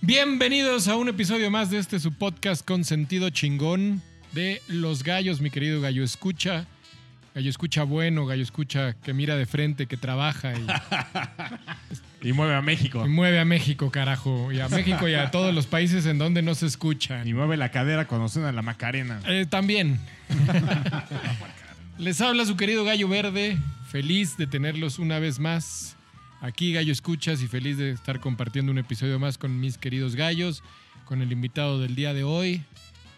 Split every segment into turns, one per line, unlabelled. Bienvenidos a un episodio más de este su podcast con sentido chingón de Los Gallos, mi querido Gallo Escucha. Gallo Escucha bueno, Gallo Escucha que mira de frente, que trabaja y,
Y mueve a México.
y mueve a México, carajo. Y a México y a todos los países en donde no se escucha.
Y mueve la cadera cuando suena la Macarena.
Eh, también. Les habla su querido Gallo Verde, feliz de tenerlos una vez más. Aquí Gallo Escuchas y feliz de estar compartiendo un episodio más con mis queridos gallos, con el invitado del día de hoy.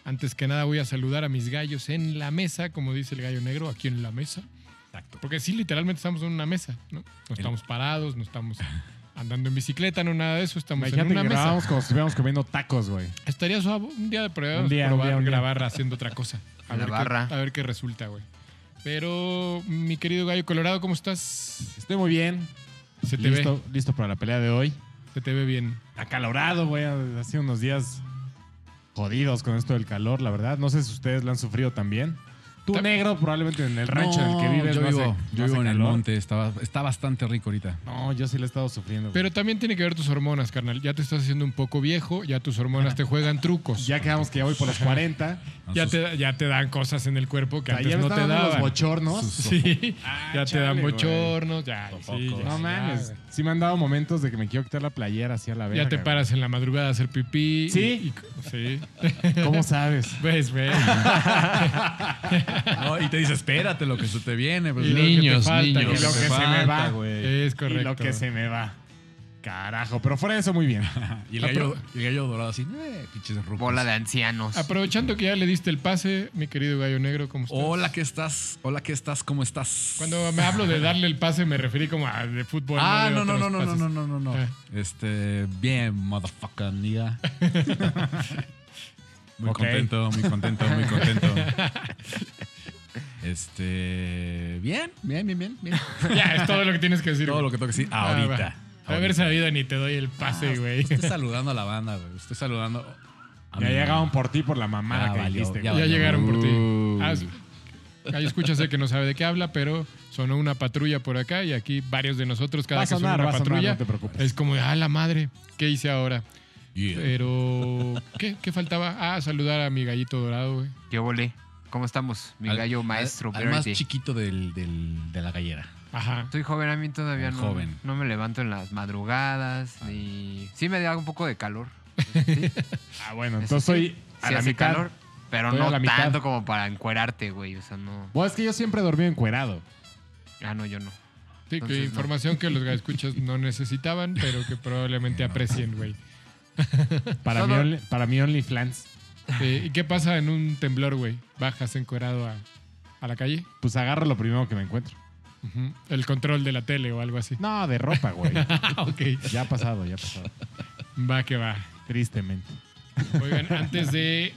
Antes que nada voy a saludar a mis gallos en la mesa, como dice el gallo negro, aquí en la mesa.
Exacto.
Porque sí, literalmente estamos en una mesa, ¿no? No estamos parados, no estamos andando en bicicleta, no nada de eso, estamos en
Imagínate
una
que
mesa.
grabábamos como si estuviéramos comiendo tacos, güey.
Estaría suave un día de probar,
Un día, un
probar
día, un día.
grabar haciendo otra cosa. A
En la
ver
barra.
Qué, a ver qué resulta, güey. Pero, mi querido Gallo Colorado, ¿cómo estás?
Estoy muy bien.
Se te
listo,
ve.
listo para la pelea de hoy.
Se te ve bien.
Acalorado, güey. Ha sido unos días jodidos con esto del calor, la verdad. No sé si ustedes lo han sufrido también. Tú,
Ta-
negro, probablemente en el rancho en el que
No,
vives.
Yo
no hace-
vivo,
no hace
yo vivo en el
calor.
monte, está, está bastante rico ahorita.
No, yo sí lo he estado sufriendo. güey.
Pero también tiene que ver tus hormonas, carnal. Ya te estás haciendo un poco viejo, ya tus hormonas te juegan trucos. Ya,
ya quedamos que ya voy por los 40.
Sus-
te, ya te dan cosas en el cuerpo que
O sea,
antes
ya me
no
están
te
dando los
daban.
bochornos.
Sí,
Ah,
ya te
chale,
dan
güey.
bochornos, ya, sí, ya, ya,
No mames.
güey.
Sí me han dado momentos de que me quiero quitar la playera así a la verga.
Ya te
güey.
paras en la madrugada a hacer pipí.
¿Sí?
y- sí.
¿Cómo sabes?
¿Ves, güey?
No, y te dice, espérate lo que se te viene. pues,
Y lo
niños,
que te falta,
niños.
Y lo que
se
se me
falta,
va.
güey.
Es correcto.
Y lo que se me va. Carajo, pero fuera de eso muy bien.
Y el gallo, y el gallo dorado así, eh, pinches rucos.
Bola de ancianos.
Ah.
Aprovechando que ya le diste el pase, mi querido Gallo Negro, ¿cómo estás?
Hola, ¿qué estás? Hola, ¿qué estás? ¿Cómo estás?
Cuando me hablo de darle el pase, me referí como a de fútbol.
Ah,
de
no, no,
otros
no, no, no,
pases.
no, no, no, no.
Ah.
Este, bien, motherfucker, nigga. Muy
Ok.
contento, muy contento, muy contento. Este, bien, bien, bien, bien. bien.
Ya, es todo lo que tienes que decir.
Todo lo que tengo que decir ahorita.
Ah,
Ah,
A
Ahorita.
haber sabido ni te doy el pase, güey.
Estoy saludando a la banda, güey. Estoy saludando. a
Ya
mi-
llegaron por ti por la mamada
Ah,
que
valió,
dijiste.
ya
güey.
ya llegaron por ti.
Uh.
Ah, sí. Gallo escucha, sé que no sabe de qué habla, pero sonó una patrulla por acá y aquí varios de nosotros, cada
Va a
que
sonar,
suena
va a
una
sonar,
patrulla,
no te preocupes.
es como, de, ah, la madre, ¿qué hice ahora?
Yeah.
eh, Pero, ¿qué, qué faltaba? Ah, saludar a mi gallito dorado, güey.
Yo volé. ¿Cómo estamos? Mi
Al-
gallo
al-
maestro.
Al, más
Verity.
chiquito del, del- de la gallera.
Ajá.
Soy joven, a mí todavía
Al
no,
joven. Ah.
no me levanto en las madrugadas. Ni... Sí me da un poco de calor. Sí,
Ah, bueno,
Eso
entonces soy a
sí
la
hace
mitad.
calor, pero
Estoy a
no
la mitad.
tanto como para encuerarte, güey. O sea, no...
Bueno, es que yo siempre he dormido encuerado.
Ah, no, yo no.
Sí, que
Entonces, no.
información que los escuchas no necesitaban, pero que probablemente aprecien, güey.
Para,
Solo-
mi, only- para mi OnlyFans.
Eh, ¿Y qué pasa en un temblor, güey? Bajas encuerado a, a la calle.
Pues agarro lo primero que me encuentro.
Ujú. El control de la tele o algo así.
No, de ropa, güey.
Ah, ok.
ya ha pasado, ya ha pasado.
Va que va.
Tristemente.
Oigan, antes de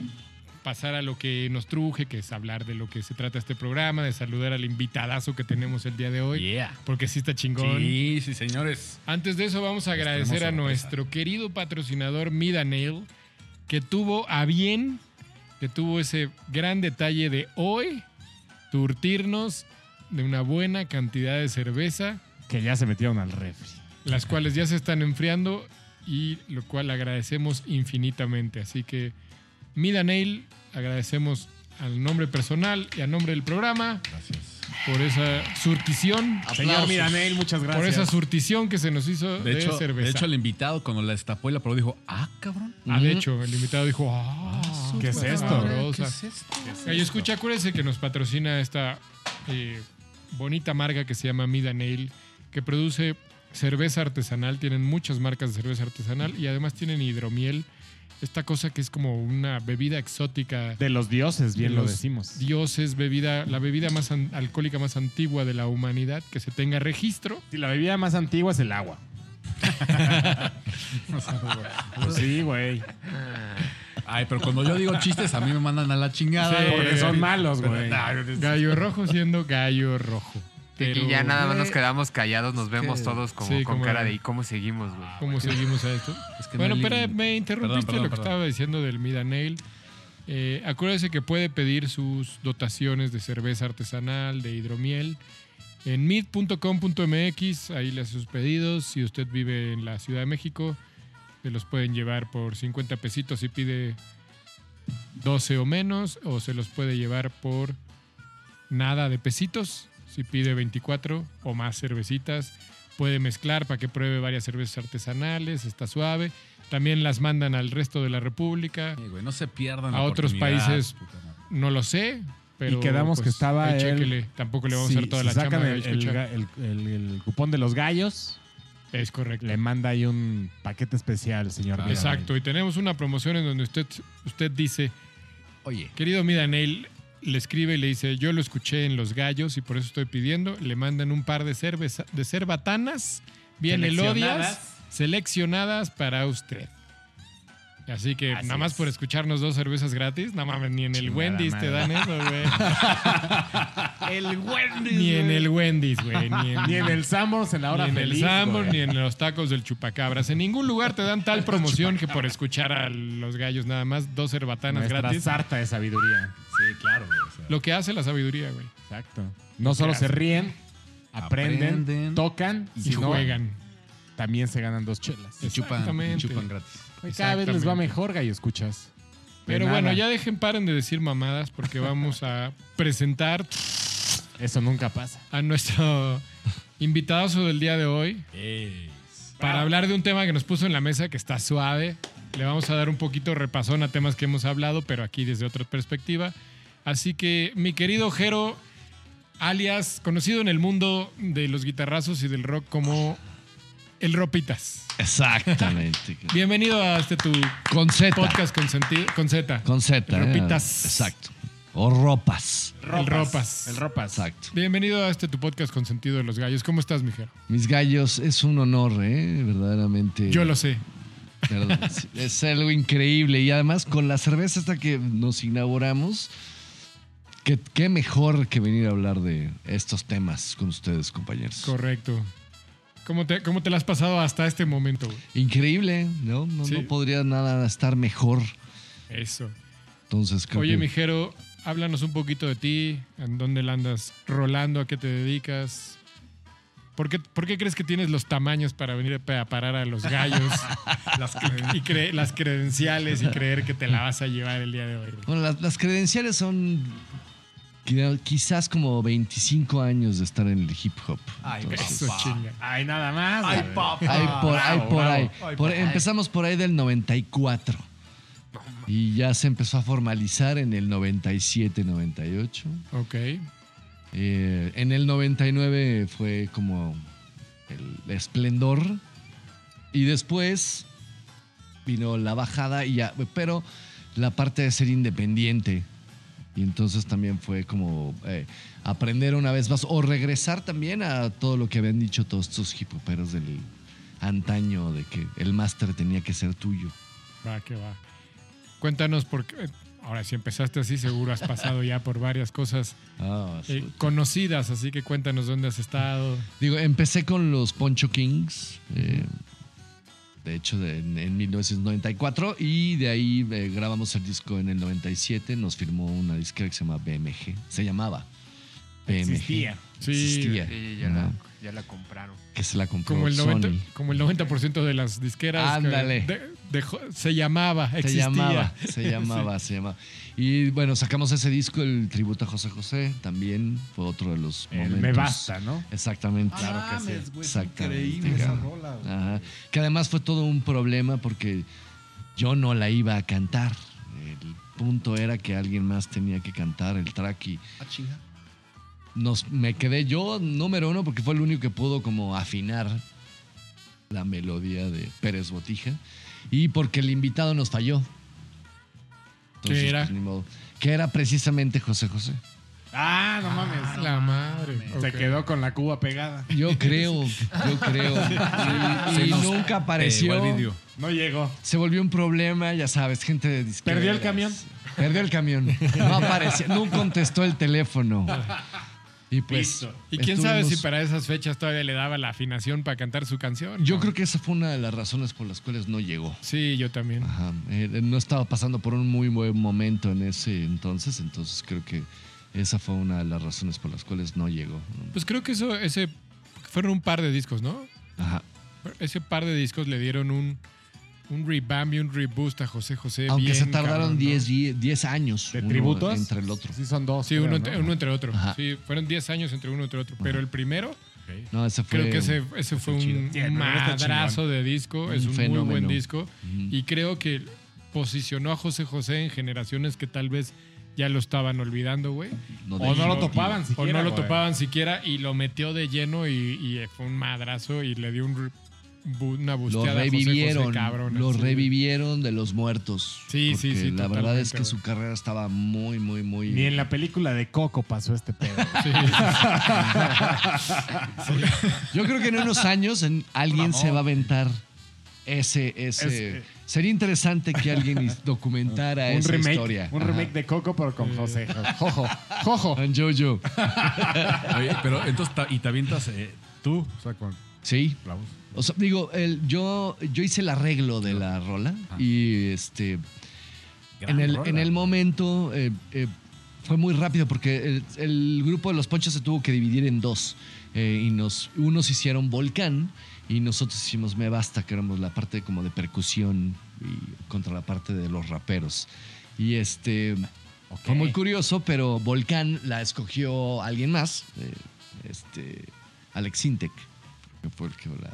pasar a lo que nos truje, que es hablar de lo que se trata este programa, de saludar al invitadazo que tenemos el día de hoy,
Yeah.
porque sí está chingón.
Sí, sí, señores.
Antes de eso, vamos a
Les
agradecer
tenemos
a
sorpresa.
nuestro querido patrocinador Midanail, que tuvo a bien, que tuvo ese gran detalle de hoy, turtirnos de una buena cantidad de cerveza,
Que ya se metieron al refri.
las cuales ya se están enfriando y lo cual agradecemos infinitamente. Así que Midanail, agradecemos al nombre personal y a nombre del programa
Gracias.
por esa surtición.
Señor
Aplausos.
Miranel, muchas gracias.
Por esa surtición que se nos hizo de,
De hecho,
cerveza.
de hecho, el invitado cuando la destapó y la probó dijo, ah, cabrón.
Ah, de hecho, el invitado dijo, "Ah,
¿Qué es
súper
esto?
sabrosa".
esto?
Gallo escucha, acuérdense que nos patrocina esta eh, bonita marca que se llama Mida Nail, que produce cerveza artesanal. Tienen muchas marcas de cerveza artesanal y además tienen hidromiel, esta cosa que es como una bebida exótica.
De los dioses, bien lo
Los
decimos.
Dioses, bebida, la bebida más an- alcohólica más antigua de la humanidad, que se tenga registro.
Si la bebida más antigua es el agua. pues sí, güey.
Ay, pero cuando yo digo chistes, a mí me mandan a la chingada.
Sí,
güey.
Porque son malos, güey.
ah, Gallo rojo siendo gallo rojo.
y ya
Pero-
nada más
güey,
nos quedamos callados, nos vemos
que-
todos como
sí,
con
como-
cara de ¿y cómo seguimos,
Ah,
güey?
¿Cómo seguimos a esto?
Es que no
bueno,
hay-
espera, me interrumpiste
Perdón, perdón,
lo que
perdón.
estaba diciendo del Midanail. Eh, acuérdese que puede pedir sus dotaciones de cerveza artesanal, de hidromiel, en mid.com.mx, ahí le hace sus pedidos. Si usted vive en la Ciudad de México, Se los pueden llevar por 50 pesitos si pide 12 o menos, o se los puede llevar por nada de pesitos si pide 24 o más cervecitas. Puede mezclar para que pruebe varias cervezas artesanales, está suave. También las mandan al resto de la República.
Sí, güey, no se pierdan.
A
la
otros
oportunidad,
países.
puta madre.
No lo sé, pero.
quedamos que estaba
ahí
él-
chéquele. Tampoco le vamos a
Sí,
dar toda
si
la
sacan
chamba.
el, el
escucha.
ga- el- el- el cupón de los gallos,
es correcto.
le manda ahí un paquete especial, señor.
Ah,
Vidal.
Exacto. Y tenemos una promoción en donde usted, usted dice:
Oye,
Querido Midanel, le escribe y le dice: Yo lo escuché en Los Gallos y por eso estoy pidiendo. Le mandan un par de, cerveza, de cerbatanas bien elodias, seleccionadas para usted. Así que
Así
nada más
es.
por escucharnos dos cervezas gratis, no mames, ni en el
Chingada
Wendy's te
madre.
dan eso, güey.
el Wendy.
ni en el Wendy's, güey. Ni en,
Ni en el Sambors en la hora
ni en
feliz,
el Sambor,
güey.
ni en los tacos del Chupacabras. En ningún lugar te dan tal promoción que por escuchar a los gallos nada más dos cerbatanas
Nuestra
gratis.
sarta de sabiduría.
Sí, claro, güey. o sea,
Lo que hace la sabiduría, güey.
Exacto. No solo se ríen, aprenden,
Aprenden.
tocan y,
Y
si no,
juegan.
también se ganan dos chelas.
y chupan, y
Exactamente.
chupan gratis.
Güey, Cada vez les va
Exactamente.
mejor, gallo, escuchas. De
Pero
nada.
bueno, ya dejen, paren de decir mamadas porque vamos a presentar
Eso nunca pasa.
a nuestro invitadazo del día de hoy para hablar de un tema que nos puso en la mesa que está suave. Le vamos a dar un poquito repasón a temas que hemos hablado, pero aquí desde otra perspectiva. Así que, mi querido Jero, alias conocido en el mundo de los guitarrazos y del rock como el Ropitas.
Exactamente.
Bienvenido a este tu
Con Z.
podcast con, senti- con Z.
Con Z. ¿eh?
Ropitas.
Exacto. O ropas.
El Ropas.
El ropas.
Exacto.
Bienvenido a este tu podcast con sentido de los gallos. ¿Cómo estás, mi Jero?
Mis gallos, es un honor, ¿eh? Verdaderamente.
Yo lo sé.
Perdón, sí, es algo increíble. Y además, con la cerveza hasta que nos inauguramos, qué, qué mejor que venir a hablar de estos temas con ustedes, compañeros.
Correcto. ¿Cómo te, cómo te la has pasado hasta este momento? güey?
Increíble, ¿no? No,
Sí.
no podría nada estar mejor.
Eso.
Entonces, creo
Oye,
que-
mijero, háblanos un poquito de ti, en dónde la andas rolando, a qué te dedicas. ¿Por qué, por qué crees que tienes los tamaños para venir a parar a los gallos
Las
y cre- las credenciales y creer que te la vas a llevar el día de hoy? güey?
Bueno, las, las credenciales son qui- quizás como 25 años de estar en el hip hop.
Ay,
Eso
papá.
chinga.
Ay, nada más.
Ay,
güey.
papá.
Ay, por ahí,
bravo,
por
bravo.
ahí.
Ay,
Por-
papá.
empezamos por ahí del 94. Y ya se empezó a formalizar en el 97, 98.
Ok.
Eh, en el 99 fue como el esplendor. Y después vino la bajada y ya. Pero la parte de ser independiente. Y entonces también fue como eh, aprender una vez más. O regresar también a todo lo que habían dicho todos estos hip hoperos del antaño de que el máster tenía que ser tuyo.
Va, que va. Cuéntanos por qué. Ahora, si empezaste así, seguro has pasado ya por varias cosas
Ah,
eh, conocidas, así que cuéntanos dónde has estado.
Digo, empecé con los Poncho Kings, eh, de hecho de- en, en 1994, y de ahí eh, grabamos el disco en el 97, nos firmó una disquera que se llama BMG, se llamaba BMG.
Existía.
Sí,
Existía,
Sí, ya,
¿no?
la, ya la compraron.
Que se la compró
Como el, 90,
Sony.
como el 90% de las disqueras. que
Ándale.
de- dejó- se llamaba, existía.
Se llamaba, se llamaba, se llamaba. Y bueno, sacamos ese disco, el tributo a José José, también fue otro de los
El
momentos.
me basta, ¿no?
Exactamente.
Claro que sí.
Exactamente. cabrón. Ajá. Que además fue todo un problema porque yo no la iba a cantar. El punto era que alguien más tenía que cantar el track y
Ah,
nos, me quedé yo número uno porque fue el único que pudo como afinar la melodía de Pérez Botija y porque el invitado nos falló.
¿Qué era?
pues, ni modo. que era precisamente José José.
Ah, no mames.
La madre.
Se
ok.
quedó con la cuba pegada.
Yo creo, yo creo. Y-
Se
Y,
nos
nunca apareció.
Pegó el vídeo.
No llegó.
Se volvió un problema, ya sabes, gente de disqueras.
Perdió el camión.
Perdió el camión. No apareció, no contestó el teléfono. Y pues.
Listo.
Y quién sabe si
estuvimos-
para esas fechas todavía le daba la afinación para cantar su canción.
Yo
¿no?
creo que esa fue una de las razones por las cuales no llegó.
Sí, yo también.
Ajá. Eh, no estaba pasando por un muy buen momento en ese entonces, entonces creo que esa fue una de las razones por las cuales no llegó.
Pues creo que eso, ese. Fueron un par de discos, ¿no?
Ajá.
Ese par de discos le dieron un, un revamp y un reboost a José José.
Aunque
bien
se tardaron
cabrón, ¿no?
10 di- 10 años.
¿De
uno
tributos?
Entre el otro.
Sí, son dos.
Sí,
creo,
uno,
¿no?
entre, uno entre otro.
Ajá.
Sí, fueron 10 años entre uno entre otro. Pero el primero,
No, ese fue.
creo que ese, ese fue
chido. Sí,
un
el primero está
madrazo de disco. Es
Un
un muy
fenómeno.
buen disco. Y creo que posicionó a José José en generaciones que tal vez ya lo estaban olvidando, güey.
O no lo
Y-
topaban siquiera.
o no lo
güey.
topaban siquiera y lo metió de lleno y, y fue un madrazo y le dio un, re- bu- una
Lo
busteada a José
revivieron.
José, cabrón,
lo
así, güey.
revivieron de los muertos.
Sí, sí,
Porque
sí,
La verdad es
totalmente,
que su
güey.
carrera estaba muy, muy, muy.
Ni en la película de Coco pasó este pedo.
Sí.
Yo creo que en unos años en- alguien se va a aventar ese, ese.
Es- eh,
Sería interesante que alguien is- documentara
un
esa
remake,
historia.
un
Ajá.
remake de Coco, pero con José. Jojo, jojo.
Con Jojo.
Oye, pero entonces, ta- y te avientas eh, tú, o sea, con
Sí.
clavos.
O sea, digo, el- yo, yo hice el arreglo de la rola
Ah.
y este.
Gran
En el,
rola.
en el momento eh, eh, fue muy rápido porque el, el grupo de los Ponchos se tuvo que dividir en dos. eh, y nos, unos hicieron Volcán y nosotros hicimos Me Basta, que éramos la parte como de percusión y contra la parte de los raperos. Y este fue muy curioso, pero Volcán la escogió alguien más, eh, este, Alex Intec, que fue el que la-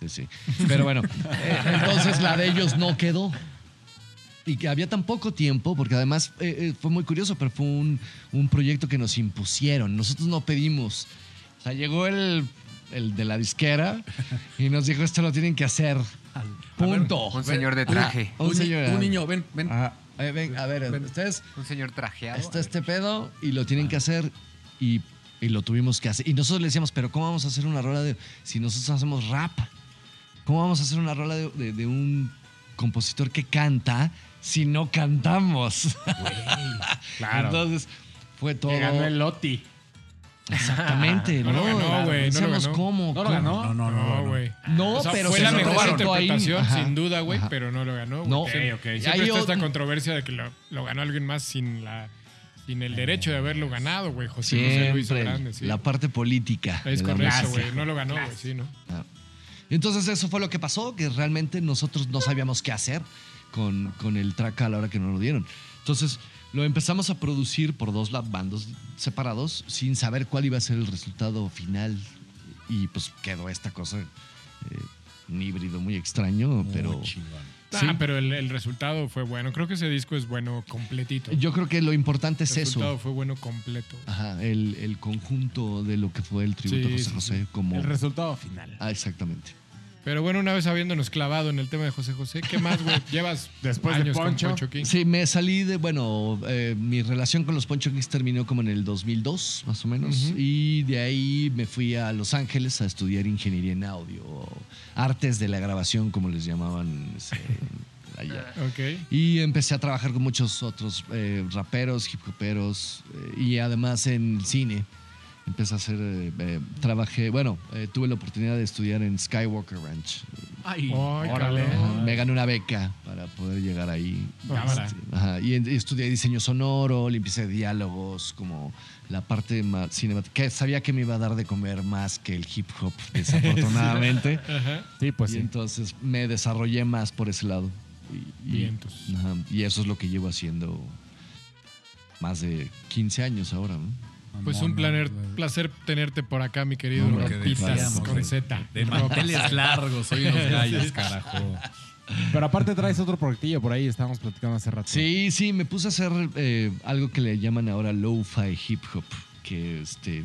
Sí, sí. Pero bueno, eh, entonces la de ellos no quedó y que había tan poco tiempo, porque además eh, eh, fue muy curioso, pero fue un, un proyecto que nos impusieron. Nosotros no pedimos. O sea, llegó el, el de la disquera y nos dijo, esto lo tienen que hacer. Punto.
Un señor de traje.
Un
Un, ni-
señor-
un niño, ven, ven.
Ajá. Eh, ven, a ver, ustedes,
Un señor trajeado.
está este pedo y lo tienen que hacer y, y lo tuvimos que hacer. Y nosotros le decíamos, pero ¿cómo vamos a hacer una rola de... si nosotros hacemos rap? ¿Cómo vamos a hacer una rola de, de- de un compositor que canta si no cantamos?
Claro.
Entonces, fue todo.
Que ganó el Loti.
Exactamente,
No
¿no?
lo ganó, güey,
La-
no lo
decíamos,
ganó.
¿cómo?
No lo
¿Cómo?
ganó.
No,
No,
no, no, no.
güey.
No,
O sea,
pero
fue
se
la mejor
presentó ahí.
interpretación,
Ajá.
sin duda, güey, pero no lo ganó. güey.
No.
Siempre-
Ok, ok.
Siempre
Ahí
está
o-
esta controversia de que lo, lo ganó alguien más sin la sin el derecho de haberlo ganado, güey. José José lo hizo
Siempre.
grande, sí.
La parte política.
es
de la
correcto,
música.
güey. No lo ganó, güey, sí, ¿no?
Entonces eso fue lo que pasó, que realmente nosotros no sabíamos qué hacer con, con el track a la hora que nos lo dieron. Entonces lo empezamos a producir por dos lab- bandos separados sin saber cuál iba a ser el resultado final. Y pues quedó esta cosa, eh, un híbrido muy extraño, pero...
Ah,
Sí.
pero el, el resultado fue bueno. Creo que ese disco es bueno completito.
Yo creo que lo importante es
el resultado
eso. Ah.
fue bueno completo. güey.
Ajá, el, el conjunto de lo que fue el tributo
Sí,
a
sí,
José
sí.
José como...
El resultado final.
Ah, exactamente.
Pero bueno, una vez habiéndonos clavado en el tema de José José, ¿qué más, güey? Llevas
Después de
años con
Poncho.
Poncho King.
Sí, me salí de, bueno, eh, mi relación con los Poncho Kings terminó como en el 2002, más o menos,
Ujú.
y de ahí me fui a Los Ángeles a estudiar ingeniería en audio, o artes de la grabación, como les llamaban este, allá.
Ok.
Y empecé a trabajar con muchos otros eh, raperos, hip hoperos, eh, y además en el cine. Empecé a hacer, eh, eh, trabajé, bueno, eh, tuve la oportunidad de estudiar en Skywalker Ranch.
Ay,
Ay,
Órale.
cabrón.
Me gané una beca para poder llegar ahí.
Cámara.
Este, ajá, Y, en- y estudié diseño sonoro, limpieza de diálogos, como la parte más cinematográfica. Sabía que me iba a dar de comer más que el hip hop, desafortunadamente.
Ajá.
Sí, pues
y
sí.
entonces me desarrollé más por ese lado. Y, y-
Vientos.
ajá, y eso es lo que llevo haciendo más de 15 años ahora. ¿no?
Pues un planer- placer tenerte por acá, mi querido
Hombre, que
Ropitas
decíamos,
con
güey.
Z.
De
Ropas.
manteles largos, soy unos gallos, carajo.
Pero aparte traes otro proyectillo por ahí, estábamos platicando hace rato.
Sí, sí, me puse a hacer eh, algo que le llaman ahora lo-fi hip hop, que este,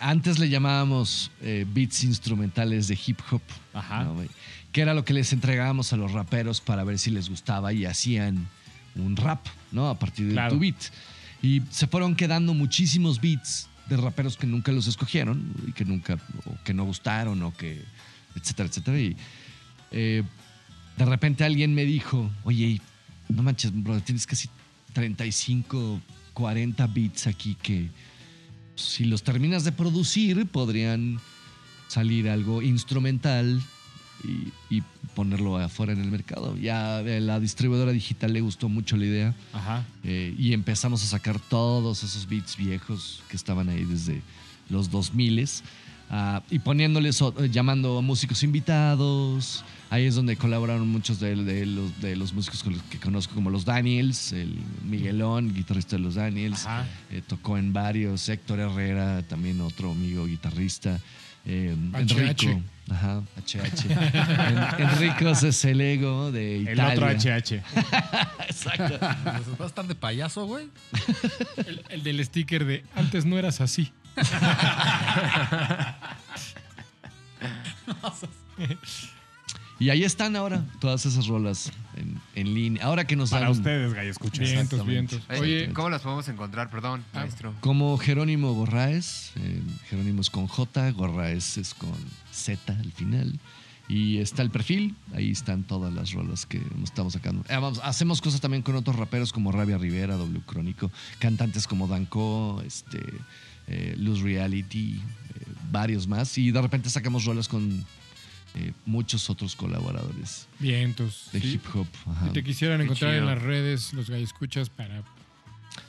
antes le llamábamos eh, beats instrumentales de hip hop,
Ajá.
¿no, güey? que era lo que les entregábamos a los raperos para ver si les gustaba y hacían un rap, ¿no? A partir de
Claro.
tu beat. Y se fueron quedando muchísimos beats de raperos que nunca los escogieron y que nunca, o que no gustaron o que, etcétera, etcétera. Y eh, de repente alguien me dijo, oye, no manches, bro, tienes casi 35, 40 beats aquí que pues, si los terminas de producir podrían salir algo instrumental y, y ponerlo afuera en el mercado. Ya a la distribuidora digital le gustó mucho la idea
Ajá.
eh, y empezamos a sacar todos esos beats viejos que estaban ahí desde los 2000 ah, y poniéndoles, o- llamando a músicos invitados. Ahí es donde colaboraron muchos de, de los, de los músicos con los que conozco, como los Daniels, el Miguelón, guitarrista de los Daniels. Eh, tocó en varios, Héctor Herrera, también otro amigo guitarrista. eh,
HH.
Enrico. Ajá, HH. En- Enrico Cecilego de
El
Italia.
otro HH.
Exacto.
¿Vas Pues a estar de payaso, güey?
El, el del sticker de antes no eras así.
Y ahí están ahora todas esas rolas en, en línea. Ahora que nos
Para
dan
ustedes, gallo, escucha.
Bien. Vientos,
Exactamente.
vientos.
Oye,
Oye.
¿cómo las podemos encontrar? Perdón,
Ah.
maestro.
Como Jerónimo Gorraes, eh, Jerónimo es con J, Gorraes es con Z al final. Y está el perfil, ahí están todas las rolas que estamos sacando. Eh, vamos, hacemos cosas también con otros raperos como Rabia Rivera, W Crónico, cantantes como Danco, este, eh, Luz Reality, eh, varios más. Y de repente sacamos rolas con eh, muchos otros colaboradores
Vientos.
de
Sí.
hip hop. ajá.
Si te quisieran
Qué
encontrar en
chido.
las redes, los escuchas para.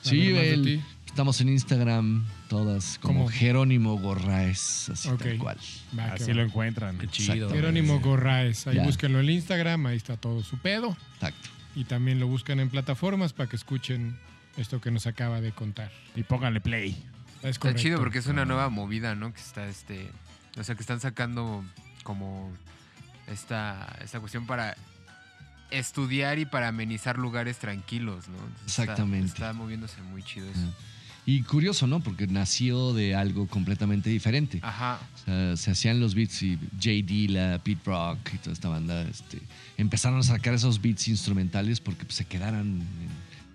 Sí,
saber más de
el-
ti.
estamos en Instagram todas como
¿Cómo?
Jerónimo Gorraes, así
Ok.
tal cual.
Va, que
Así
va.
lo encuentran.
Qué chido.
Jerónimo Gorraes. Ahí
Ya.
búsquenlo en el Instagram, ahí está todo su pedo.
Exacto.
Y también lo buscan en plataformas para que escuchen esto que nos acaba de contar.
Y pónganle play.
Es
Está
correcto.
chido porque es una nueva movida, ¿no? Que está este. O sea, que están sacando como esta, esta cuestión para estudiar y para amenizar lugares tranquilos, ¿no? Entonces, está-
Exactamente.
Está, moviéndose muy chido eso.
Y curioso, ¿no? Porque nació de algo completamente diferente.
Ajá.
O sea, se hacían los beats y J. Dilla, Pete Rock y toda esta banda este, empezaron a sacar esos beats instrumentales porque pues, se quedaran en-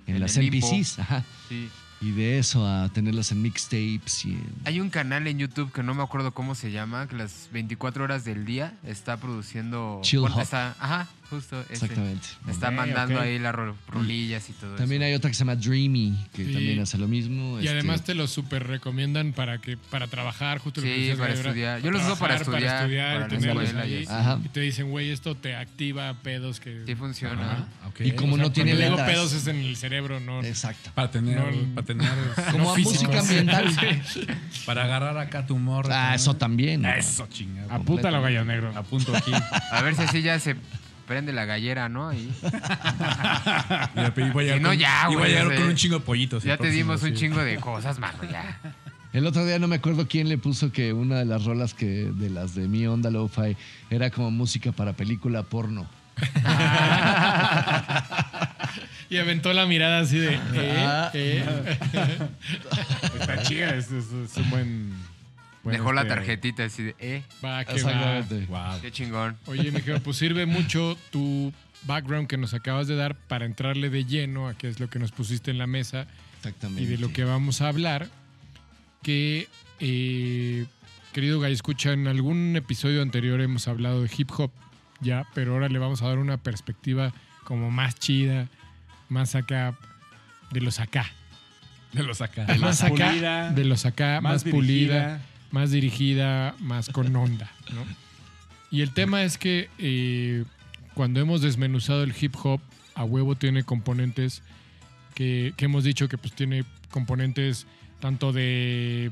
en,
En
las
el limbo.
MPCs. Ajá.
Sí.
Y de eso a tenerlas en mixtapes y en-
Hay un canal en YouTube que no me acuerdo cómo se llama, que las 24 horas del día está produciendo.
Chill
bueno,
Hop.
está- ajá, justo ese.
Exactamente.
Está
Ok,
mandando
ok.
ahí las ro- rolillas y todo
También
eso.
hay otra que se llama Dreamy, que
Sí.
también hace lo mismo.
Y
este,
además te lo súper recomiendan para que para trabajar, justo lo que
Sí,
decías,
para
Gabriel, ¿verdad?
estudiar. Yo los uso para
trabajar,
estudiar, para
y
la
tenerlos
escuela y
ahí.
eso.
Ajá.
Y te dicen, güey, esto te activa pedos que.
Sí funciona.
Ah, ok.
Y como
O sea,
no tiene
cuando digo
letras.
pedos es en el cerebro, no.
Exacto.
Para tener.
No,
para tener
Como a
físicos.
música ambiental.
Para agarrar acá tu morra.
Ah, eso también.
Eso, chingado.
Apúntalo, gallo negro.
Apunto aquí.
A ver si así ya se prende la gallera, ¿no? Ahí.
Mira,
Ah,
pero voy a
Si
llegar
no,
con-
ya,
y voy
güey,
a
o
llegar
sea,
con un chingo de pollitos.
Ya
el
te
próximo,
dimos un
sí.
chingo de cosas, mano, ya.
El otro día no me acuerdo quién le puso que una de las rolas que de las de mi onda lo-fi era como música para película porno.
Y aventó la mirada así de.
Ah.
eh, eh.
Está chida, es, es- es un buen. buen,
Dejó la
este,
tarjetita así de, eh,
Va, que va.
Exactamente.
Wow.
qué chingón.
Oye, mi jefe, pues sirve mucho tu background que nos acabas de dar para entrarle de lleno a qué es lo que nos pusiste en la mesa
Exactamente.
y de lo que vamos a hablar. Que, eh, querido Guy, escucha, en algún episodio anterior hemos hablado de hip hop, ya, pero ahora le vamos a dar una perspectiva como más chida, más acá, de los acá.
Me lo saca.
más
más
acá,
pulida,
de los acá, más, pulida,
dirigida.
más dirigida, más con onda, ¿no? Y el tema es que eh, cuando hemos desmenuzado el hip hop, a huevo tiene componentes que, que hemos dicho que pues tiene componentes tanto de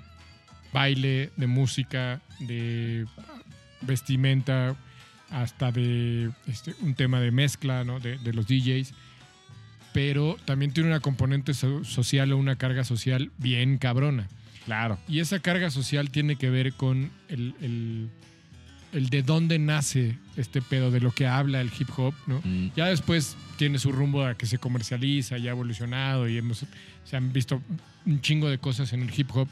baile, de música, de vestimenta, hasta de este, un tema de mezcla, ¿no? De, de los DJs. Pero también tiene una componente so- social o una carga social bien cabrona.
Claro.
Y esa carga social tiene que ver con el, el- el de dónde nace este pedo, de lo que habla el hip hop, ¿no?
Mm,
Ya después tiene su rumbo a que se comercializa, ya ha evolucionado y hemos, se han visto un chingo de cosas en el hip hop,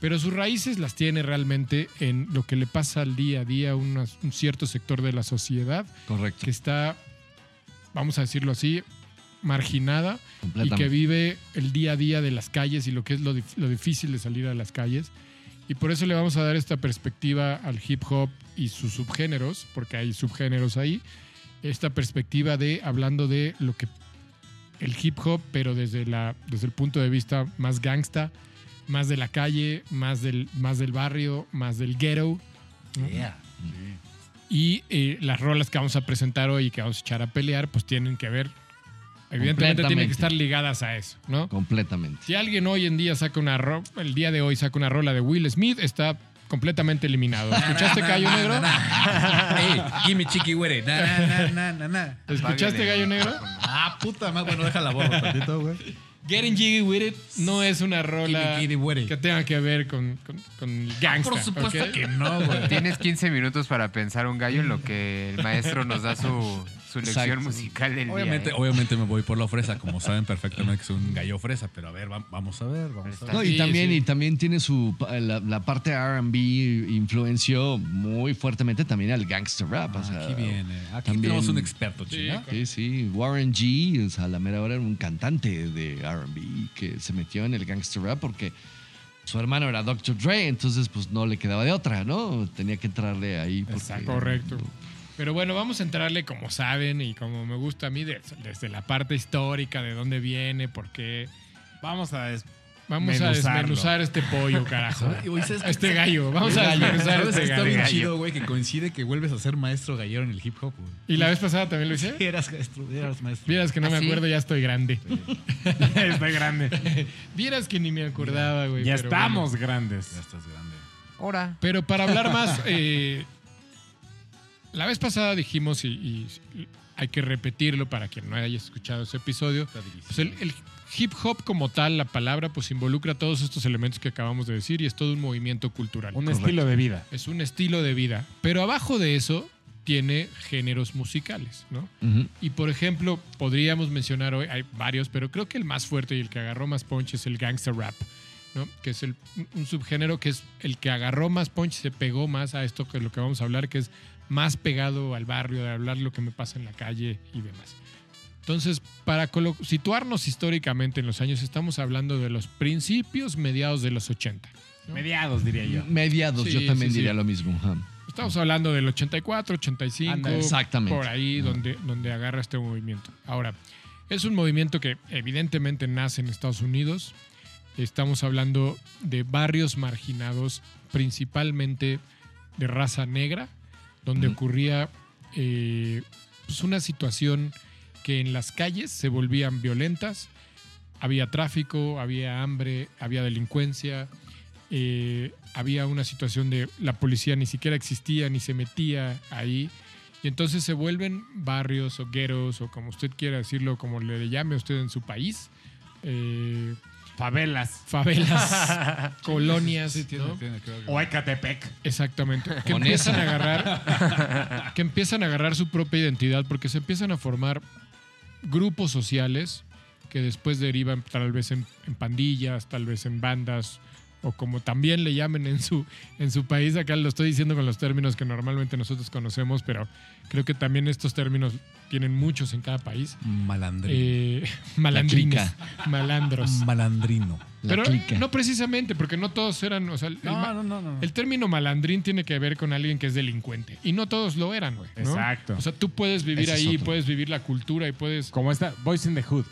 pero sus raíces las tiene realmente en lo que le pasa al día a día a unas- un cierto sector de la sociedad
correcto.
que está, vamos a decirlo así, marginada y que
completamente.
vive el día a día de las calles y lo que es lo, dif- lo difícil de salir a las calles. Y por eso le vamos a dar esta perspectiva al hip hop y sus subgéneros, porque hay subgéneros ahí, esta perspectiva de hablando de lo que el hip hop, pero desde, la, desde el punto de vista más gangsta, más de la calle, más del, más del barrio, más del ghetto. ¿no?
Yeah.
Y eh, las rolas que vamos a presentar hoy y que vamos a echar a pelear, pues tienen que ver, evidentemente tienen que
Completamente.
estar ligadas a eso, ¿no?
completamente.
Si alguien hoy en día saca una ro- el día de hoy saca una rola de Will Smith, está completamente eliminado. ¿Escuchaste Gallo Negro?
Hey, gimme chiqui güere. Na, na, na, na, na.
¿Escuchaste Gallo Negro?
Ah, puta madre. Bueno, déjala borro tantito, güey. Ah,
Getting Jiggy With It no es una rola
Gimme, gimme, güere.
que tenga que ver con, con, con el gangsta.
Ah, Por supuesto
¿ok?
que no, güey.
Tienes 15 minutos para pensar un gallo en lo que el maestro nos da su, su lección
Exacto.
musical del día.
Obviamente,
¿eh?
obviamente me voy por la fresa, como saben perfectamente que es un gallo fresa, pero a ver, va- vamos a ver, vamos a ver.
No, y
Sí,
también,
sí.
y también tiene su pa- la, la parte RB influenció muy fuertemente también al gangster rap. o sea,
Aquí viene. Aquí
también-
tenemos un experto, chinga.
Sí, sí. Warren G, o sea, a la mera hora era un cantante de RB que se metió en el gangster rap porque su hermano era Dr. Dre, entonces pues no le quedaba de otra, ¿no? Tenía que entrarle ahí. porque-
Correcto. Pero bueno, vamos a entrarle como saben y como me gusta a mí de- desde la parte histórica, de dónde viene, por qué.
Vamos a des-
Vamos a
Menuzarlo.
desmenuzar este pollo, carajo.
Y, güey, ¿sabes qué?
Este gallo, vamos a
Gallo.
desmenuzar
¿Sabes?
este
Está
gallo.
bien
Gallo.
chido, güey, que coincide que vuelves a ser maestro gallero en el hip hop, güey.
¿Y la vez pasada también lo hice?
Eras maestro, eras maestro.
Vieras que no
¿Ah,
me
sí?
acuerdo, ya estoy grande.
Estoy grande.
Vieras que ni me acordaba, güey.
ya
pero
estamos
bueno.
Ya
grandes.
estás grande.
Ahora.
Pero para hablar más, eh, la vez pasada dijimos, y, y hay que repetirlo para quien no haya escuchado ese episodio, pues el, el hip hop como tal, la palabra, pues involucra todos estos elementos que acabamos de decir y es todo un movimiento cultural.
Un estilo de vida.
Es un estilo de vida. Pero abajo de eso tiene géneros musicales, ¿no?
Ujú.
Y por ejemplo, podríamos mencionar hoy, hay varios, pero creo que el más fuerte y el que agarró más punch es el gangster rap, ¿no? Que es el- un- un subgénero que es el que agarró más punch, se pegó más a esto que lo que vamos a hablar, que es más pegado al barrio, de hablar lo que me pasa en la calle y demás. Entonces, para colo- situarnos históricamente en los años, estamos hablando de los principios mediados de los 80. ¿no?
Mediados, diría yo.
Mediados,
Sí,
yo también
sí, sí.
diría lo mismo. ajá.
Estamos hablando del 84, 85,
Anda, exactamente.
por ahí
Ajá.
donde, donde agarra este movimiento. Ahora, es un movimiento que evidentemente nace en Estados Unidos. Estamos hablando de barrios marginados, principalmente de raza negra, donde
Ujú.
ocurría eh, pues una situación que en las calles se volvían violentas. Había tráfico, había hambre, había delincuencia, eh, había una situación de la policía ni siquiera existía ni se metía ahí. Y entonces se vuelven barrios o gueros o como usted quiera decirlo, como le llame a usted en su país, eh,
Favelas.
favelas, colonias,
Sí, tiene,
¿no?
tiene, creo que-
O Ecatepec.
Exactamente. Que
Con
empiezan a agarrar. que empiezan a agarrar su propia identidad porque se empiezan a formar grupos sociales que después derivan tal vez en, en pandillas, tal vez en bandas o como también le llamen en su, en su país. Acá lo estoy diciendo con los términos que normalmente nosotros conocemos, pero creo que también estos términos tienen muchos en cada país.
Malandrino.
Eh, pues, malandrines, malandros.
Malandrino.
La
Pero eh,
clica.
no precisamente, porque no todos eran, o sea, el ma-
No, no, no, no.
el término malandrín tiene que ver con alguien que es delincuente. Y no todos lo eran, güey. ¿no?
Exacto.
O sea, tú puedes vivir
Ese es
ahí,
otro.
puedes vivir la cultura y puedes.
Como esta, Boys in the Hood.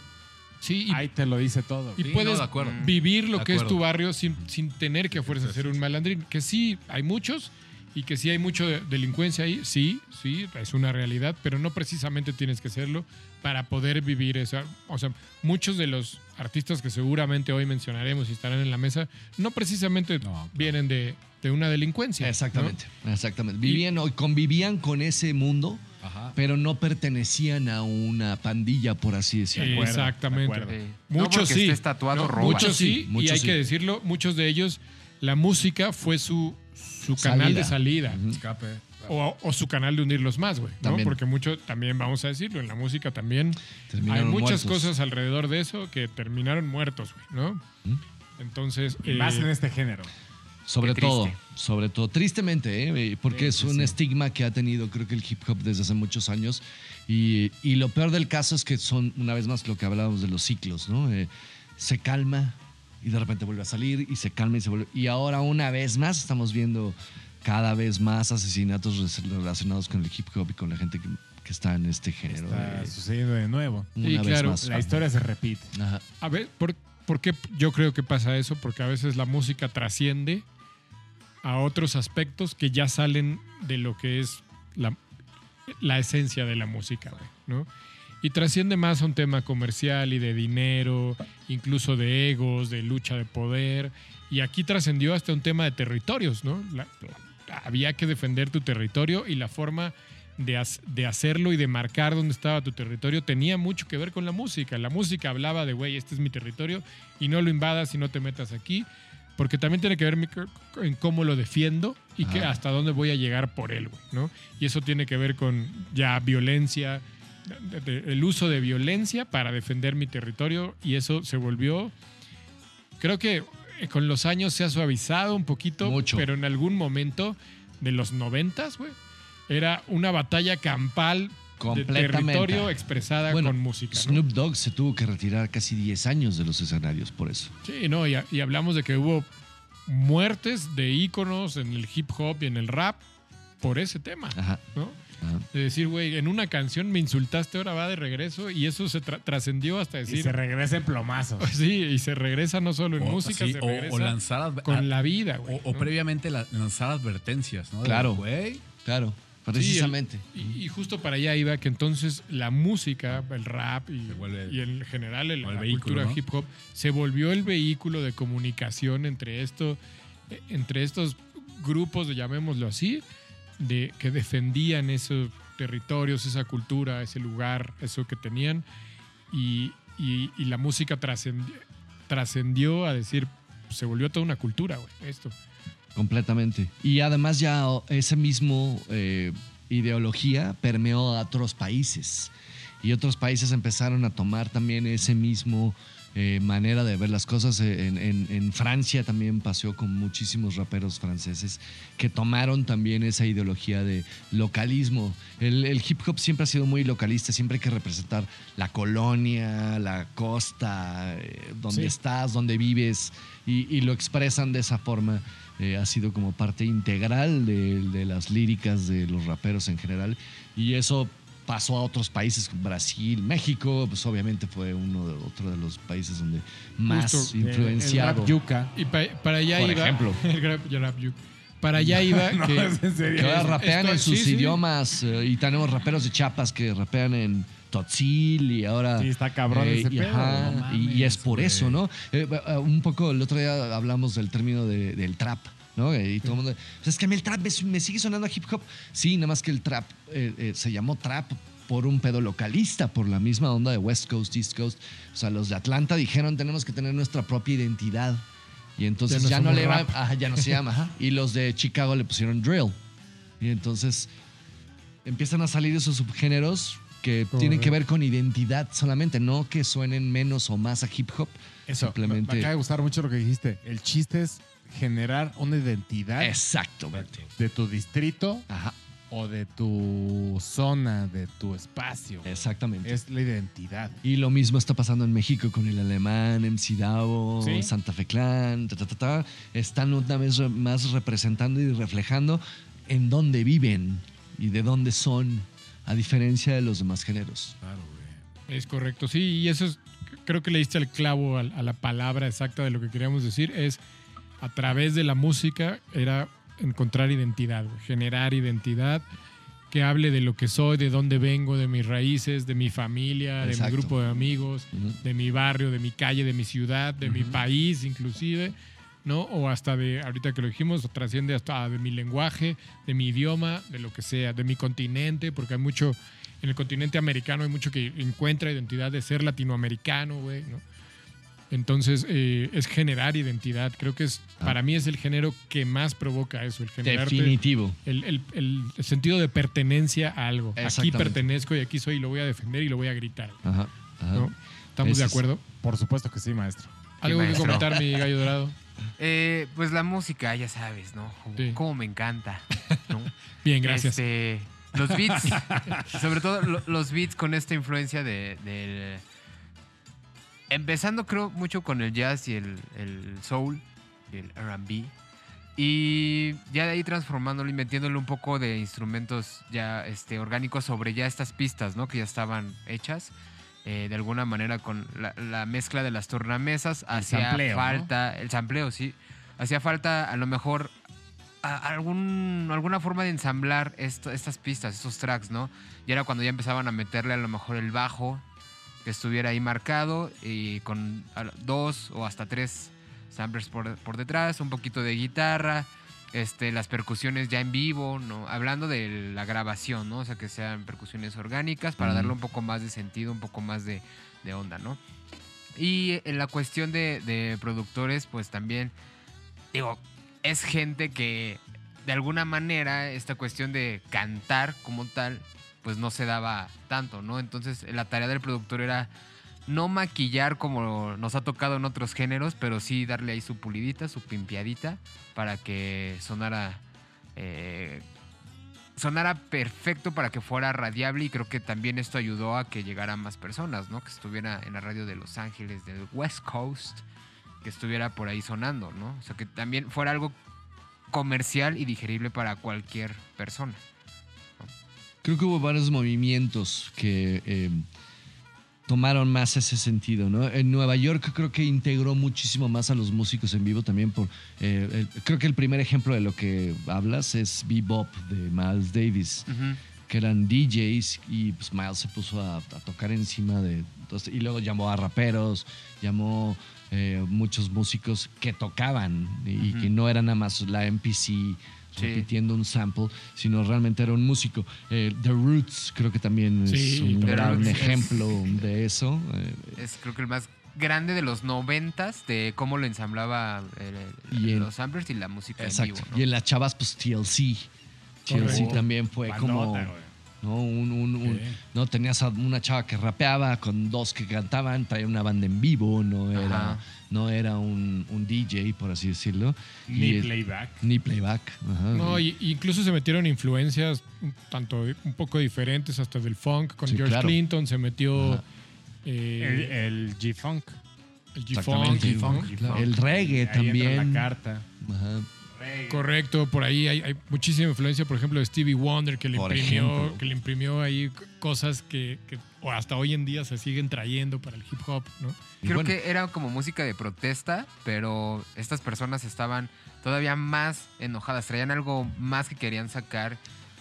Sí, y,
Ahí te lo dice todo.
y
Sí,
puedes
no,
Mm.
de acuerdo.
vivir lo
De
que es tu
acuerdo.
barrio sin, sin tener que a fuerza ser un malandrín. Que sí, hay muchos y que sí hay mucho de- delincuencia ahí. Sí, sí, es una realidad, pero no precisamente tienes que serlo para poder vivir esa. O sea, muchos de los artistas que seguramente hoy mencionaremos y estarán en la mesa, no precisamente
claro.
vienen de, de una delincuencia. ¿no?
Exactamente, exactamente. Vivían o convivían con ese mundo,
Ajá.
pero no pertenecían a una pandilla, por así decirlo.
acuerdo, de
Exactamente.
acuerdo.
Sí. no
Muchos
porque
sí.
estés tatuado,
No,
roba.
Muchos sí, y
Muchos
hay
sí.
que decirlo, muchos de ellos, la música fue su, su canal de salida.
Escape.
O, o su canal de hundirlos más, güey. ¿no?
También.
Porque mucho, también vamos a decirlo, en la música también hay
Terminaron
muchas
muertos.
cosas alrededor de eso que terminaron muertos, güey, ¿no? Entonces,
Y
eh,
más en este género.
Sobre
Qué triste.
todo, sobre todo, tristemente, ¿eh? Eh, porque es un estigma que ha tenido creo que el hip hop desde hace muchos años y, y lo peor del caso es que son, una vez más, lo que hablábamos de los ciclos, ¿no? Eh, se calma y de repente vuelve a salir y se calma y se vuelve... Y ahora una vez más estamos viendo cada vez más asesinatos res- relacionados con el hip hop y con la gente que, que está en este género.
Está
eh,
sucediendo de nuevo.
una
Sí,
vez
claro.
más.
La historia se repite.
Ajá.
a ver, ¿por, por qué yo creo que pasa eso? Porque a veces la música trasciende a otros aspectos que ya salen de lo que es la, la esencia de la música, güey, ¿no? Y trasciende más a un tema comercial y de dinero, incluso de egos, de lucha de poder. Y aquí trascendió hasta un tema de territorios, ¿no? La- había que defender tu territorio y la forma de, hac- de hacerlo y de marcar dónde estaba tu territorio tenía mucho que ver con la música. La música hablaba de, güey, este es mi territorio y no lo invadas y no te metas aquí, porque también tiene que ver mi- en cómo lo defiendo y que
Ajá.
hasta dónde voy a llegar por él, güey, ¿no? Y eso tiene que ver con ya violencia, de- de- el uso de violencia para defender mi territorio y eso se volvió, creo que eh, con los años se ha suavizado un poquito,
Mucho.
pero en algún momento de los noventas, güey, era una batalla campal de
Completamente.
territorio expresada
Bueno,
con música. ¿no?
Snoop Dogg se tuvo que retirar casi 10 años de los escenarios por eso.
Sí, no, y, a- y hablamos de que hubo muertes de íconos en el hip hop y en el rap por ese tema,
Ajá.
¿no?
ajá.
De decir, güey, en una canción me insultaste, ahora va de regreso, y eso se tra- trascendió hasta
Y
decir.
se regresa en plomazos.
sí, y se regresa no solo en
O-
música,
sí,
se
o-
regresa
o, lanzar adver-
con
a-
la vida,
o,
güey.
o
¿no?
previamente la- lanzar advertencias, ¿no? De,
Claro.
Güey,
Claro, precisamente.
Y, y justo para allá iba que entonces la música, el rap y,
Se vuelve-
y en general el-
o el
la
vehículo,
cultura
¿no?
hip hop se volvió el vehículo de comunicación entre esto, eh, entre estos grupos, llamémoslo así, de que defendían esos territorios, esa cultura, ese lugar, eso que tenían y, y- y la música trascendi- trascendió a decir se volvió toda una cultura, güey, esto.
Completamente. Y además ya o- ese mismo eh, ideología permeó a otros países. Y otros países empezaron a tomar también ese mismo eh, manera de ver las cosas. Eh, En, en- en Francia también pasó con muchísimos raperos franceses que tomaron también esa ideología de localismo. El, el hip hop siempre ha sido muy localista, siempre hay que representar la colonia, la costa, eh, donde
Sí.
estás, donde vives, y, y lo expresan de esa forma. Eh, ha sido como parte integral de, de las líricas de los raperos en general, y eso pasó a otros países, como Brasil, México, pues obviamente fue uno de, otro de los países donde más
Justo, eh,
influenciado.
eh, El rap yuca.
Y pa- para allá
Por
iba
ejemplo.
el rap- el rap yuc. para allá iba
No,
que
Este, es en
que
serio.
ahora rapean
Estoy-
en sus
sí, sí.
idiomas eh, y tenemos raperos de Chiapas que rapean en Totzil y ahora
Sí, está cabrón
eh,
ese
y,
pedo.
ajá,
no
y- y es
mames,
por
güey.
eso, ¿no? Eh, eh, un poco el otro día hablamos del término de- del trap, ¿no? Eh, Y todo el mundo, "Pues es que a mí el trap me, me sigue sonando a hip hop. Sí, nada más que el trap eh, eh, se llamó trap por un pedo localista, por la misma onda de West Coast, East Coast. O sea, los de Atlanta dijeron, tenemos que tener nuestra propia identidad. Y entonces
Ya
ya
no
no,
somos
le va,
rap.
ajá, ya no se llama. ajá. Y los de Chicago le pusieron drill. Y entonces empiezan a salir esos subgéneros que tienen que ver con identidad solamente, no que suenen menos o más a hip hop.
Eso,
Simplemente-
Me, me acaba de gustar mucho lo que dijiste. El chiste es generar una identidad
Ah.
Exactamente.
de tu distrito
Ajá,
o de tu zona, de tu espacio.
exactamente.
Es la identidad.
Y lo mismo está pasando en México con el alemán, MC Davo,
Sí.
Santa Fe Clan, ta, ta, ta, ta. están una vez re- más representando y reflejando en dónde viven y de dónde son, a diferencia de los demás géneros.
Es correcto, sí, y eso es, creo que le diste el clavo al- a, la palabra exacta de lo que queríamos decir, es a través de la música era encontrar identidad, güey, generar identidad que hable de lo que soy, de dónde vengo, de mis raíces, de mi familia, de
Exacto.
mi grupo de amigos,
Ujú.
de mi barrio, de mi calle, de mi ciudad, de mi país inclusive, ¿no? O hasta de, ahorita que lo dijimos, trasciende hasta de mi lenguaje, de mi idioma, de lo que sea, de mi continente, porque hay mucho, en el continente americano hay mucho que encuentra identidad de ser latinoamericano, güey, ¿no? Entonces eh, es generar identidad, creo que es,
Ah.
para mí es el género que más provoca eso, el generarte
Definitivo.
el, el- el sentido de pertenencia a algo. Aquí
Exactamente.
pertenezco y aquí soy y lo voy a defender y lo voy a gritar,
Ajá, ajá.
¿no? ¿Estamos
Ese
de
es-
acuerdo?
Por supuesto que sí, maestro.
Algo que
maestro.
comentar, mi gallo dorado.
Eh, pues la música, ya sabes, ¿no? Como,
Sí.
como me encanta. ¿no?
Bien, gracias.
Este, los beats. sobre todo lo- los beats con esta influencia de, del. Empezando, creo, mucho con el jazz y el, el soul, y el RB. Y ya de ahí transformándolo y metiéndole un poco de instrumentos ya este, orgánicos sobre ya estas pistas, ¿no? Que ya estaban hechas. eh, de alguna manera con la, la mezcla de las tornamesas. Hacía
sampleo, ¿no?
falta. El sampleo, sí. Hacía falta a lo mejor a- algún, alguna forma de ensamblar esto- estas pistas, estos tracks, ¿no? Y era cuando ya empezaban a meterle a lo mejor el bajo que estuviera ahí marcado y con al- dos o hasta tres samplers por, por detrás, un poquito de guitarra, este, las percusiones ya en vivo, ¿no? Hablando de la grabación, ¿no? O sea, que sean percusiones orgánicas para darle un poco más de sentido, un poco más de, de onda, ¿no? Y en la cuestión de, de productores, pues también, digo, es gente que de alguna manera esta cuestión de cantar como tal, pues no se daba tanto, ¿no? Entonces la tarea del productor era no maquillar como nos ha tocado en otros géneros, pero sí darle ahí su pulidita, su pimpeadita, para que sonara... eh, sonara perfecto para que fuera radiable y creo que también esto ayudó a que llegara a más personas, ¿no? Que estuviera en la radio de Los Ángeles, del West Coast, que estuviera por ahí sonando, ¿no? O sea, que también fuera algo comercial y digerible para cualquier persona.
creo que hubo varios movimientos que eh, tomaron más ese sentido, ¿no? En Nueva York creo que integró muchísimo más a los músicos en vivo también por... eh, el- creo que el primer ejemplo de lo que hablas es Bebop de Miles Davis, que eran DJs y pues, Miles se puso a, a tocar encima de... entonces, y luego llamó a raperos, llamó... eh, muchos músicos que tocaban y, y
Ujú.
que no era nada más la MPC
Sí.
repitiendo un sample, sino realmente era un músico. Eh, The Roots creo que también es
Sí,
un
The
gran
Roots es-
ejemplo de eso. Eh,
Es creo que el más grande de los noventas de cómo lo ensamblaba el- el-
Y el-
los samplers y la música en
exacto.
vivo. ¿no?
Y en las chavas, pues TLC. TLC
Correcto.
también fue como...
Bandota, güey.
¿no? Un, un- un-
Sí.
no tenías a una chava que rapeaba con dos que cantaban, traía una banda en vivo, no era,
Ajá.
no era un, un DJ, por así decirlo.
Ni
Y-
playback.
Ni playback. ajá.
No, y- incluso se metieron influencias un tanto un poco diferentes, hasta del funk, con
Sí,
George
claro.
Clinton se metió
Ajá.
El,
eh,
el G-Funk.
el G-Funk.
Exactamente.
¿no?
Claro. El reggae
Ahí entra
también.
la carta.
Ajá.
Correcto, por ahí hay, hay muchísima influencia, por ejemplo, de Stevie Wonder, que le,
Por
imprimió,
ejemplo.
que le imprimió ahí c- cosas que, que o hasta hoy en día se siguen trayendo para el hip hop, ¿no?
Y
Creo
bueno,
que era como música de protesta, pero estas personas estaban todavía más enojadas, traían algo más que querían sacar.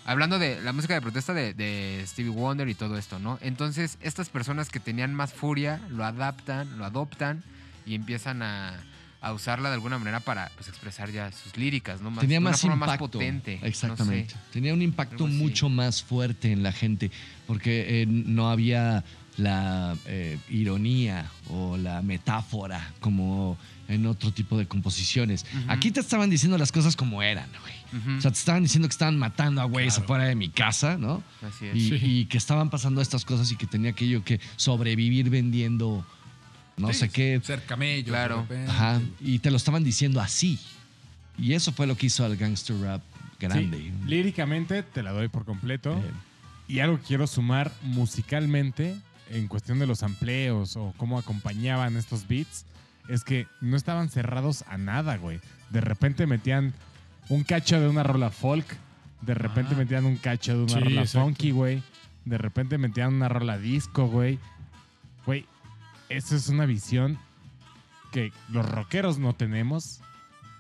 Hablando de la música de protesta de, de Stevie Wonder y todo esto, ¿no? Entonces, estas personas que tenían más furia lo adaptan, lo adoptan y empiezan a, a usarla de alguna manera para pues, expresar ya sus líricas, ¿no? Más,
tenía
de una
más
forma
impacto.
más potente. no sé.
Exactamente. Tenía un impacto
Algo así.
mucho más fuerte en la gente porque eh, no había la eh, ironía o la metáfora como en otro tipo de composiciones.
Ujú.
Aquí te estaban diciendo las cosas como eran, güey.
Ujú,
O sea, te estaban diciendo que estaban matando a güeyes afuera de mi casa, ¿no?
Así es.
Y,
Sí.
y que estaban pasando estas cosas y que tenía que yo que sobrevivir vendiendo no
Sí,
sé qué
Ser camello.
Claro.
de repente.
Ajá, Eh, y te lo estaban diciendo así. Y eso fue lo que hizo al gangster rap grande. Mm,
Sí, líricamente te la doy por completo.
Eh,
Y algo que quiero sumar musicalmente en cuestión de los amplios o cómo acompañaban estos beats es que no estaban cerrados a nada, güey. De repente metían un cacho de una rola folk, de repente
Ah.
metían un cacho de una
Sí,
rola
exacto.
funky, güey. De repente metían una rola disco, güey. Güey, eso es una visión que los rockeros no tenemos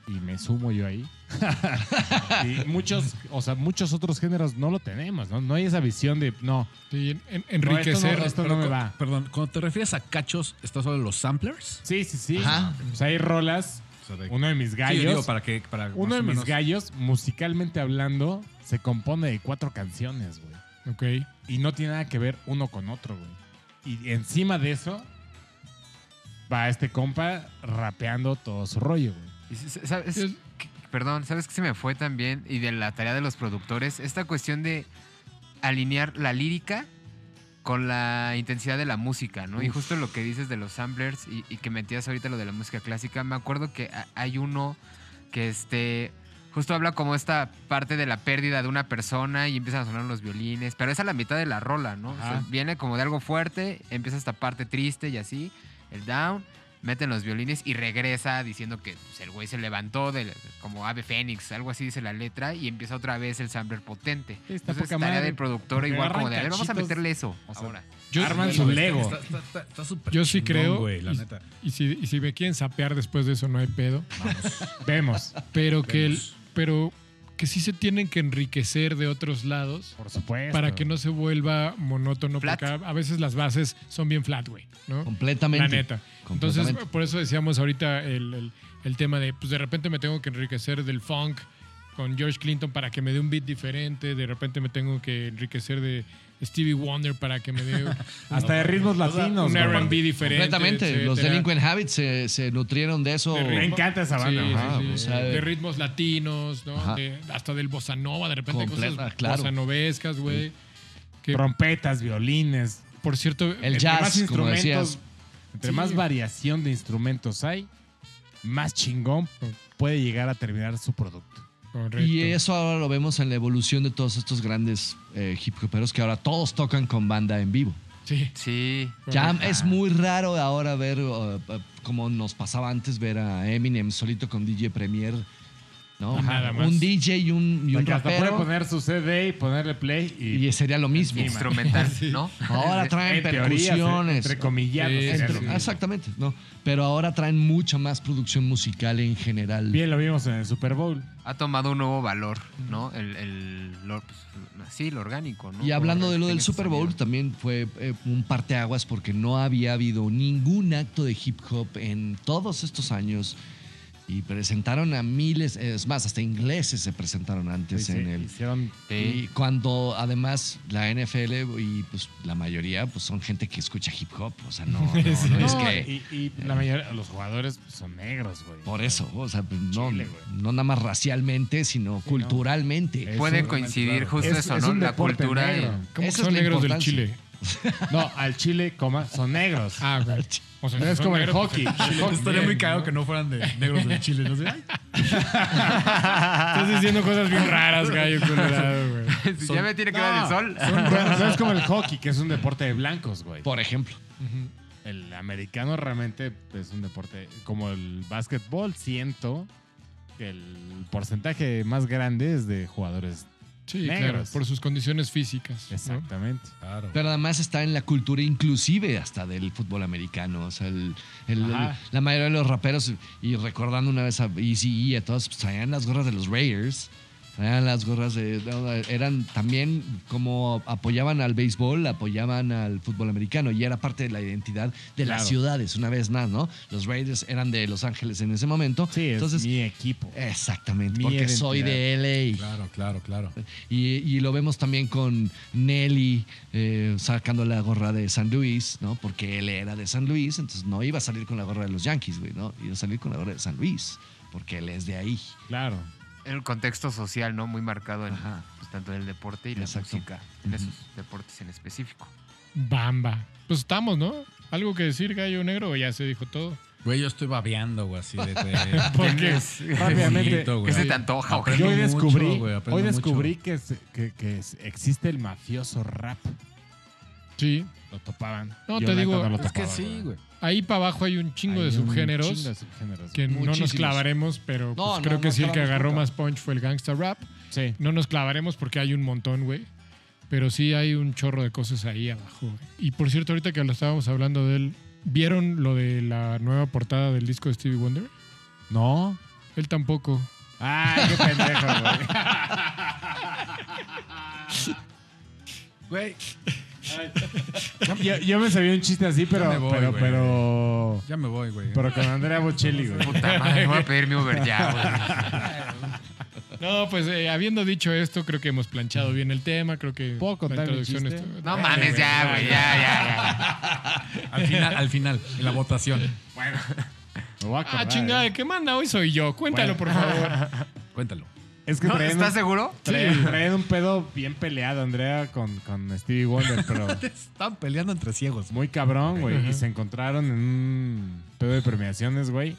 y me sumo yo ahí. y muchos, o sea, muchos otros géneros no lo tenemos, ¿no? No hay esa visión de, no,
Sí, en- en-
No, esto
enriquecer.
no- esto
Pero
no me
cu-
va.
Perdón, cuando te refieres a cachos, ¿estás hablando de los samplers?
Sí, sí, sí.
Ajá.
O sea, hay rolas.
O sea, de-
Uno de mis
Sí, yo digo,
gallos.
para que, para más
uno
o
de mis
menos-
gallos, musicalmente hablando, se compone de cuatro canciones, güey.
Ok.
Y no tiene nada que ver uno con otro, güey. Y encima de eso, va este compa rapeando todo su rollo, güey.
Y s- s- ¿sabes?
Es-
que- Perdón, ¿sabes que se me fue también? Y de la tarea de los productores, esta cuestión de alinear la lírica con la intensidad de la música, ¿no? Y justo lo que dices de los samplers y, y que metías ahorita lo de la música clásica, me acuerdo que ha- hay uno que este justo habla como esta parte de la pérdida de una persona y empiezan a sonar los violines, pero es a la mitad de la rola, ¿no? O sea,
Ajá.
viene como de algo fuerte, empieza esta parte triste y así, el down, meten los violines y regresa diciendo que pues, el güey se levantó de, como ave fénix, algo así dice la letra y empieza otra vez el sampler potente.
Está
Entonces
poca
tarea
madre,
del productor
porque
igual como
agarran
de, a ver, vamos a
cachitos.
meterle eso
O sea,
ahora.
Yo-
Arman
yo-
su
Está-
Lego.
está- está- está- está súper
Yo sí
chingón,
creo.
güey, la
y,
neta.
y si, y si me quieren sapear después de eso, no hay pedo.
Vamos.
Vemos.
Pero que el,
Vemos.
pero que sí se tienen que enriquecer de otros lados
Por supuesto.
para que no se vuelva monótono,
Flat.
porque a a veces las bases son bien flat, güey, ¿no?
Completamente.
La neta. Entonces,
Completamente.
por eso decíamos ahorita el, el- el tema de, pues de repente me tengo que enriquecer del funk con George Clinton para que me dé un beat diferente, de repente me tengo que enriquecer de Stevie Wonder para que me dé un-
Hasta de ritmos latinos.
un
güey.
R&B diferente.
Completamente. Los
etcétera.
Delinquent Habits se, se nutrieron de eso.
De ritmo.
Me encanta esa banda.
Sí, sí,
Ajá,
sí.
o sea,
de ritmos latinos, ¿no?
Ajá.
De- hasta del bossa nova, de repente hay
Completa,
cosas
claro.
bosanovescas, güey. Que,
Trompetas, violines.
por cierto, eh,
El
Entre
jazz,
más
como
instrumentos,
decías.
Entre
Sí.
más variación de instrumentos hay, más chingón puede llegar a terminar su producto.
correcto.
Y eso ahora lo vemos en la evolución de todos estos grandes eh, hip hoperos que ahora todos tocan con banda en vivo.
Sí.
Sí.
Ya
Correcto. Ah.
es muy raro ahora ver, uh, uh, como nos pasaba antes, ver a Eminem solito con DJ Premier. ¿no?
Ajá, nada más.
Un DJ y un, y un
Porque hasta puede
rapero.
poner su CD y ponerle play y,
Y sería lo mismo.
Instrumental, ¿no?
Ahora traen
en teoría,
percusiones.
entre comillas,
Sí,
Entre-
sí.
Exactamente, no. Pero ahora traen mucha más producción musical en general.
Bien lo vimos en el Super Bowl.
Ha tomado un nuevo valor, ¿no? El, el, lo- pues, sí, lo orgánico, ¿no?
Y hablando de lo
Tenga
del
ese
Super Bowl,
sonido.
también fue eh, un parteaguas porque no había habido ningún acto de hip hop en todos estos años. Y presentaron a miles, eh, es más, hasta ingleses se presentaron antes
Sí,
en
sí,
el.
Hicieron
Y
Sí.
cuando además la NFL y pues la mayoría pues son gente que escucha hip hop, o sea, no, no, no es
No,
que
y, y la mayoría los jugadores son negros, güey.
por eso, o sea, pues, no,
Chile, güey. Eh.
no nada más racialmente, sino culturalmente.
Es
Puede
un-
coincidir
claro.
justo
Es-
eso,
es
¿no?
un
La
deporte
cultura.
negro.
de-
¿Cómo que
Esa
son
es la
negros del
importancia.
Chile?
No, al Chile, coma, son negros.
Ah, güey. O sea,
no es
son
como pues, el
negros,
hockey.
Estaría muy cagado que no fueran de negros del Chile, ¿no? Así, ay,
Estás diciendo cosas bien raras, gallo colorado, güey.
Si ya me tiene que dar el sol.
No, no es como el hockey, que es un deporte de blancos, güey.
Por ejemplo,
El americano realmente es un deporte como el básquetbol. Siento que el porcentaje más grande es de jugadores.
Sí, claro,
Negros.
por sus condiciones físicas. ¿no?
Exactamente.
Claro.
pero además está en la cultura inclusive hasta del fútbol americano, o sea, el- el-
Ajá.
el- la mayoría de los raperos, y recordando una vez a Easy y a todos, pues, traían las gorras de los Raiders. Traían las gorras de. Eran también como apoyaban al béisbol, apoyaban al fútbol americano y era parte de la identidad de las
Claro.
ciudades, una vez más, ¿no? Los Raiders eran de Los Ángeles en ese momento.
Sí, es
Entonces,
mi equipo.
exactamente,
mi
porque soy de LA.
Eh, Claro, claro, claro.
Y, y lo vemos también con Nelly eh, sacando la gorra de San Luis, ¿no? Porque él era de San Luis, entonces no iba a salir con la gorra de los Yankees, güey, ¿no? Iba a salir con la gorra de San Luis, porque él es de ahí.
Claro.
El contexto social, ¿no? Muy marcado en
Ajá.
pues, tanto en el deporte y la
Exacto.
música. En esos deportes en específico.
Bamba. Pues estamos, ¿no? ¿Algo que decir, gallo negro? o Ya se dijo todo.
Güey, yo estoy babeando, güey, así de.
¿Por qué?
Rápidamente,
¿Qué se te antoja, ojete?
Yo hoy
Aprendo mucho,
descubrí,
güey, aprendo
hoy
mucho.
descubrí que, se- que- que es- existe el mafioso rap.
Sí.
Lo topaban.
No,
Yo
te
neta
digo,
no lo
Es que
topaba,
sí, güey.
Ahí para abajo hay un chingo
Hay
de
un
subgéneros
chingo de subgéneros.
que no nos
Muchísimos.
clavaremos, pero pues,
No, no,
creo que
no
sí el que
clavamos
agarró
nunca.
más punch fue el gangsta rap.
Sí.
No nos clavaremos porque hay un montón, güey. Pero sí hay un chorro de cosas ahí abajo. güey. Y por cierto, ahorita que lo estábamos hablando de él, ¿vieron lo de la nueva portada del disco de Stevie Wonder?
¿No?
Él tampoco.
Ay, qué pendejo, güey.
Güey,
Yo, yo me sabía un chiste así, pero.
me voy,
pero,
güey.
pero,
ya me voy, güey.
pero con Andrea Bocelli, güey.
Puta madre, voy a pedir mi Uber ya, güey.
No, pues eh, habiendo dicho esto, creo que hemos planchado bien el tema. Creo que
Mm. ¿Puedo contar mi chiste?
estuvo-
No mames, ya, güey, ya, ya, ya.
Al final, al final, en la votación.
Me voy a acordar,
Ah, chingada,
eh.
¿de qué manda hoy soy yo? Cuéntalo, por favor.
Cuéntalo.
Es que
¿No?
traen,
¿Estás
un,
seguro?
traen- traen un pedo bien peleado, Andrea, con, con Stevie Wonder, pero
Están peleando entre ciegos.
muy cabrón, güey.
Ajá.
Y se encontraron en un pedo de premiaciones, güey.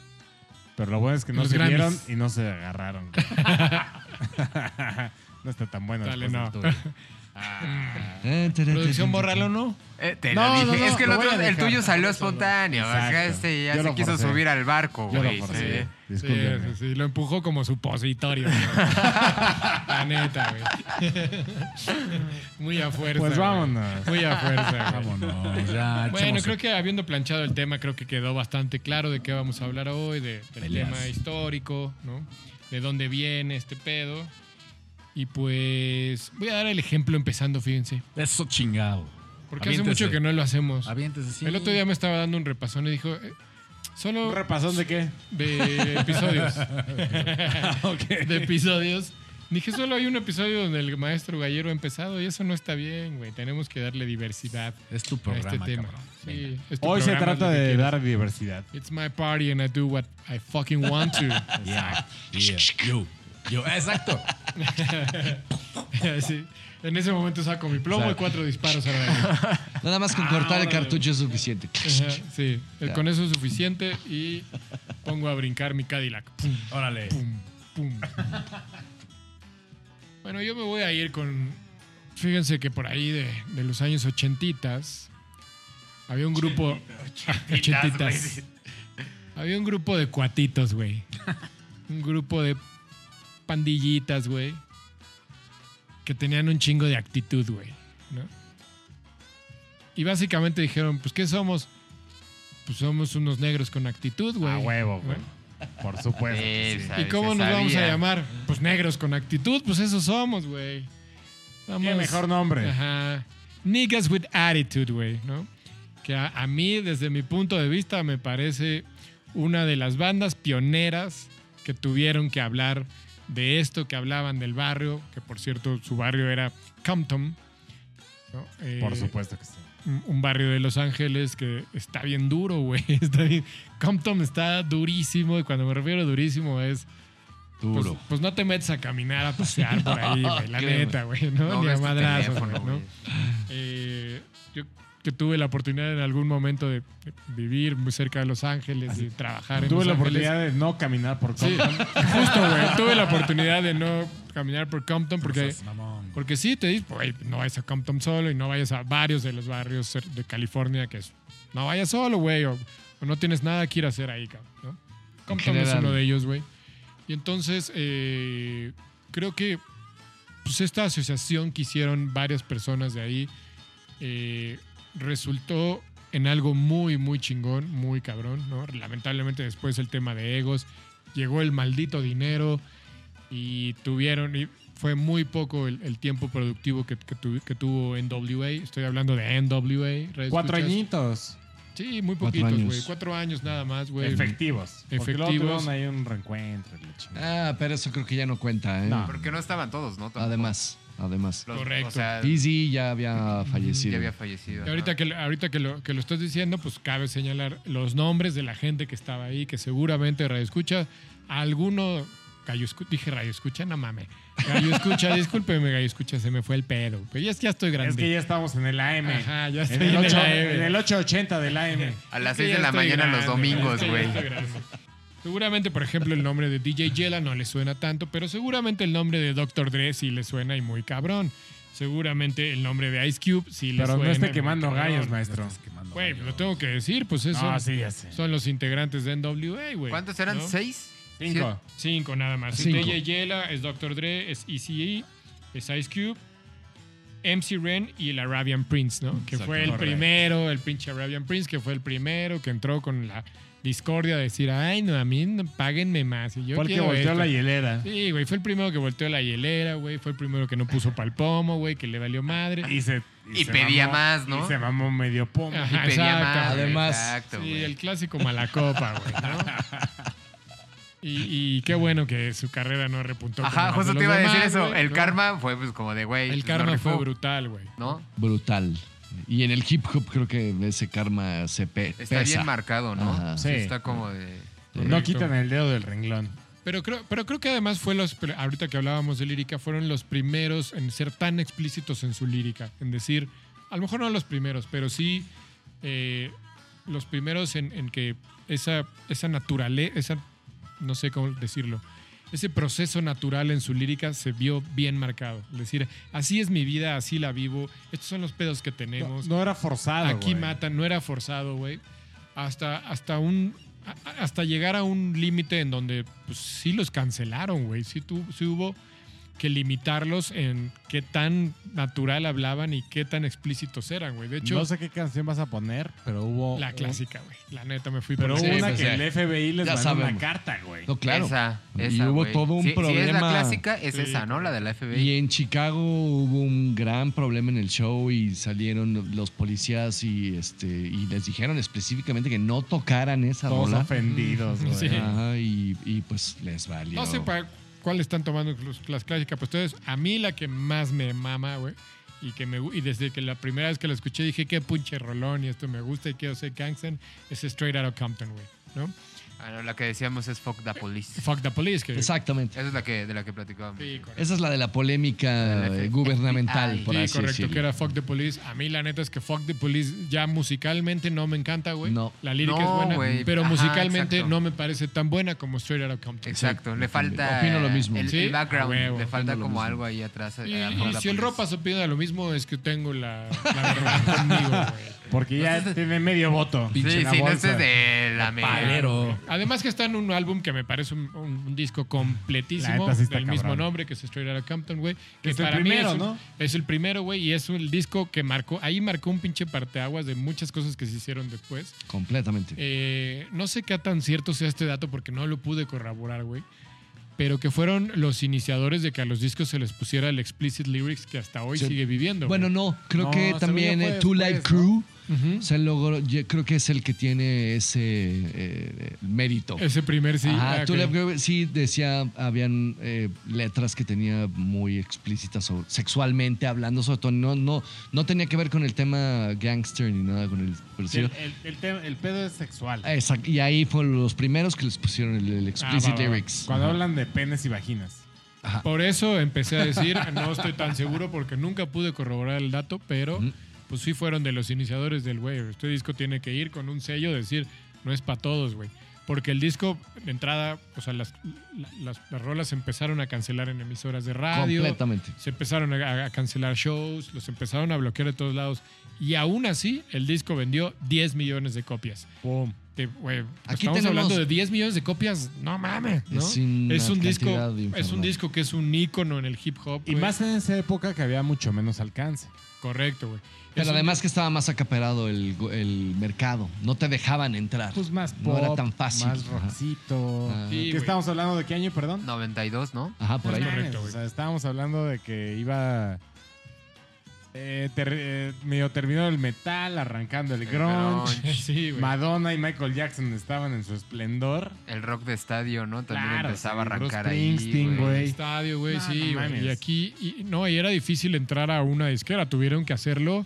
Pero lo bueno es que no
Los
se
Grammys.
vieron y no se agarraron. güey. no está tan bueno.
Dale,
después
no.
del tuyo.
Eh, tere,
Producción,
tere,
bórralo, ¿no?
Eh, te
No,
lo dije.
no, no,
es que el,
lo voy
otro,
a
el
dejar.
tuyo salió espontáneo.
Exacto.
Acá este ya
Yo
se
lo
quiso
forcé.
subir al barco,
Yo
güey.
lo forcé.
sí.
Sí, eh.
Discúlpenme.
sí, sí, lo empujó como supositorio. güey. La neta, güey. Muy a fuerza.
Pues
güey.
vámonos.
Muy a fuerza. güey.
Vámonos, ya.
Bueno,
echemos-
creo que habiendo planchado el tema, creo que quedó bastante claro de qué vamos a hablar hoy, de, del
Peleas.
tema histórico, ¿no? De dónde viene este pedo. Y pues voy a dar el ejemplo empezando, fíjense.
Eso chingado.
Porque hace mucho que no lo hacemos.
Aviéntese, sí.
El otro día me estaba dando un repasón y dijo, eh,
¿Un
solo
repasón de qué?
de episodios.
Ah, Ok.
de episodios. Dije, solo hay un episodio donde el maestro gallero ha empezado y eso no está bien, güey. Tenemos que darle diversidad
Es tu
a
programa,
este tema.
cabrón.
Sí,
Venga.
es tu
Hoy se
programa,
trata
haz lo que
de
quieras.
dar diversidad.
It's my party and I do what I fucking want to.
Yeah, yeah, Yo, yo, ah, exacto.
Sí. En ese momento saco mi plomo y cuatro disparos a la vez.
Nada más con cortar el cartucho es suficiente.
Ajá, Sí, con eso es suficiente y pongo a brincar mi Cadillac. Pum,
Órale.
pum, pum. Bueno, yo me voy a ir con. Fíjense que por ahí de, de los años ochentas había un grupo. Ochentitas. Había un grupo de cuatitos, güey. Un grupo de pandillitas, güey. Que tenían un chingo de actitud, güey. ¿no? Y básicamente dijeron, pues, ¿qué somos? Pues somos unos negros con actitud, güey.
A huevo, güey.
¿No?
Por supuesto. que
Sí,
sí.
sabe.
¿Y cómo
se
nos vamos a
sabía.
llamar? Pues negros con actitud, pues eso somos, güey. Nada
Qué
más.
mejor nombre.
Ajá. Niggas with attitude, güey, ¿no? Que a, a mí, desde mi punto de vista, me parece una de las bandas pioneras que tuvieron que hablar de esto, que hablaban del barrio, que por cierto, su barrio era Compton. ¿no? Eh,
Por supuesto que sí.
un- un barrio de Los Ángeles que está bien duro, güey. Está bien- Compton está durísimo y cuando me refiero a durísimo es... Pues,
Duro.
pues no te metes a caminar, a pasear por ahí, güey. La
créeme.
neta, güey, ¿no? Ni a
ves tu
madrazos,
teléfono,
güey, ¿no?
güey.
Eh, yo que tuve la oportunidad en algún momento de de vivir muy cerca de Los Ángeles y trabajar en
Tuve
Los
la
Ángeles.
oportunidad de no caminar por
Sí,
Compton.
justo, güey. Tuve la oportunidad de no caminar por Compton porque...
Seas mamón.
Porque sí, te dices, güey, no vayas a Compton solo y no vayas a varios de los barrios cer- de California que es, no vayas solo, güey, o, o no tienes nada que ir a hacer ahí, cabrón. ¿no? Compton es
general.
uno de ellos, güey. Y entonces, eh, creo que pues, esta asociación que hicieron varias personas de ahí eh, resultó en algo muy, muy chingón, muy cabrón, ¿no? Lamentablemente después el tema de egos, llegó el maldito dinero y tuvieron, y fue muy poco el, el tiempo productivo que, que tu- que tuvo NWA, estoy hablando de NWA. ¿radio
Cuatro
escuchas?
añitos
Sí, muy
Cuatro
poquitos, güey,
años.
cuatro años nada más, güey.
efectivos. Porque luego
Efectivos.
tuvieron ahí un reencuentro. y la chingada.
Ah, pero eso creo que ya no cuenta, ¿eh?
No.
Porque no estaban todos, ¿no? Tampoco.
Además, además.
Los-
Correcto.
O sea,
Easy ya había fallecido.
ya había fallecido.
Y ahorita
ajá.
que, ahorita que lo, que lo estás diciendo, pues cabe señalar los nombres de la gente que estaba ahí, que seguramente Radio Escucha, alguno, Gallo Escu- dije Radio Escucha, no mames. Gallo Escucha, discúlpeme, Gallo Escucha, se me fue el pedo. Pero ya, ya estoy Ah, grande.
Es que ya estamos en el AM.
Ajá, ya
En
estoy
el,
en el
8,
AM.
en el 880 del AM.
A las
Es que ya
6 de la
estoy
mañana
grande,
los domingos,
es que ya
güey.
estoy grande. Seguramente, por ejemplo, el nombre de DJ Yela no le suena tanto, pero seguramente el nombre de Dr. Dre sí le suena y muy cabrón. Seguramente el nombre de Ice Cube sí le
Pero
suena.
no
y
esté
muy
quemando
cabrón.
gallos, maestro.
Estás quemando
Güey,
gallos.
lo tengo que decir, pues eso.
No, sí, ya sé.
Son los integrantes de NWA, güey.
¿Cuántos eran?
¿no?
¿Seis?
Cinco.
Cinco nada más.
Cinco.
DJ Yela, es Dr. Dre, es ECE, es Ice Cube, MC Ren y el Arabian Prince, ¿no? Que fue el
Correcto.
primero, el pinche Arabian Prince, que fue el primero que entró con la discordia de decir, ay, no, a mí no, páguenme más. Y yo
Porque
quiero
volteó
esto".
la hielera.
Sí, güey, fue el primero que volteó la hielera, güey. Fue el primero que no puso pal pomo, güey, que le valió madre.
Y, se,
Y
se
pedía
mamó-
más, ¿no?
Y se mamó medio pomo.
Ajá,
Y pedía
exacto,
más,
güey.
Además,
Exacto,
Sí,
güey.
el clásico malacopa, güey. ¿no? Y, y qué bueno que su carrera no repuntó. como
Ajá,
las
justo
de
te iba
los
a decir
demás,
eso.
güey,
El
¿no?
karma fue pues como de, güey.
El
pues, no
karma fue
rifó,
brutal, güey.
¿No?
Brutal. Y en el hip hop creo que ese karma se pe
Está
pesa.
bien marcado, ¿no?
Ajá.
Sí.
Está como de.
No quitan el dedo del renglón.
Pero creo, pero creo que además fue los, pr- ahorita que hablábamos de lírica, fueron los primeros en ser tan explícitos en su lírica. En decir, a lo mejor no los primeros, pero sí eh, los primeros en, en que esa, esa naturaleza, esa, no sé cómo decirlo, ese proceso natural en su lírica se vio bien marcado. Es decir, así es mi vida, así la vivo, estos son los pedos que
No,
tenemos.
no era forzado.
Aquí
Ah, güey.
matan, no era forzado, güey. Hasta, hasta un. a- a- Hasta llegar a un límite en donde pues, sí los cancelaron, güey. Sí, tu- sí hubo que limitarlos en qué tan natural hablaban y qué tan explícitos eran, güey. De hecho,
no sé qué canción vas a poner, pero hubo.
la
un-
clásica, güey. La neta, me fui
Pero
por
hubo
esa.
Sí,
una
pues,
que
ya.
el FBI les
Ya
mandó
sabemos.
una carta, güey.
No, claro.
Esa,
Y
esa.
hubo
güey.
todo un
Sí, Si es la
problema.
clásica, es
Sí,
esa, ¿no? La de la FBI.
Y en Chicago hubo un gran problema en el show y salieron los policías y este y les dijeron específicamente que no tocaran esa
Todos
rola.
ofendidos, güey.
Sí.
Ajá, y, y, pues les valió.
No sé para cuál están tomando los- las clásicas, pues ustedes, a mí la que más me mama, güey, y que me gu- y desde que la primera vez que la escuché dije, qué punche rolón y esto me gusta y quiero ser gangster, es Straight Outta Compton, güey, ¿no?
Ah, no, la que decíamos es Fuck the Police.
Fuck the Police, que
Exactamente.
Esa es la que, de la que platicábamos.
Sí, correcto.
Esa es la de la polémica
El
eh,
FBI.
gubernamental, por
Sí,
así
correcto,
decirlo.
que era Fuck the Police. A mí la neta es que Fuck the Police ya musicalmente no me encanta, güey.
No.
La lírica
No,
es buena,
güey.
pero
Ajá,
musicalmente
exacto.
no me parece tan buena como Straight Outta Compton.
Exacto,
Sí,
le
yo también.
falta
Opino lo mismo.
El,
Sí,
el background,
a huevo,
le falta
opino lo
como
mismo.
algo ahí atrás.
Y,
a- a
y
Eh, Fuck the
si el
Police.
ropa se opina lo mismo, es que tengo la, la verdad conmigo, güey.
Porque ya tiene medio voto.
Sí,
La
sí, no
bolsa.
este es de la mera.
Palero.
Además que está en un álbum que me parece un, un- un disco
La
completísimo
neta sí
del
está cabrón.
mismo nombre que es Straight Outta Compton, güey. Que
Es el
para mí
primero,
es un-
¿no?
Es el primero, güey, y es el disco que marcó, ahí marcó un pinche parteaguas de muchas cosas que se hicieron después.
Completamente.
Eh, no sé qué tan cierto sea este dato porque no lo pude corroborar, güey. Pero que fueron los iniciadores de que a los discos se les pusiera el explicit lyrics que hasta hoy
Sí.
sigue viviendo. güey.
bueno, no, creo
No,
que
según
también
yo
eh,
fue
Two
después,
Live
¿no?
Crew
Ujú.
se logró, yo creo que es el que tiene ese eh, mérito.
Ese primer sí.
Ajá,
ah,
Two
ok.
Live Crew, sí decía, habían eh, letras que tenía muy explícitas sobre- sexualmente hablando, sobre todo no, no, no tenía que ver con el tema gangster ni nada con el por
Sí, El,
decirlo.
el- el tema- el pedo es sexual.
Exacto, y ahí fueron los primeros que les pusieron el, el
Ah,
Ah, explicit
va, va, va.
lyrics.
Cuando hablan de penes y vaginas.
Por eso empecé a decir, no estoy tan seguro porque nunca pude corroborar el dato, pero
Ujú.
pues sí fueron de los iniciadores del güey. Este disco tiene que ir con un sello, decir, no es para todos, güey. Porque el disco, de entrada, o sea, las, la- las, las rolas se empezaron a cancelar en emisoras de radio.
Completamente.
Se empezaron a, a cancelar shows, los empezaron a bloquear de todos lados. Y aún así, el disco vendió 10 millones de copias.
Pum.
Que, güey,
Aquí
estamos
tenemos-
hablando de 10 millones de copias. No mames. ¿no?
Es una
Es un disco,
cantidad
es un
infernal.
disco que es un ícono en el hip hop.
Y
güey.
más en esa época que había mucho menos alcance.
correcto, güey. Es
Pero
un-
además que estaba más acaparado el, el mercado. No te dejaban entrar.
Pues más
No
pop,
era tan fácil.
Más
Ajá. Ah.
rockcito.
Ajá.
Sí,
¿Qué
güey.
estamos hablando de qué año, perdón?
92, ¿no?
Ajá, por
Es
ahí.
mames,
correcto,
O
güey.
sea, estábamos hablando de que iba. eh, ter- eh, medio terminó el metal, arrancando el,
El
grunge.
grunge.
sí, güey.
Madonna y Michael Jackson estaban en su esplendor.
El rock de estadio, ¿no? También
Claro,
empezaba a
sí, Bruce
arrancar
Springsteen,
ahí. güey.
güey.
Estadio, güey,
No,
sí.
no
güey.
mames.
y aquí, y- no, y era difícil entrar a una disquera. Tuvieron que hacerlo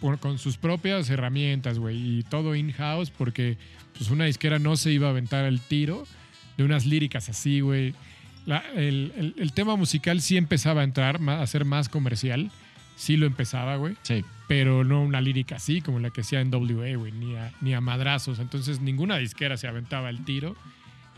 por- con sus propias herramientas, güey. Y todo in-house, porque pues, una disquera no se iba a aventar el tiro de unas líricas así, güey. La- el, el- el tema musical sí empezaba a entrar, ma- a ser más comercial. Sí lo empezaba, güey.
Sí.
pero no una lírica así como la que hacía en WA, güey, ni a, ni a madrazos. Entonces ninguna disquera se aventaba el tiro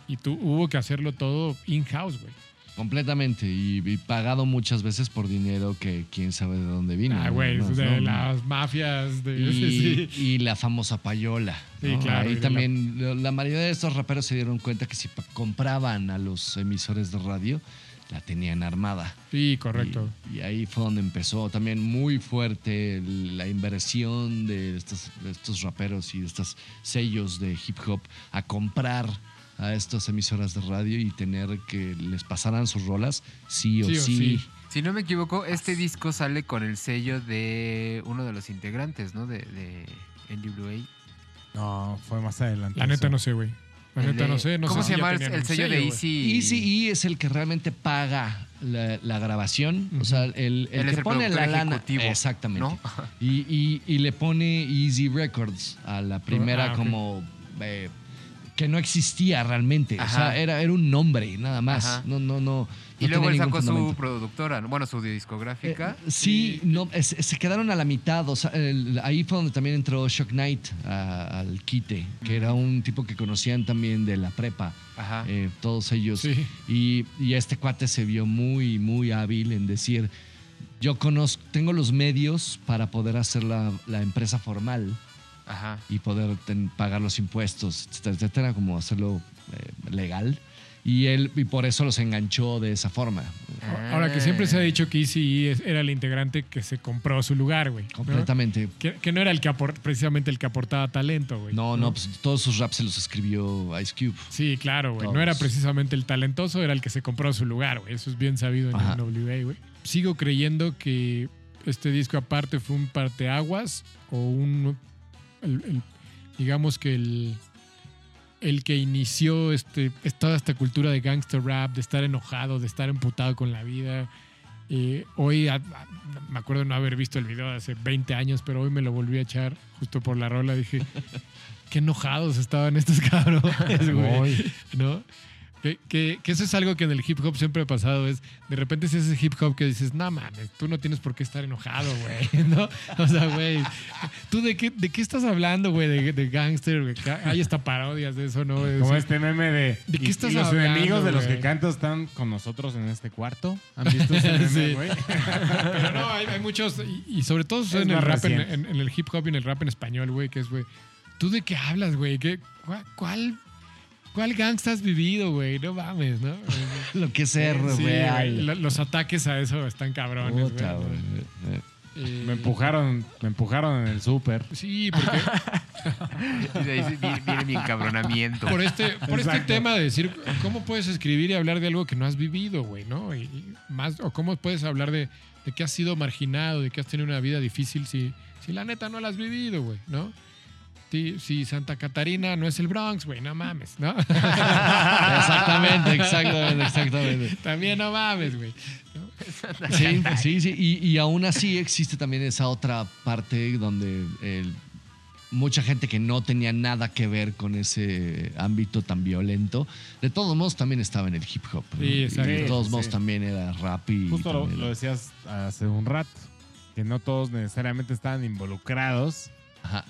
y tú hubo que hacerlo todo in-house, güey.
Completamente. Y, y pagado muchas veces por dinero que quién sabe de dónde vino.
Ah, güey,
además,
de
¿no?
las mafias de...
Y,
sí.
y la famosa payola.
Sí,
¿no?
claro, y
Ahí
de
también la... mayoría de estos raperos se dieron cuenta que si pa- compraban a los emisores de radio, la tenían armada.
Sí, correcto.
Y, y ahí fue donde empezó también muy fuerte el- la inversión de estos, de estos raperos y de estos sellos de hip hop a comprar a estas emisoras de radio y tener que les pasaran sus rolas sí o
Sí
sí.
o sí.
Si no me equivoco, este disco sale con el sello de uno de los integrantes, ¿no? De, de NWA.
No, fue más adelante.
La neta no sé, güey. La
El
neta
de-
no sé. No
¿Cómo
sé
se
si ya
llama el,
tenían
el
un
sello de
güey.
Easy?
Easy E es el que realmente paga la, la grabación,
Ujú.
o sea, el, el
Él
que
es el
pone la
productor
lana.
ejecutivo,
Exactamente.
¿no?
Y, y- y le pone Easy Records a la primera
Ah, ok.
como eh, que no existía realmente. O
Ajá.
sea, era, era un nombre, nada más.
Ajá.
No, no, no.
Y
no
luego
tenía
él
ningún
sacó su
fundamento.
productora, ¿no? bueno, su discográfica.
Eh, sí, no, es- se quedaron a la mitad. O sea, el- ahí fue donde también entró Shock Knight a- al quite, que era un tipo que conocían también de la prepa.
Ajá.
eh, todos ellos.
Ah. Sí.
Y, y este cuate se vio muy, muy hábil en decir, yo conozco, tengo los medios para poder hacer la, la empresa formal
Ajá.
y poder ten- pagar los impuestos, etcétera, etcétera, como hacerlo eh, legal. Y él, y por eso los enganchó de esa forma.
Ahora que siempre se ha dicho que Easy E es- era el integrante que se compró su lugar, güey. ¿no?
Completamente.
Que, que no era el que apor- precisamente el que aportaba talento, güey.
No, no, pues todos sus raps se los escribió Ice Cube.
Sí, claro, güey. No
Todos.
era precisamente el talentoso, era el que se compró su lugar, güey. Eso es bien sabido en
Ajá.
el NWA, güey. Sigo creyendo que este disco aparte fue un parteaguas o un... el- el- digamos que el... El que inició este, toda esta cultura de gangster rap, de estar enojado, de estar emputado con la vida. Eh, hoy a- a- me acuerdo no haber visto el video de hace 20 años, pero hoy me lo volví a echar justo por la rola. Dije, qué enojados estaban estos cabrones, güey.
Uy,
¿no? Que, que- que eso es algo que en el hip hop siempre ha pasado, es de repente si haces hip hop que dices, no mames, tú no tienes por qué estar enojado, güey, ¿no? O sea, güey, ¿tú de qué, de qué estás hablando, güey, de, de gangster? güey? Que Hay hasta parodias de eso, ¿no?
como
Sí.
este meme de.
¿De qué
y- y
estás
Los
hablando,
enemigos de los
güey?
que canto están con nosotros en este cuarto. ¿Han visto ese
Sí.
meme, güey?
Pero no, hay, hay muchos, y, y sobre todo sucede
Es
en el
más
rap, en,
reciente.
en- en el hip hop y en el rap en español, güey, que es, güey, ¿tú de qué hablas, güey? ¿Qué, cuál, cuál, ¿Cuál gangsta has vivido, güey? No mames, ¿no?
Lo que es R,
Sí, güey,
real.
lo- Los ataques a eso están cabrones, güey.
Puta, güey. Eh,
Eh,
Me empujaron, me empujaron en el súper.
Sí, porque
Y de ahí viene, viene mi encabronamiento.
por este, por este
Exacto.
tema de decir cómo puedes escribir y hablar de algo que no has vivido, güey, ¿no? Y, y más, o cómo puedes hablar de, de que has sido marginado, de que has tenido una vida difícil si, si la neta no la has vivido, güey, ¿no? Si, si Santa Catarina no es el Bronx, güey, no mames, ¿no? Ah.
Exactamente, exactamente, exactamente.
También no mames, güey.
Sí, sí, sí. Y, y aún así existe también esa otra parte donde el- mucha gente que no tenía nada que ver con ese ámbito tan violento, de todos modos también estaba en el hip hop. ¿no?
Sí,
Y
exacto.
de todos modos
Sí.
también era rap y...
Justo lo,
también
lo
era-
decías hace un rato, que no todos necesariamente estaban involucrados,
Ajá.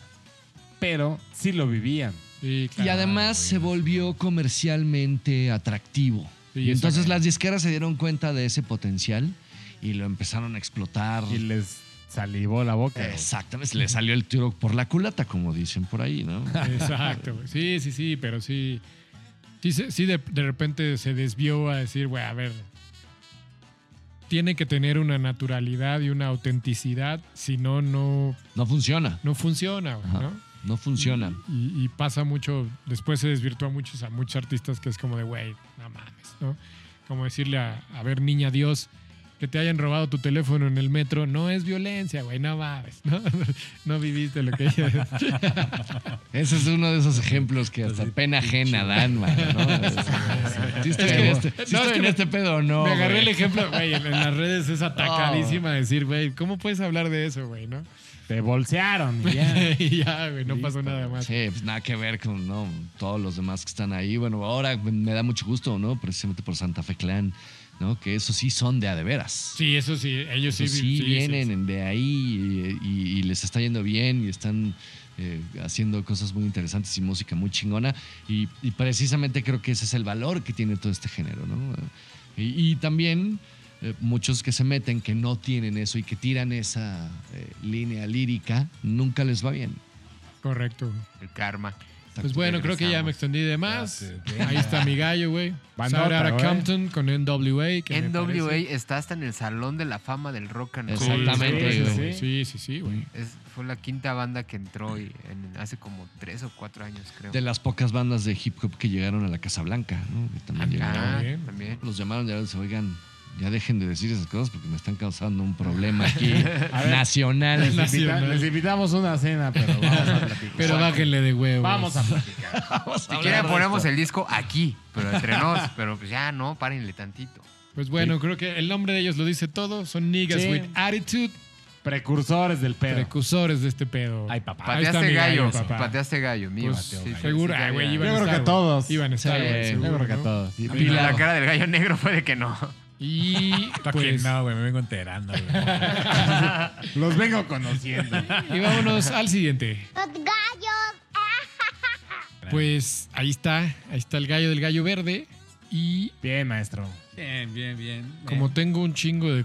pero sí lo vivían.
Sí,
Y
claro.
además se volvió comercialmente atractivo.
Sí,
y entonces
exacto.
las disqueras se dieron cuenta de ese potencial y lo empezaron a explotar.
Y les salivó la boca. güey.
Exactamente, le salió el tiro por la culata, como dicen por ahí, ¿no?
Exacto, güey. Sí, sí, sí, pero sí. Sí, se- sí de, de repente se desvió a decir, güey, a ver. Tiene que tener una naturalidad y una autenticidad, si no, no,
No funciona,
no funciona, güey,
Ajá.
¿no?
no funciona.
Y, y pasa mucho, después se desvirtúa a muchos, a muchos artistas que es como de, güey, no mames, ¿no? Como decirle a, a ver, niña Dios, que te hayan robado tu teléfono en el metro, no es violencia, güey, no mames, ¿no? No viviste lo que ella
Ese es uno de esos ejemplos que
Pues
hasta pena ajena dan, mano, ¿no? Es- Sí estoy
Es
en
que-
este, sí
no,
estoy
es que
en
me-
este pedo, o ¿no?
Me agarré
güey?
el ejemplo, güey, en, en las redes es atacadísima decir, güey, ¿cómo puedes hablar de eso, güey, no?
Te bolsearon. y ya.
Y ya, güey, no pasó nada más.
Sí, pues nada que ver con ¿no? todos los demás que están ahí. Bueno, ahora me da mucho gusto, ¿no? Precisamente por Santa Fe Clan, ¿no? Que esos sí son de a de veras.
Sí, eso sí, ellos sí,
Esos sí,
vi- sí,
vienen
sí,
de ahí y, y- y les está yendo bien y están eh, haciendo cosas muy interesantes y música muy chingona. Y, y precisamente creo que ese es el valor que tiene todo este género, ¿no? Y, y también eh, muchos que se meten, que no tienen eso y que tiran esa eh, línea lírica, nunca les va bien.
Correcto.
El karma.
Pues bueno, creo que ya me extendí de más.
Gracias.
Ahí está mi gallo, güey.
Bandota, eh?
Sarah
güey.
Compton con NWA. que me
NWA
parece-
está hasta en el Salón de la Fama del Rock and
Sí,
Roll.
Exactamente,
sí, sí,
güey.
Sí, sí, sí, güey.
Es- fue la quinta banda que entró y en- hace como tres o cuatro años, creo.
De las pocas bandas de hip hop que llegaron a la Casa Blanca, ¿no? Que también llegaron.
Ah,
También.
también.
Los llamaron y ahora dicen, oigan, ya dejen de decir esas cosas porque me están causando un problema aquí
A ver.
nacional.
Les, invita-
Nacional.
les invitamos una cena, pero vamos a platicar.
Pero bájenle de huevos.
Vamos a platicar.
Si quieren ponemos el disco aquí, pero entre nos. pero pues ya no, párenle tantito.
Pues bueno, creo que el nombre de ellos lo dice todo. Son niggas
Sí.
with attitude,
Precursores del pedo.
precursores de este pedo.
Ay, papá.
Ahí está
Pateaste
mi gallo,
gallo,
papá.
pateaste gallo, mío.
Pues,
Sí, sí,
seguro,
sí,
ah,
sí,
güey,
ya.
iban
Yo
a
creo
estar,
que
güey.
todos.
Iban a estar,
Sí,
güey,
yo
seguro,
Yo creo que
¿no?
todos.
Y
Pero
Pilar.
la cara del gallo negro puede que no.
Y
Para que
pues,
no, güey, me vengo enterando, güey.
Los vengo conociendo.
y vámonos al siguiente.
Los gallos.
Pues ahí está, ahí está el gallo del gallo verde. Y
Bien, maestro.
Bien, bien, bien.
como
bien.
tengo un chingo de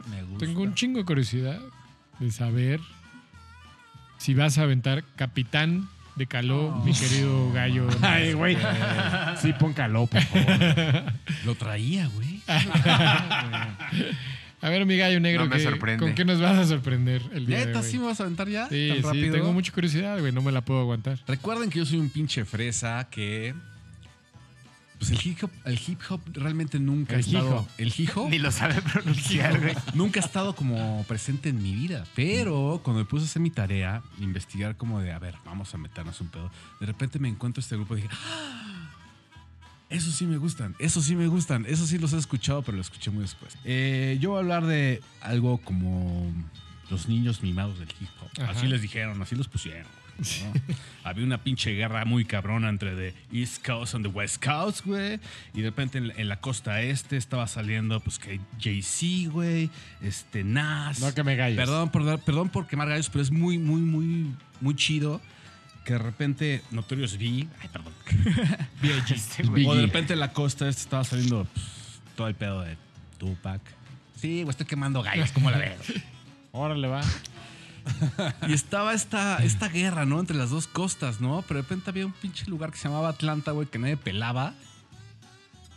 Me gusta, me gusta.
tengo un chingo de curiosidad de saber si vas a aventar capitán de caló,
Oh.
mi
Este,
querido gallo.
Ay, güey. Sí, pon caló, por favor.
Lo traía, güey.
A ver, mi gallo negro,
No me
¿qué-
sorprende.
¿con qué nos vas a sorprender el día de
¿Neta
hoy?
sí me vas a aventar ya?
sí,
¿Tan
sí,
rápido?
tengo mucha curiosidad, güey, no me la puedo aguantar.
Recuerden que yo soy un pinche fresa que. Pues el hip hop, el hip hop realmente nunca
El
ha estado.
hijo.
El hip hop
Ni lo sabe pronunciar, güey.
nunca ha estado como presente en mi vida. Pero cuando me puse a hacer mi tarea, investigar como de, a ver, vamos a meternos un pedo. De repente me encuentro este grupo y dije, "Ah, esos sí me gustan, esos sí me gustan, esos sí los he escuchado, pero los escuché muy después. Eh, yo voy a hablar de algo como los niños mimados del hip hop.
Ajá.
Así les dijeron, así los pusieron. ¿no? Había una pinche guerra muy cabrona entre the East Coast and the West Coast, güey. Y de repente en, en la costa este estaba saliendo, pues que Jay-Z, güey, este, Nas.
No que me galles.
Perdón por, dar- perdón por quemar gallos, pero es muy, muy, muy, muy chido que de repente Notorious B. Ay, perdón.
Este, güey.
O de repente en la costa este estaba saliendo pues, todo el pedo de Tupac. Sí, güey, estoy quemando gallos, ¿cómo la ves?
Órale, va.
Y estaba esta, esta guerra, ¿no? Entre las dos costas, ¿no? Pero de repente había un pinche lugar que se llamaba Atlanta, güey, que nadie pelaba.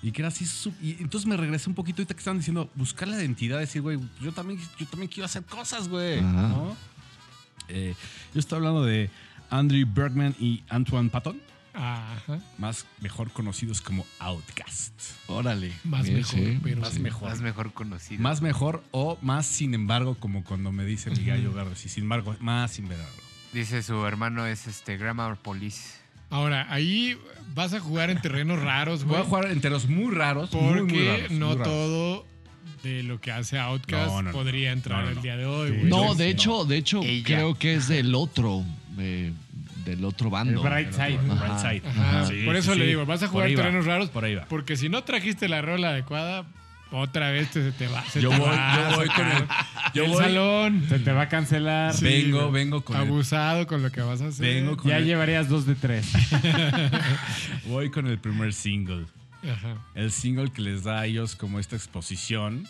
Y que era así. su- Y entonces me regresé un poquito ahorita que estaban diciendo, buscar la identidad, decir, güey, yo también, yo también quiero hacer cosas, güey.
Ajá.
¿no? Eh, yo estoy hablando de Andrew Bergman y Antoine Patton,
Ajá,
más mejor conocidos como Outcast.
Órale.
más
Sí,
mejor,
sí.
pero
Más
sí.
mejor.
Más mejor conocido.
Más mejor o más sin embargo, como cuando me dice mi gallo Garros. Y sin embargo, más sin embargo.
Dice su hermano es este Grammar Police.
Ahora, ahí vas a jugar en terrenos raros,
Voy
güey.
a jugar enteros muy raros.
Porque
muy, muy raros,
no
muy raros.
todo de lo que hace Outcast
No, no, no.
podría entrar
No, no,
el
no.
día de hoy,
Sí.
güey.
No,
Entonces,
de hecho, de hecho,
Ella.
creo que es del otro, eh, del otro bando.
El Bright Side.
Ajá.
Bright Side.
Ajá.
Sí,
Por eso
sí,
le
sí.
digo, vas a
Por
jugar
ahí va,
terrenos raros. pues,
Por ahí va.
Porque si no trajiste la rola adecuada, otra vez te, se te va. se
Yo
te
voy,
va a
yo voy con
sacar
el. Yo
del
voy.
salón.
Se te va a cancelar.
Sí,
vengo,
güey.
vengo con el,
Abusado con lo que vas a hacer.
vengo con
Ya
el-
llevarías dos de tres.
voy con el primer single.
Ajá.
El single que les da a ellos como esta exposición.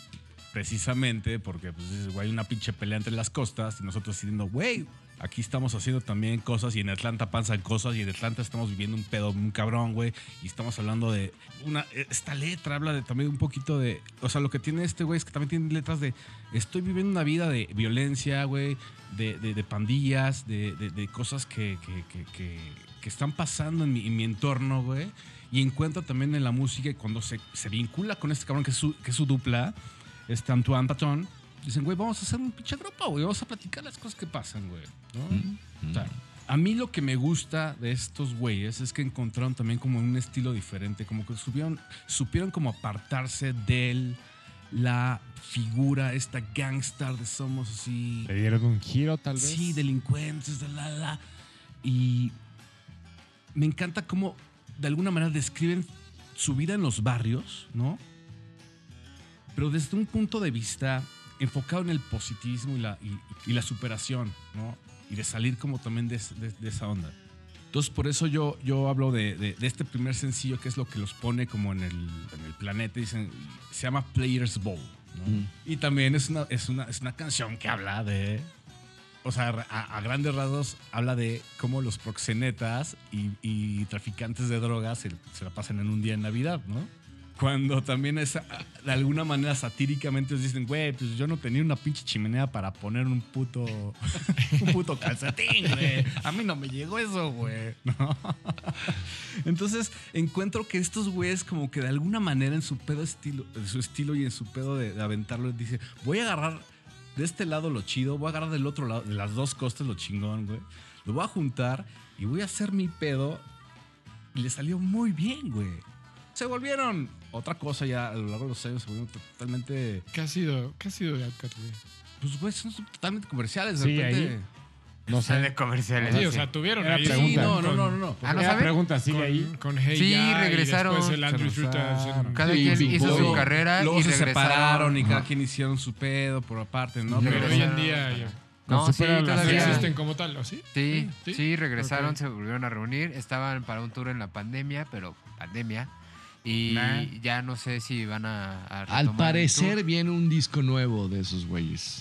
Precisamente porque pues, dices, güey, hay una pinche pelea entre las costas y nosotros diciendo, güey, aquí estamos haciendo también cosas y en Atlanta pasan cosas y en Atlanta estamos viviendo un pedo, un cabrón, güey. Y estamos hablando de una. Esta letra habla de también un poquito de. O sea, lo que tiene este güey es que también tiene letras de. Estoy viviendo una vida de violencia, güey, de, de- de pandillas, de, de- de cosas que, que- que- que- que están pasando en mi, en mi entorno, güey. Y encuentra también en la música, y cuando se, se vincula con este cabrón que es su, que es su dupla, este Antoine Patón, dicen, güey, vamos a hacer un pinche grupo, güey, vamos a platicar las cosas que pasan, güey. ¿no? O sea, a mí lo que me gusta de estos güeyes es que encontraron también como un estilo diferente, como que supieron, supieron como apartarse de la figura, esta gangster de somos así,
Le dieron un giro, tal vez.
sí, delincuentes, de la, la. Y me encanta cómo de alguna manera describen su vida en los barrios, ¿no? Pero desde un punto de vista enfocado en el positivismo y la, y- y la superación, ¿no? Y de salir como también de, es- de- de esa onda. Entonces, por eso yo, yo hablo de, de- de este primer sencillo que es lo que los pone como en el, en el planeta. Dicen, se llama Players Ball. ¿no?
Mm.
Y también es una, es, una, es una canción que habla de o sea, a, a grandes rasgos habla de cómo los proxenetas y, y traficantes de drogas se, se la pasan en un día en Navidad, ¿no? Cuando también es, a- de alguna manera satíricamente les dicen, güey, pues yo no tenía una pinche chimenea para poner un puto, un puto calcetín, güey. A mí no me llegó eso, güey. ¿No? Entonces encuentro que estos güeyes como que de alguna manera en su pedo estilo, en su estilo y en su pedo de, de aventarlo, dice, voy a agarrar de este lado lo chido, voy a agarrar del otro lado, de las dos costas lo chingón, güey. Lo voy a juntar y voy a hacer mi pedo. Y le salió muy bien, güey. Se volvieron otra cosa ya a lo largo de los años, se volvieron totalmente,
¿Qué ha sido, qué ha sido de Outcast, güey?
pues güey, son totalmente comerciales de
Sí,
repente.
ahí. No
Sale
sé.
comerciales.
Sí, o
dice.
sea, tuvieron
Era
ahí
Sí,
pregunta.
no, no, no, no, no.
Ah, ¿no
Era
saben?
pregunta sigue
con,
ahí.
con Hey
Sí,
Ya, y
regresaron.
después el Andrew
Se
Frutas
regresaron.
Cada
Sí,
quien
Big
Pues,
hizo su
Boy.
carrera
Luego
y
se
regresaron.
separaron y cada quien hicieron su pedo por aparte, ¿no?
Pero
Regresaron.
hoy en día ya
No, Ah, sí,
superan las
no
Ya.
todavía.
existen como tal, ¿o sí?
Sí,
¿Sí?
sí, regresaron,
Ok.
se volvieron a reunir. Estaban para un tour en la pandemia, pero pandemia. Y
Nah.
ya no sé si van a. a retomar
Al
el
parecer
tour.
viene un disco nuevo de esos güeyes.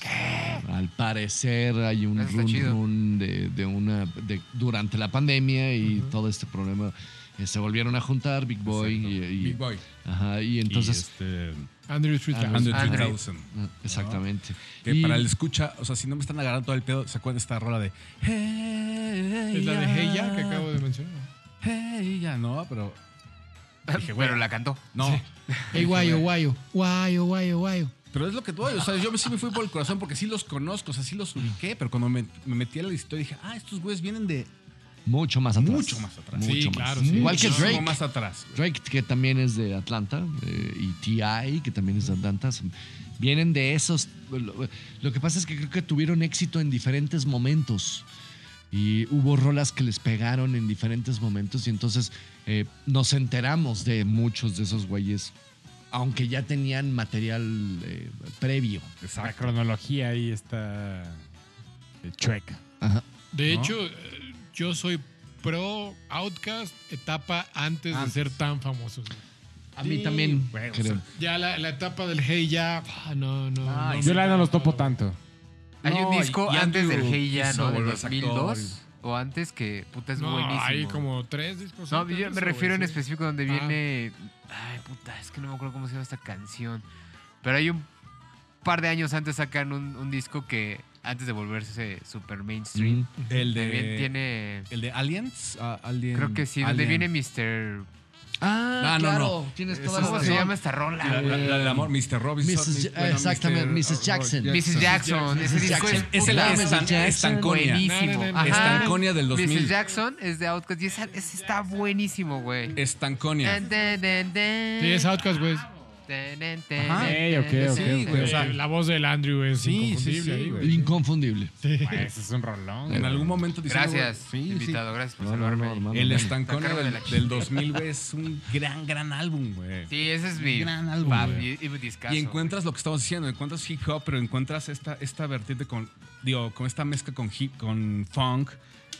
Al parecer hay un
Eso está
run
chido.
run de, de una de- durante la pandemia y todo este problema eh, se volvieron a juntar Big Boy y, y-
Big Boy.
ajá, y entonces
Y este,
Andrew Street
Under
Andre.
2000.
ah, exactamente.
Que
Y-
para el escucha, o sea, si no me están agarrando todo el pedo, ¿se acuerdan de esta rola de Hey?
Es la de Heya que acabo de mencionar.
Hey, ya no, pero. Dije, güey,
Pero la cantó.
no.
Hey, guayo, guayo. Guayo, guayo, guayo.
Pero es lo que doy, o sea, yo sí me fui por el corazón porque sí los conozco, o sea, sí los ubiqué, pero cuando me, me metí a la historia dije, ah, estos güeyes vienen de
Mucho más atrás.
mucho más atrás.
Mucho
Sí,
más.
claro,
Mm.
sí.
Igual que
Muchísimo
Drake.
más atrás. güey.
Drake, que también es de Atlanta, eh, y T.I., que también es de Atlanta, son- vienen de esos. Lo, lo que pasa es que creo que tuvieron éxito en diferentes momentos. Y hubo rolas que les pegaron en diferentes momentos, y entonces eh, nos enteramos de muchos de esos güeyes, aunque ya tenían material eh, previo.
La cronología ahí está eh, chueca.
Ajá.
De
¿No?
hecho, eh, yo soy pro Outcast, etapa antes,
Antes.
de ser tan famosos.
A mí también,
güey, o
creo.
sea,
Ya la, la etapa del Hey ya, ah, no, no.
Ay,
no
Yo
me
la no los
encanta,
topo
güey.
tanto.
Hay
No,
un
y-
disco
y
antes del
Andrew
Hey Ya,
quiso
¿no? Del
volverse
2002.
actor
O antes que, puta, es
No,
buenísimo.
hay como tres discos.
No,
antes
yo
de
me
eso,
refiero en
güey, sí.
específico donde
Ah.
viene. Ay, puta, es que no me acuerdo cómo se llama esta canción. Pero hay un par de años antes sacan un, un disco que, antes de volverse super mainstream,
Mm.
El
también
de.
tiene.
El de Aliens. ah, Alien-
Creo que sí, donde
Alien.
viene Mr.
Ah,
Ah, no,
claro,
no.
tienes
Esa
toda la
¿Cómo se
razón.
llama esta rola?
La, la- la del amor, Mr. Robinson.
Mrs.
Mr. bueno,
eh, exactamente,
Mr.
Mrs. Jackson.
Mrs. Jackson, ese disco
Jackson. Es el
puta,
Mrs.
Estan-
Jackson.
Estanconia.
buenísimo.
Na, na, na,
Ajá.
Estanconia del 2000.
Mrs. Jackson es de Outcast y esa- ese está buenísimo, güey.
Estanconia.
Sí, es
es
Outcast, güey.
Ah, Ajá.
ok, ok,
Sí,
ok.
güey.
O sea, la voz del Andrew es
Sí,
inconfundible
sí, sí,
ahí,
güey.
güey.
Inconfundible.
Güey, ese Pues, es un rolón.
En
güey.
algún momento te hicieron-
Gracias,
Sí, sí.
invitado, gracias por
No, no, no,
salvarme.
hermano.
El Estanconia
Sacarme de
del,
la
del 2000, güey, es un gran, gran álbum, güey.
Sí, ese es mi
Gran álbum,
pap-
güey.
y, y discazo,
Y encuentras lo que estamos diciendo, encuentras hip hop, pero encuentras esta, esta vertiente con, digo, con esta mezcla con hip, con funk,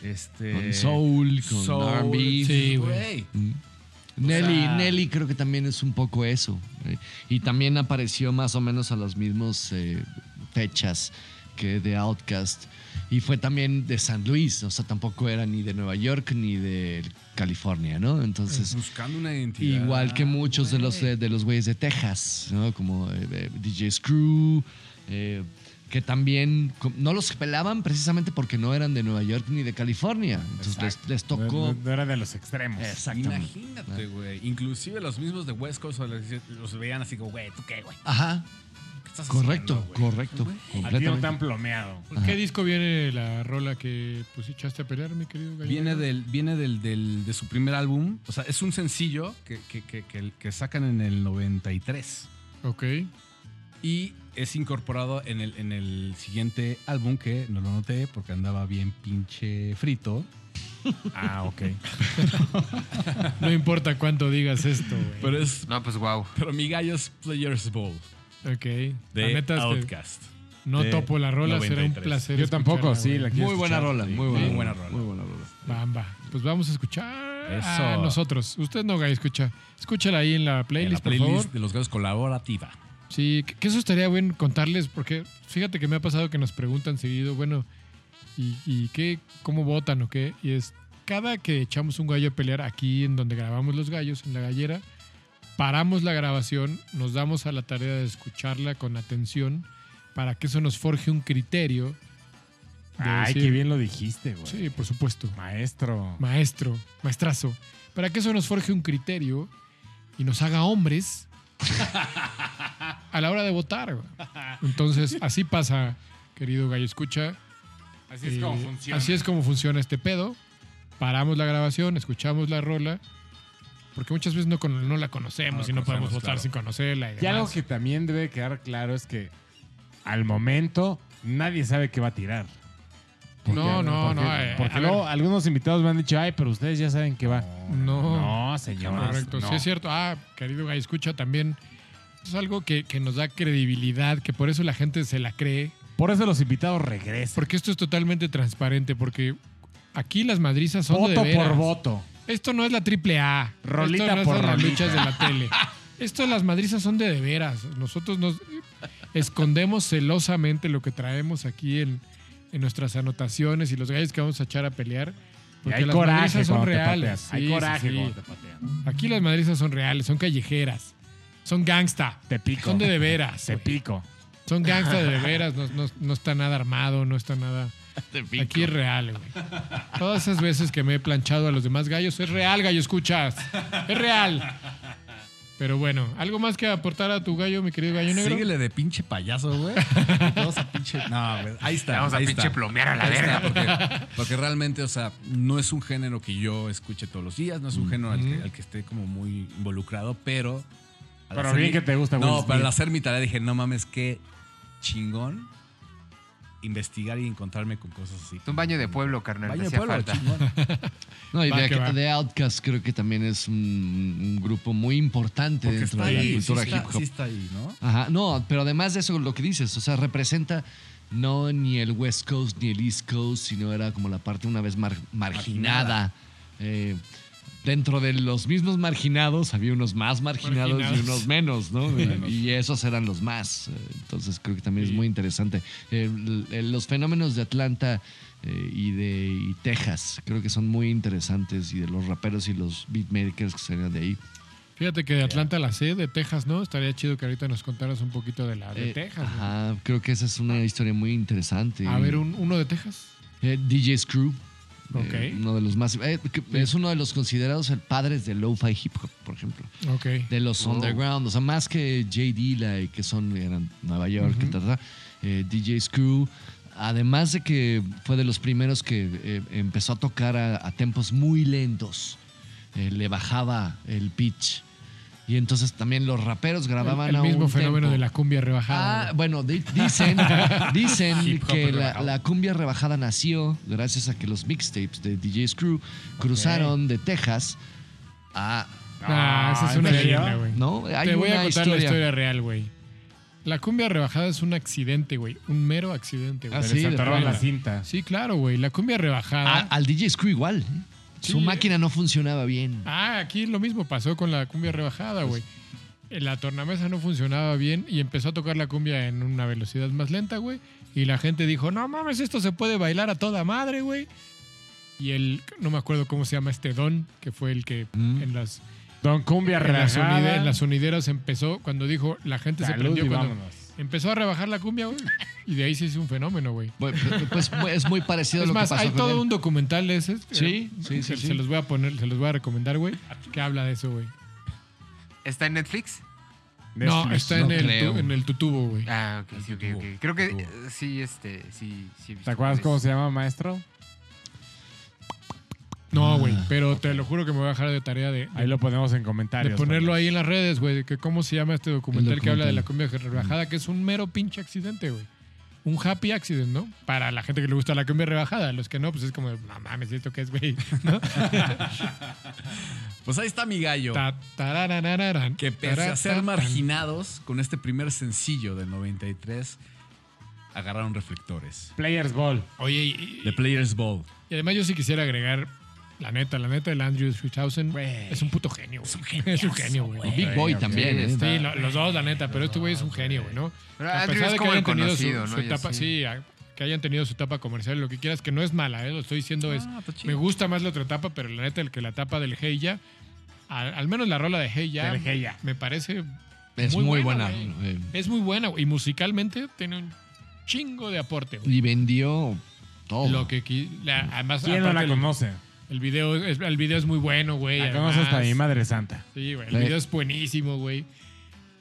este...
Con Soul, con
soul.
R&B.
Sí, güey.
güey.
Nelly,
sea-
Nelly creo que también es un poco eso. eh, Y también apareció más o menos a las mismas eh, fechas que The Outcast. Y fue también de San Luis, o sea, tampoco era ni de Nueva York ni de California, ¿no? Entonces,
Buscando una identidad.
igual que muchos de los,
güey.
eh, de los güeyes de Texas, ¿no? Como eh, eh, DJ Screw, eh, que también com- no los pelaban precisamente porque no eran de Nueva York ni de California. Entonces les, les
No,
tocó...
no- no era de los extremos.
Exactamente.
Imagínate, güey. Inclusive los mismos de West Coast los, los veían así como, güey, ¿tú qué, güey?
Ajá,
¿Qué estás
correcto,
haciendo, güey?"
correcto.
A ti no
completamente.
tan plomeado.
¿Por qué disco viene la rola que pues echaste a pelear, mi querido Gallego?
Viene, del, viene del, del- de su primer álbum. O sea, es un sencillo que, que, que, que- que sacan en el 93.
Ok.
Y es incorporado en el, en el siguiente álbum que no lo noté porque andaba bien pinche frito.
Ah, ok.
No importa cuánto digas esto, güey.
Pero es.
No, pues wow.
Pero mi gallo es Players Ball
Ok.
de
la neta es que
Outcast.
no
de
topo la rola, será un
93.
placer.
Yo tampoco,
escucharla,
sí,
güey.
la quiero
Muy buena
escuchar.
rola,
Sí.
muy buena,
muy buena rola.
Muy buena rola.
Bamba. Pues vamos a escuchar a
Eso.
nosotros. Usted no, Gallo, escucha. Escúchala ahí en la
En la
playlist, por
playlist
favor.
de los gallos colaborativa.
Sí, que que eso estaría bueno contarles, porque fíjate que me ha pasado que nos preguntan seguido, bueno, ¿y, y qué, cómo votan o qué? Y es, cada que echamos un gallo a pelear aquí en donde grabamos los gallos, en la gallera, paramos la grabación, nos damos a la tarea de escucharla con atención para que eso nos forje un criterio. de
Ay,
decir-
qué bien lo dijiste, güey.
Sí, por supuesto
Maestro.
maestro, maestrazo, para que eso nos forje un criterio y nos haga hombres a la hora de votar. güey. Entonces, así pasa, querido Gallo Escucha.
Así es como
Eh,
funciona.
Así es como funciona este pedo. Paramos la grabación, escuchamos la rola, porque muchas veces no, cono- no la conocemos
No la
y no podemos
conocemos,
votar
claro.
sin conocerla. Y
Y algo
demás.
que también debe quedar claro es que al momento nadie sabe qué va a tirar. Porque-
No, no,
porque-
no, eh,
porque
a
luego
ver.
algunos invitados me han dicho, ay, pero ustedes ya saben qué va.
No.
No, señor.
Correcto,
no.
sí es cierto. Ah, querido Gallo Escucha también. Es algo que, que nos da credibilidad, que por eso la gente se la cree.
Por eso los invitados regresan.
Porque esto es totalmente transparente, porque aquí las madrizas son de
voto
veras.
por voto.
Esto no es la triple A.
Rolita
Esto no
por
son las
rolita.
luchas de la tele. Esto las madrizas son de de veras. Nosotros nos escondemos celosamente lo que traemos aquí en, en nuestras anotaciones y los gallos que vamos a echar a pelear.
Y
Porque
hay
las
coraje
madrizas son
cuando te
reales.
pateas.
Sí,
Hay
sí,
coraje
sí.
cuando te patean.
Aquí las madrizas son reales, son callejeras, son gangsta.
Te pico.
Son de de veras.
Te
güey.
pico.
Son gangsta de de veras, no, no- no está nada armado, no está nada. Aquí es real, güey. Todas esas veces que me he planchado a los demás gallos, es real, gallo, escuchas. Es real. Pero bueno, ¿algo más que aportar a tu gallo, mi querido gallo negro?
Síguele de pinche payaso, güey. Vamos a pinche. No, güey. Ahí está.
Vamos a
ahí
pinche
está.
plomear a la
Ahí está,
verga.
porque, porque realmente, o sea, no es un género que yo escuche todos los días, no es un género al que, al que esté como muy involucrado, pero. al
Pero
hacer
bien
mi-
que te gusta, Will
No,
Smith.
pero al hacer mi tarea dije, no mames, qué chingón investigar y encontrarme con cosas así.
Un baño de pueblo, carnal.
Baño
te
de
hacía
pueblo,
falta.
chingón.
No, y
Va que va.
de, de Outcast creo que también es un, un grupo muy importante
Porque
dentro
está
de la
ahí, sí
cultura
está-
hip hop.
sí está ahí, ¿no?
Ajá, no, pero además de eso, lo que dices, o sea, representa no ni el West Coast ni el East Coast, sino era como la parte una vez mar- marginada. Eh, dentro de los mismos marginados había unos más marginados,
Marginados.
y unos menos, ¿no? Eh, y esos eran los más. Eh, Entonces creo que también es muy interesante. Eh, l- eh, los fenómenos de Atlanta eh, y de y Texas creo que son muy interesantes y de los raperos y los beatmakers que salieron de ahí.
Fíjate que de Atlanta la sé, de Texas, ¿no? Estaría chido que ahorita nos contaras un poquito de la de
Eh,
Texas. ¿no?
Ajá, creo que esa es una historia muy interesante.
A ver, un- uno de Texas.
Eh, DJ Screw.
Ok.
eh, uno de los más. eh, que es uno de los considerados el padres del lo-fi hip hop, por ejemplo.
Ok.
De los
Oh.
underground. O sea, más que J.D. Like, que son. Eran Nueva York,
Ujú.
ta, ta, ta, eh, DJ Screw. Además de que fue de los primeros que eh, empezó a tocar a, a tempos muy lentos. Eh, le bajaba el pitch. Y entonces también los raperos grababan
el, el
a
mismo
un
fenómeno
tempo.
de la cumbia rebajada.
Ah, bueno, di- dicen, dicen
Hip hop
que la,
rebajado.
la cumbia rebajada nació gracias a que los mixtapes de DJ Screw cruzaron de Texas a...
Ah, esa es
¿en
una
serio?
leyenda, güey.
¿No? Hay
Te voy a
una
contar la
historia.
historia real, güey. La cumbia rebajada es un accidente, güey. Un mero accidente, güey.
Ah,
Pero
sí,
se atoraron
de-
la cinta.
Sí, claro, güey. La cumbia
A-
rebajada. Ah,
al DJ Screw igual. ¿eh? Su
Sí.
máquina no funcionaba bien.
Ah, aquí lo mismo pasó con la cumbia rebajada, güey. Eh, La tornamesa no funcionaba bien y empezó a tocar la cumbia en una velocidad más lenta, güey. Y la gente dijo, no mames, esto se puede bailar a toda madre, güey. Y el, no me acuerdo cómo se llama este don, que fue el que
Mm.
en las,
Don Cumbia
en las,
relajada.
sonide- en las sonideras empezó, cuando dijo, la gente se
Salud
prendió
y
cuando
vámonos.
empezó a rebajar la cumbia, güey. Y de ahí se hizo un fenómeno, güey.
Bueno, Pues, pues, es muy parecido a
Es
lo
más,
que pasó
hay
con
todo
él.
un documental de ese.
Sí,
eh,
sí, sí,
se,
sí.
se los voy a poner, se los voy a recomendar, güey. Que habla de eso, güey.
¿Está en Netflix?
No,
Netflix.
está
no
en, el
creo.
tu, en el tutubo, güey.
Ah, ok, sí, ok, ok. Creo que
tubo.
eh, sí, este, sí, sí. he visto
¿Te acuerdas
cuál es.
cómo se llama, maestro?
Ah,
No, güey. Pero te lo juro que me voy a dejar de tarea de,
Ahí lo ponemos en
de
comentarios.
ponerlo ahí en las redes, güey. de Que cómo se llama este documental,
El
que habla de la cumbia
documental. Mm.
rebajada, que es un mero pinche accidente, güey. Un happy accident, ¿no? Para la gente que le gusta la cumbia rebajada. Los que no, pues es como, de, no mames, ¿esto qué es, güey? ¿No?
Pues ahí está mi gallo.
Ta- tarararararan,
Que pese a ser
tarararararan.
marginados, con este primer sencillo del 93, agarraron reflectores.
Players Ball.
Oye, y-
The Players Ball.
Y además yo sí quisiera agregar, la neta, la neta, el Andrew 3000 es un puto genio. güey. Es un genio, güey.
Big Boy también.
sí,
¿eh?
está-
Sí, lo- los dos, la neta, pero este güey es un genio, güey, ¿no?
Pero
A
Andrew
pesar de
es
que
como el
hayan tenido su-
conocido,
su,
¿no? Y
etapa,
así.
sí, a- que hayan tenido su etapa comercial, lo que quieras, que no es mala, ¿eh? Lo estoy diciendo es,
Ah, pues,
me gusta más la otra etapa, pero la neta, el que la etapa del Hey Ya, al, al menos la rola de Hey Ya,
Del Hey Ya.
me parece,
Es
Muy
muy,
buena,
buena.
güey.
eh,
es muy buena, güey, y musicalmente tiene un chingo de aporte, güey.
y vendió todo.
Lo que qui- la- además,
¿Quién no
aparte
la
el-
conoce?
El video, es- el video es muy bueno, güey.
La conoce hasta
además.
mi madre santa.
Sí, güey. El
Sí.
video es buenísimo, güey.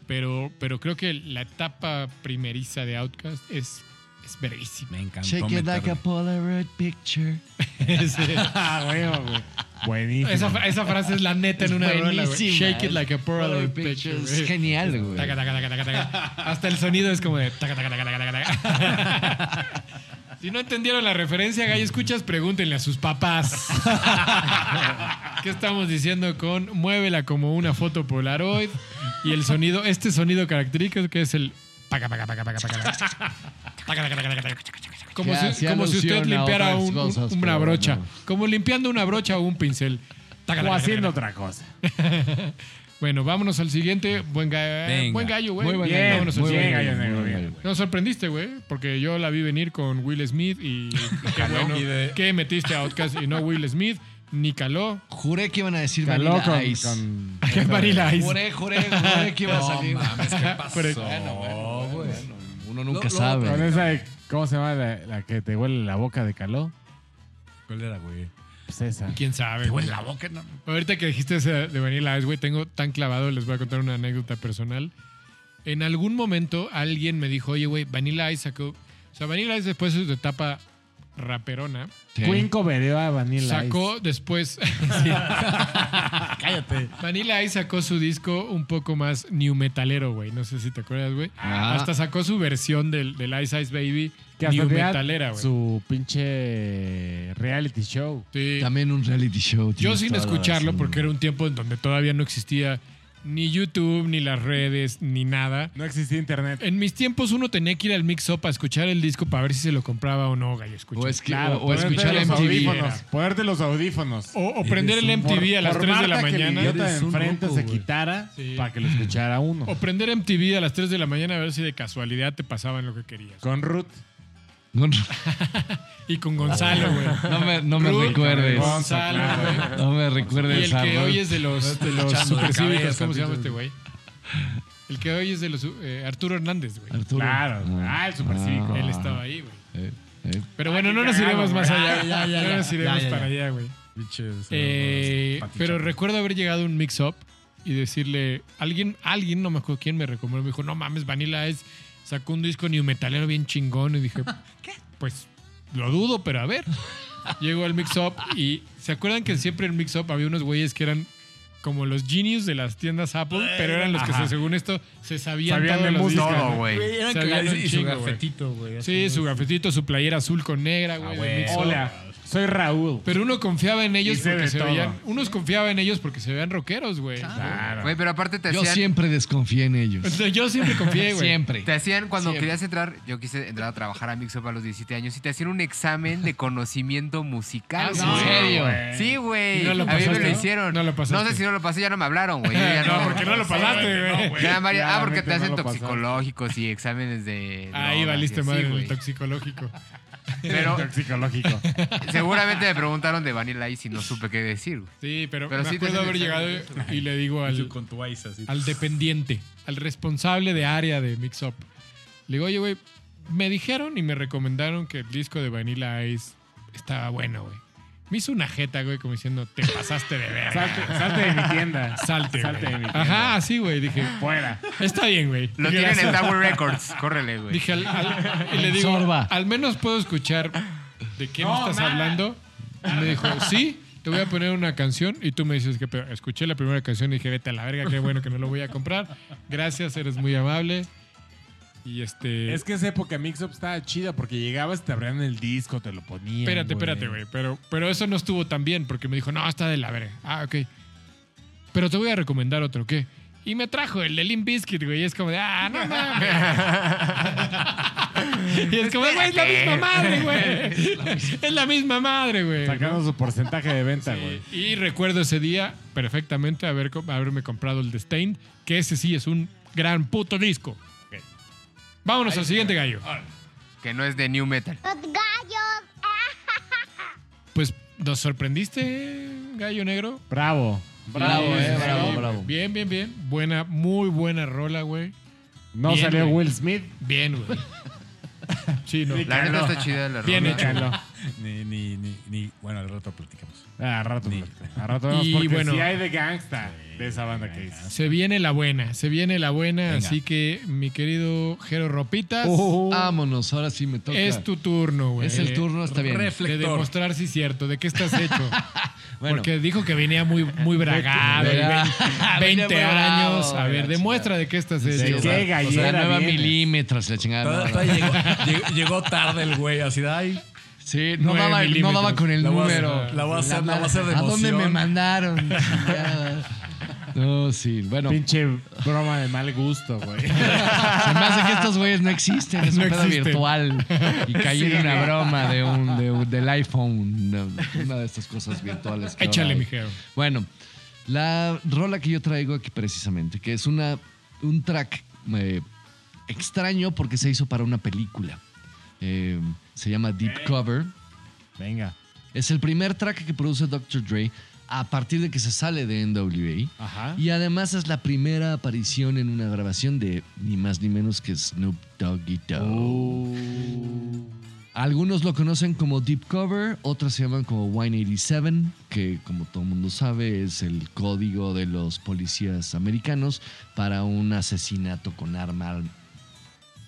Pero, pero creo que la etapa primeriza de Outcast es, es verguísima.
Me encantó.
Shake it like a
meterle.
Polaroid picture.
Sí.
Ah, huevo, güey. Buenísimo.
Ah, esa, fra- esa frase es la neta en una rola, güey.
Buenísima.
Shake it like a Polaroid picture.
Es
güey.
genial, güey.
Taca, taca, taca, taca, taca. Hasta el sonido es como de. taca, taca, taca, taca, taca, taca. Si no entendieron la referencia, gallo, escuchas, pregúntenle a sus papás. ¿Qué estamos diciendo con muévela como una foto Polaroid? Y el sonido, este sonido característico que es el. Paca, paca, paca, paca, paca, paca. Paca, taca, taca, taca, taca. Como
Que
si,
hacía
como si usted
alusión a
limpiara
otras
un- un-
cosas,
una
pero
brocha.
no.
Como limpiando una brocha o un pincel.
o haciendo otra cosa.
Bueno, vámonos al siguiente. Buen, ga-
Venga.
buen gallo, güey.
Muy buen
Bien,
gallo,
vámonos al
muy buen
siguiente.
gallo,
muy
negro,
buen
bien.
gallo.
Nos sorprendiste, güey, porque yo la vi venir con Will Smith y qué bueno
Y de-
que metiste a Outcast y no Will Smith, ni caló.
Juré que iban a decir
Caló
Vanilla
con,
Ice.
con-
Vanilla Ice.
Juré, juré, juré que iba a
No
salir.
mames, ¿qué pasó?
Pero-
güey?
Uno nunca
Lo- lo-
sabe.
con esa de- ¿Cómo se llama la, la que te huele la boca de caló?
¿Cuál era, güey?
Pues esa.
¿Quién sabe? güey?
la boca, no.
Ahorita que dijiste esa de Vanilla Ice, güey, tengo tan clavado, les voy a contar una anécdota personal. En algún momento alguien me dijo, oye, güey, Vanilla Ice sacó... O sea, Vanilla Ice después de su etapa raperona,
Sí.
Queen cobereó a Vanilla
sacó
Ice.
después... Cállate. Vanilla Ice sacó su disco un poco más new metalero, güey. No sé si te acuerdas, güey.
Ah.
Hasta sacó su versión del, del Ice Ice Baby
Que hasta
new
tenía
metalera, güey.
Su pinche reality show.
Sí.
También un reality show.
Yo
tienes
sin
toda la
escucharlo
razón.
porque era un tiempo en donde todavía no existía ni YouTube, ni las redes, ni nada.
No existía internet.
En mis tiempos uno tenía que ir al mix-up a escuchar el disco para ver si se lo compraba o no, gallo. escucha.
O, es que,
Claro,
o, o
ponerte
escuchar
los
MTV.
audífonos.
era.
Ponerte los audífonos.
O, o prender el
un
MTV a las
Por
3 de la
Marta que el
mañana.
idiota de
Eres un
enfrente
loco,
se
güey.
quitara
Sí.
para que lo escuchara uno.
O prender MTV a las 3 de la mañana a ver si de casualidad te pasaban lo que querías.
Con Ruth.
No, no,
Y con Gonzalo, güey.
no me, no me
Ruth,
recuerdes.
Gonzalo, güey.
No me
Y el
recuerdes.
que
a
hoy
Ruth.
es de los, de
echando
los
la
supercívicos,
cabeza,
¿cómo se llama
pinche-
este güey? El que hoy es de los eh, Arturo Hernández, güey.
Arturo.
Claro. Ah, el supercívico.
Él estaba ahí, güey.
Eh, eh.
Pero bueno, no nos
cagado,
iremos más
güey.
Ya,
allá.
ya, ya,
no nos
ya,
iremos
ya, ya.
para allá, güey.
Biches.
Eh,
Pati
pero
Chapoy.
recuerdo haber llegado a un mix-up y decirle, alguien, alguien, no me acuerdo quién me recomendó, me dijo, no mames, Vanilla Ice sacó un disco new metalero bien chingón. Y dije, ¿qué? Pues lo dudo, pero a ver. Llego al mix-up y ¿se acuerdan que siempre en el mix-up había unos güeyes que eran como los genius de las tiendas Apple, pero eran los que, se- según esto, se sabían,
Sabían
todos
de
los
música.
discos,
Todo,
¿no?
güey.
Eran
Sabía
cagados
y
un
su
chingo, güey.
gafetito, güey.
Sí,
así,
su
güey.
gafetito, su playera azul con negra, güey. del mix-up.
Hola, soy Raúl.
Pero uno confiaba en ellos
Hice
porque
de
se
todo.
veían. Unos confiaba en ellos porque se veían rockeros, güey.
Claro.
Güey, pero aparte te
Yo
hacían...
siempre desconfié en ellos.
Entonces, Yo siempre confié, güey.
Siempre.
Te hacían, cuando
Siempre.
querías entrar, yo quise entrar a trabajar a Mixup a los 17 años y te hacían un examen de conocimiento musical.
Ah,
¿En
¿En
güey.
serio?
Sí, güey.
¿Y no lo
a mí me
pasaste,
lo
no?
hicieron.
No lo pasaste.
sé si no lo pasé, ya no me hablaron, güey. Yo ya
No, porque no lo pasaste, güey.
Ya, María- ah, porque te
Claramente
hacen
no lo pasaste.
toxicológicos y exámenes de.
Ahí
drogas y
valiste
así,
madre en
güey.
el toxicológico.
Pero
Toxicológico.
seguramente me preguntaron de Vanilla Ice y no supe qué decir, güey.
Sí, pero,
Pero
me
sí te
acuerdo
hacen
haber llegado
examen de
y le digo
Y tú
al,
Con tu ice así.
al dependiente, al responsable de área de Mix Up. Le digo, oye, güey, me dijeron y me recomendaron que el disco de Vanilla Ice estaba bueno, güey. Me hizo una jeta, güey, como diciendo, te pasaste de verga.
Salte, salte de mi tienda.
Salte, güey.
Salte de mi tienda.
Ajá, sí, güey. Dije,
Fuera.
está bien, güey.
Lo
Dije,
tienen en Tower Records. Córrele, güey.
Dije, al- al- y le digo,
Sorba.
al menos puedo escuchar de qué me
No,
estás
nada.
hablando. Y me dijo, sí, te voy a poner una canción. Y tú me dices que escuché la primera canción y dije, vete a la verga, qué bueno que no lo voy a comprar. Gracias, eres muy amable. Y este...
Es que esa época Mixup estaba chida porque llegabas, te abrían el disco, te lo ponían.
espérate, espérate, güey. Pero, pero eso no estuvo tan bien porque me dijo, no, está de la verga. Ah, ok. Pero te voy a recomendar otro, ¿qué? Y me trajo el de Limp Bizkit, güey. Y es como de, ah, no mames. y es como, güey, es la misma madre, güey. es la misma madre, güey.
Sacando su porcentaje de venta, güey.
Y recuerdo ese día perfectamente haber, co- haberme comprado el de Stained, que ese sí es un gran puto disco. Vámonos al siguiente gallo.
Que no es de New Metal.
Los gallos.
Pues nos sorprendiste, gallo negro.
Bravo.
Bravo,
Sí,
eh,
sí,
bravo,
sí,
bravo.
güey. Bien, bien, bien. Buena, muy buena rola, güey.
No
Bien,
salió
güey.
Will Smith.
Bien, güey. Sí, no.
La neta
Caló.
está chida la
Bien
rola.
hecho.
Caló.
Ni, ni, ni, ni. Bueno, al rato platicamos.
Ah, a rato.
Ni-
A rato vemos
Y
porque
bueno.
sí hay de gangsta de esa banda que dices.
Se viene la buena, se viene la buena.
Venga.
Así que, mi querido Jero Ropitas,
Oh, Vámonos, ahora sí me Uh, toca.
es tu turno, güey.
Es el turno, está bien.
Ref.
De
Reflector.
demostrar si es cierto, de qué estás hecho.
Bueno,
Porque dijo que venía muy, muy bragado, y
Venía-
vein- 20,
venía muy bravo,
años. A
venía
ver,
chingado.
demuestra de qué estás
sí,
hecho.
qué
o sea,
gallera
o sea, nueva
vienes?
milímetros, la chingada. no,
Todavía-
no.
todavía llegó, llegó- llegó tarde el güey, así de ay.
Sí, no
Nueve
daba, no
milímetros.
daba con el
La voy a hacer-
número.
la voy a hacer- la voy a hacer de
¿A dónde me
emoción.
mandaron? Ya. No, sí, bueno. Se
Pinche broma de mal gusto, güey.
me hace que estos güeyes no existen, es
No
un pedo
existen.
virtual. Y caí en una broma de un, de un- del iPhone, de una de estas cosas virtuales. que ahora
Échale,
hay.
mijero.
Bueno, la rola que yo traigo aquí precisamente, que es una, un track eh, extraño porque se hizo para una película. Eh, se llama Deep Cover.
Venga.
Es el primer track que produce Dr. Dre a partir de que se sale de NWA.
Ajá.
Y además es la primera aparición en una grabación de ni más ni menos que Snoop Doggy Dogg.
Oh.
Algunos lo conocen como Deep Cover, otros se llaman como 187, que como todo mundo sabe es el código de los policías americanos para un asesinato con arma.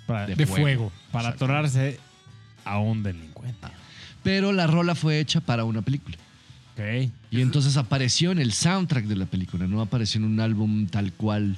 Para-
De
De fuego.
para atorarse a un delincuente.
Pero la rola fue hecha para una película.
Ok.
Y entonces apareció en el soundtrack de la película, no apareció en un álbum tal cual,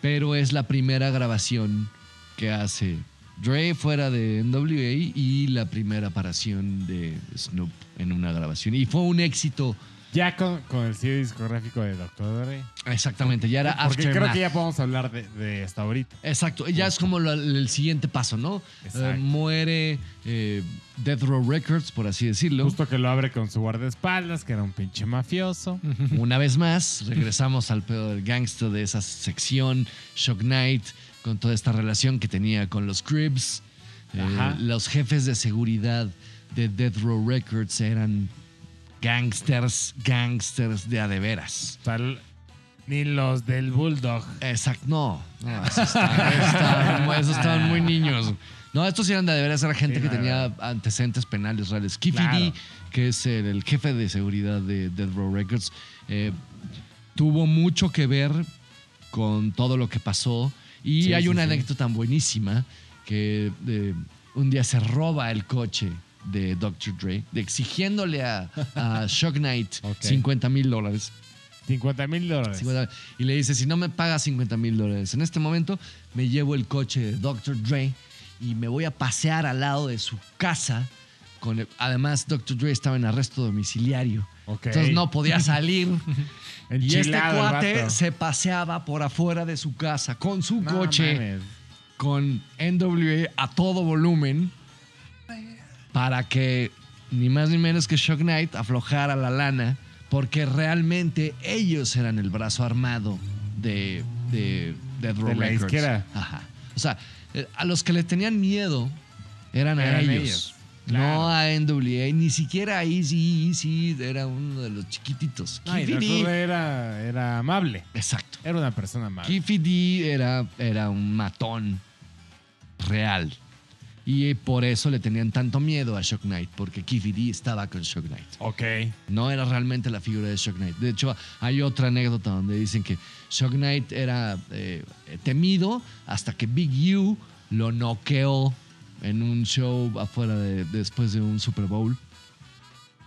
pero es la primera grabación que hace Dre fuera de NWA y la primera aparición de Snoop en una grabación. Y fue un éxito,
Ya con, con el sello discográfico de Doctor Dre.
exactamente, ya era
Porque
Aftermath.
creo que ya podemos hablar de, de hasta ahorita.
Exacto, ya es como lo- el siguiente paso, ¿no?
Exacto.
Eh, muere eh, Death Row Records, por así decirlo.
Justo que lo abre con su guardaespaldas, que era un pinche mafioso.
Una vez más, regresamos al pedo del gangster de esa sección, Shock Knight, con toda esta relación que tenía con los Cribs. Eh,
Ajá.
los jefes de seguridad de Death Row Records eran gangsters, gangsters de a de veras.
Tal, ni los del Bulldog.
Exacto, no.
Ah.
no esos, estaban, estaban muy- esos estaban muy niños. No, estos sí eran de de veras, era gente
Sí,
que
no,
tenía antecedentes penales reales. Kiffy D,
Claro.
que es el, el jefe de seguridad de Dead Row Records, eh, tuvo mucho que ver con todo lo que pasó. Y
Sí,
hay
sí,
una
sí.
anécdota tan buenísima que eh, un día se roba el coche de Dr. Dre, de- exigiéndole a, a Shock Knight
Ok.
50 mil dólares.
50 mil dólares.
50. y le dice, si no me pagas 50 mil dólares en este momento, me llevo el coche de Dr. Dre y me voy a pasear al lado de su casa. Con el- además, Dr. Dre estaba en arresto domiciliario.
Ok.
Entonces no podía salir. y este
Enchilado el
cuate
vato.
se paseaba por afuera de su casa con su
No
coche,
mames.
con NWA a todo volumen, para que ni más ni menos que Shock Knight aflojara la lana, porque realmente ellos eran el brazo armado de, de Death Row
De la
Records.
izquierda.
Ajá. O sea, eh, a los que le tenían miedo eran, a
Eran ellos,
ellos. No a NWA, ni siquiera a Easy Easy era uno de los chiquititos.
No, y eh.
Keefy
Doctor
D-
Dre era, era amable.
Exacto.
Era una persona amable.
Kiffy D era, era un matón real. Y eh, por eso le tenían tanto miedo a Shock Knight, porque Kiffy D estaba con Shock Knight.
Ok.
No era realmente la figura de Shock Knight. De hecho, hay otra anécdota donde dicen que Shock Knight era eh, temido hasta que Big U lo noqueó en un show afuera de- después de un Super Bowl.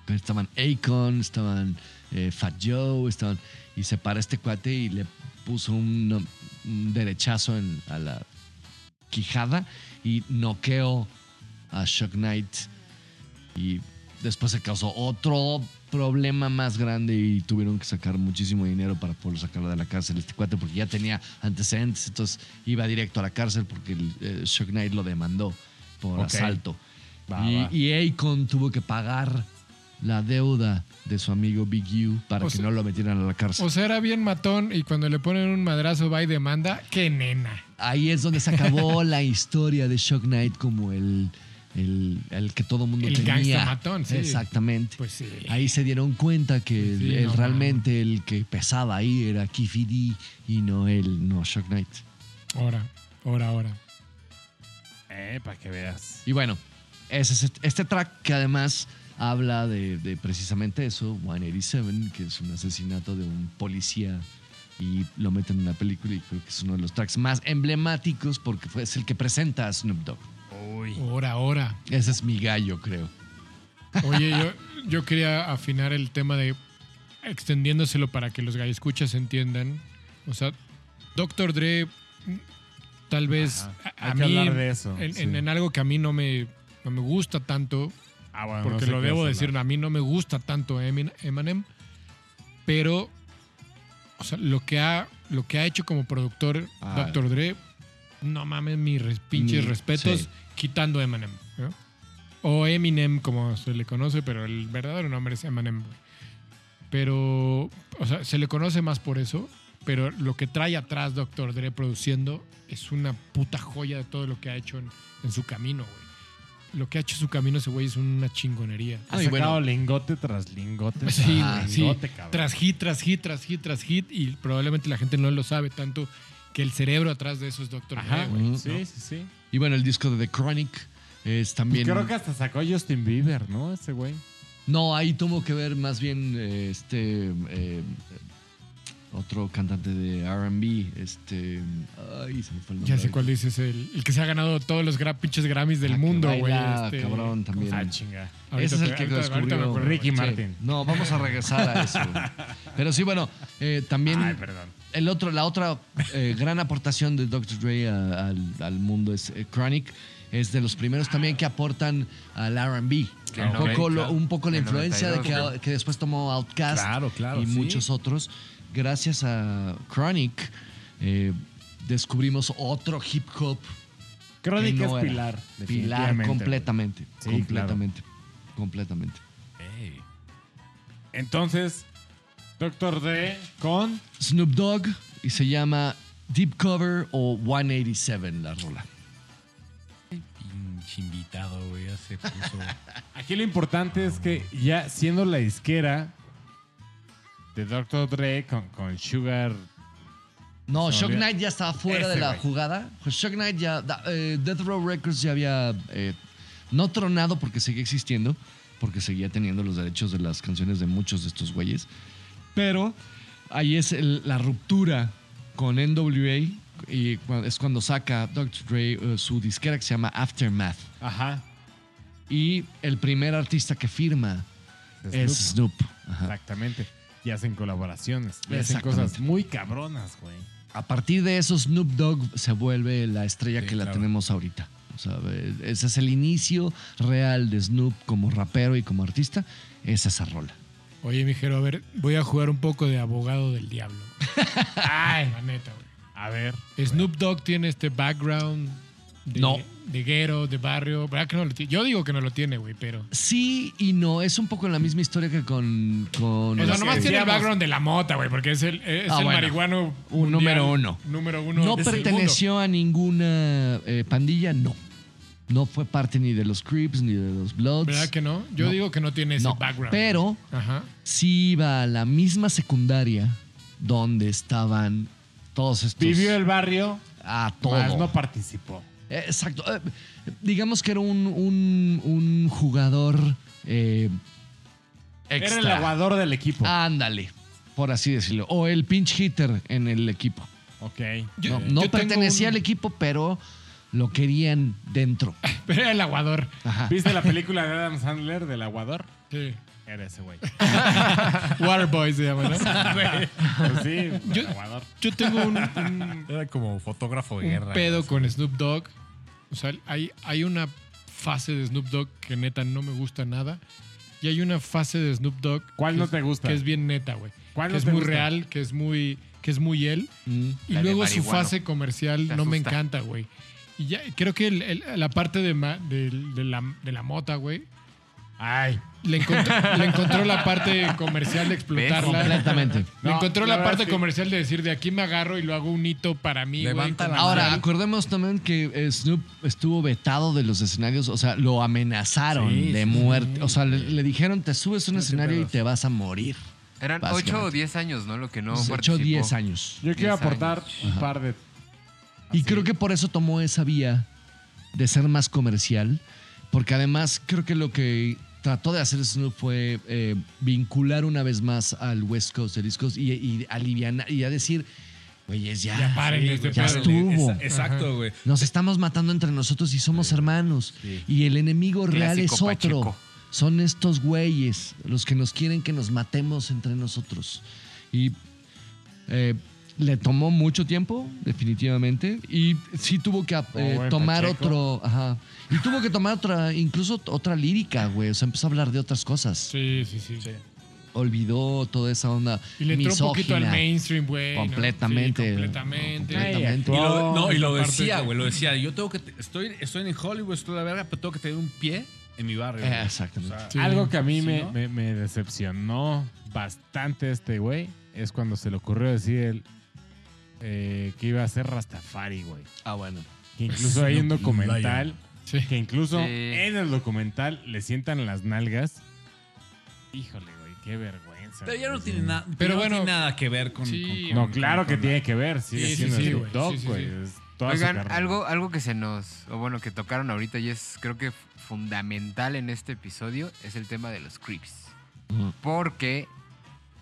Estaban Akon, estaban eh, Fat Joe, estaban. Y se para este cuate y le puso un, un derechazo en- a la quijada y noqueó a Shock Knight. Y después se causó otro problema más grande y tuvieron que sacar muchísimo dinero para poder sacarlo de la cárcel este cuate porque ya tenía antecedentes, entonces iba directo a la cárcel porque el, eh, Shock Knight lo demandó por
Ok.
asalto.
Va,
y,
va.
y Akon tuvo que pagar la deuda de su amigo Big U para
O
que
sea-
no lo metieran a la cárcel.
O sea, era bien matón y cuando le ponen un madrazo va y demanda. ¡Qué nena!
Ahí es donde se acabó la historia de Shock Knight como el, el, el que todo mundo
El
tenía.
gangsta matón, sí.
Exactamente.
Pues sí. Pues
Ahí se dieron cuenta que el-
Sí,
el
no,
realmente el que pesaba ahí era Keefy D y no él, no Shock Knight.
Ahora, ahora, ahora.
Eh, para que veas.
Y bueno, ese es este, este track que además habla de, de precisamente eso, 187, que es un asesinato de un policía y lo meten en la película y creo que es uno de los tracks más emblemáticos porque fue, es el que presenta a Snoop Dogg.
Ahora, ahora.
Ese es mi gallo, creo.
Oye, yo, yo quería afinar el tema de extendiéndoselo para que los escuchas entiendan. O sea, Dr. Dre, tal vez
Ajá.
a, a
Hay que
mí,
hablar de eso,
en,
sí.
en- en algo que a mí no me, no me gusta tanto,
Ah, bueno,
porque
no sé
lo
qué
debo
vas a
decir,
hablar.
a mí no me gusta tanto Emin- Eminem, pero o sea, lo que ha, lo que ha hecho como productor
Ah.
Dr. Dre, no mames, mis res- pinches
Ni-
respetos,
sí.
quitando Eminem. ¿no? O Eminem, como se le conoce, pero el verdadero nombre es Eminem. güey. Pero, o sea, se le conoce más por eso, pero lo que trae atrás Dr. Dre produciendo es una puta joya de todo lo que ha hecho en, en su camino, güey. Lo que ha hecho su camino ese güey es una chingonería.
Ha
Ah, y
sacado
bueno.
lingote tras lingote.
Sí,
tras
güey, sí.
lingote, Ah, cabrón.
Tras hit, tras hit, tras hit, tras hit. Y probablemente la gente no lo sabe tanto que el cerebro atrás de eso es Doctor Dre,
Ajá, Mm,
güey.
güey.
Ujú.
Sí, sí, sí.
Y bueno, el disco de The Chronic es también.
Creo que hasta sacó a Justin Bieber, ¿no? Ese güey.
No, ahí tuvo que ver más bien eh, este. eh, otro cantante de RB. Este. Ay, se me fue el nombre.
Ya sé
ahorita.
cuál dices, el, el que se ha ganado todos los gra- pinches Grammys del
Ah, que
mundo, güey.
baila,
este,
cabrón, también.
Ah, chinga.
ahorita
Ese es
te-
el
ahorita-
que
ahorita
descubrió
me acuerdo.
Ricky
Sí.
Martin.
No, vamos a regresar a eso. güey. Pero sí, bueno, eh, también
Ay, perdón.
el otro, la otra eh, gran aportación de Dr. Dre a- al, al mundo es eh, Chronic. Es de los primeros también que aportan al RB.
Del
Un
90,
poco, lo- un poco la
del
influencia de que,
92,
que después tomó Outcast
Claro, claro,
y
sí.
muchos otros. Gracias a Chronic eh, descubrimos otro hip hop. que
Crónica
no
es
era.
pilar.
Pilar
definitivamente,
completamente.
Sí,
completamente. Completamente.
Ey.
güey. Entonces, Doctor D con.
Snoop Dogg y se llama Deep Cover o 187 la rola.
Pinche invitado, güey. Ya se puso.
Aquí lo importante es que ya siendo la disquera de Dr. Dre con, con Sugar. Se
No,
me
Shock
olvidó.
Knight ya estaba fuera
Ese
de la
güey.
jugada. Pues Shock Knight ya. da- eh, Death Row Records ya había. eh, no tronado porque seguía existiendo, porque seguía teniendo los derechos de las canciones de muchos de estos güeyes. Pero ahí es el- la ruptura con NWA y cu- es cuando saca Dr. Dre eh, su disquera que se llama Aftermath.
Ajá.
Y el primer artista que firma es
Snoop.
Snoop. Ajá.
Exactamente. Y hacen colaboraciones. Y hacen
Exactamente.
cosas muy cabronas, güey.
A partir de eso, Snoop Dogg se vuelve la estrella
Sí,
que la
claro.
tenemos ahorita. O sea, eh, ese es el inicio real de Snoop como rapero y como artista. Es esa rola.
Oye, mijero, a ver, voy a jugar un poco de abogado del diablo. Ay, la neta, güey.
A ver.
Snoop Dogg tiene este background de,
No.
de guero, de barrio. ¿Verdad que no lo tiene? Yo digo que no lo tiene, güey, pero.
Sí y no. Es un poco la misma historia que con. con
o sea, nomás
este-
tiene el
decíamos-
background de la mota, güey, porque es el, es
Ah,
el
bueno.
marihuano mundial,
Un número uno.
Número uno.
no
del mundo.
perteneció a ninguna eh, pandilla, no. No fue parte ni de los Crips ni de los Bloods.
¿Verdad que no? Yo
No.
digo que no tiene ese
No,
background.
pero-
Ajá.
Sí iba a la misma secundaria donde estaban todos estos.
Vivió el barrio,
A
más
todo.
no participó.
Exacto. Eh, digamos que era un, un- un jugador eh,
Era
extra.
el aguador del equipo.
Ah. Ándale, por así decirlo. O el pinch hitter en el equipo.
Ok.
No,
Yo- eh,
no
yo tengo
pertenecía
un-
al equipo, pero lo querían dentro.
Pero era el aguador.
Ajá.
¿Viste la película de Adam Sandler del aguador?
Sí.
Era ese güey.
Waterboy se llama, ¿no?
Pues sí,
Yo-
aguador.
Yo tengo un, un-
Era como fotógrafo de
un
guerra.
pedo con Snoop Dogg. O sea, hay, hay una fase de Snoop Dogg que neta no me gusta nada. Y hay una fase de Snoop Dogg.
¿Cuál
que
no
es-
te gusta?
Que es bien neta, güey.
¿Cuál
Que
no
es
te
muy
gusta?
real, que es muy, que es muy él.
Mm.
Y
La de
luego su
marihuano.
fase comercial
Te
no me
asusta.
encanta, güey. Y ya, creo que el- el- la parte de, ma- del- de la, de la mota, güey,
Ay.
Le encontró, le encontró la parte comercial de explotarla.
Completamente.
Le
No,
encontró
la
la,
verdad
parte
sí.
comercial de decir, de aquí me agarro y lo hago un hito para mí. güey,
Levanta
como-
la
Ahora,
mano.
acordemos también que eh, Snoop estuvo vetado de los escenarios, o sea, lo amenazaron
Sí,
de
sí,
muerte. O sea, le, le dijeron, te subes a un escenario y
pedos.
te vas a morir.
Eran 8
Básicamente.
o 10 años, ¿no? Lo que no
Entonces, echó
participó.
10 años.
Yo quiero
Diez
aportar
años.
un par de.
Y
así.
creo que por eso tomó esa vía de ser más comercial, porque además creo que lo que trató de hacer Snoop fue eh, vincular una vez más al West Coast de discos y, y alivianar y a decir, güeyes, ya,
Ya párenle este
ya
pedo".
estuvo.
Esa- exacto, güey.
Nos estamos matando entre nosotros y somos hermanos. Y el enemigo real
Clásico
es otro.
Pacheco.
Son estos güeyes los que nos quieren que nos matemos entre nosotros. Y eh, le tomó mucho tiempo, definitivamente. Y sí tuvo que eh,
buen
tomar
Pacheco.
otro. Ajá. Y tuvo que tomar otra, incluso otra lírica, güey. O sea, empezó a hablar de otras cosas.
Sí, sí, sí.
olvidó toda esa onda
Y le entró un poquito al
misógina.
mainstream, güey. ¿no?
Completamente.
Sí, completamente.
Completamente.
Y lo,
Todo
no, y lo
parte
decía,
de-
güey, lo decía. Yo tengo que. te- Estoy, estoy en Hollywood, estoy a la verga, pero tengo que tener un pie en mi barrio. güey.
Exactamente.
O sea,
Eh. Sí.
Algo que a mí
Sí,
me,
¿no?
me- me decepcionó bastante este güey es cuando se le ocurrió decir el, eh, que iba a ser Rastafari, güey.
Ah, bueno.
Que incluso hay un
Snoop
documental,
Sí.
que incluso
Sí.
en el documental le sientan las nalgas. Híjole, güey, qué vergüenza.
Pero ya no
güey.
tiene, nada
Pero
no
bueno,
tiene nada que ver con.
sí,
con-
No,
con-
claro
con-
que
con-
tiene que ver, sigue
Sí, sí,
siendo
sí,
Snoop
güey.
Dogg,
Sí, sí,
güey.
sí.
es toda su
Oigan,
carrera.
algo, algo que se nos, o bueno, que tocaron ahorita y es creo que fundamental en este episodio es el tema de los creeps.
Ujú.
Porque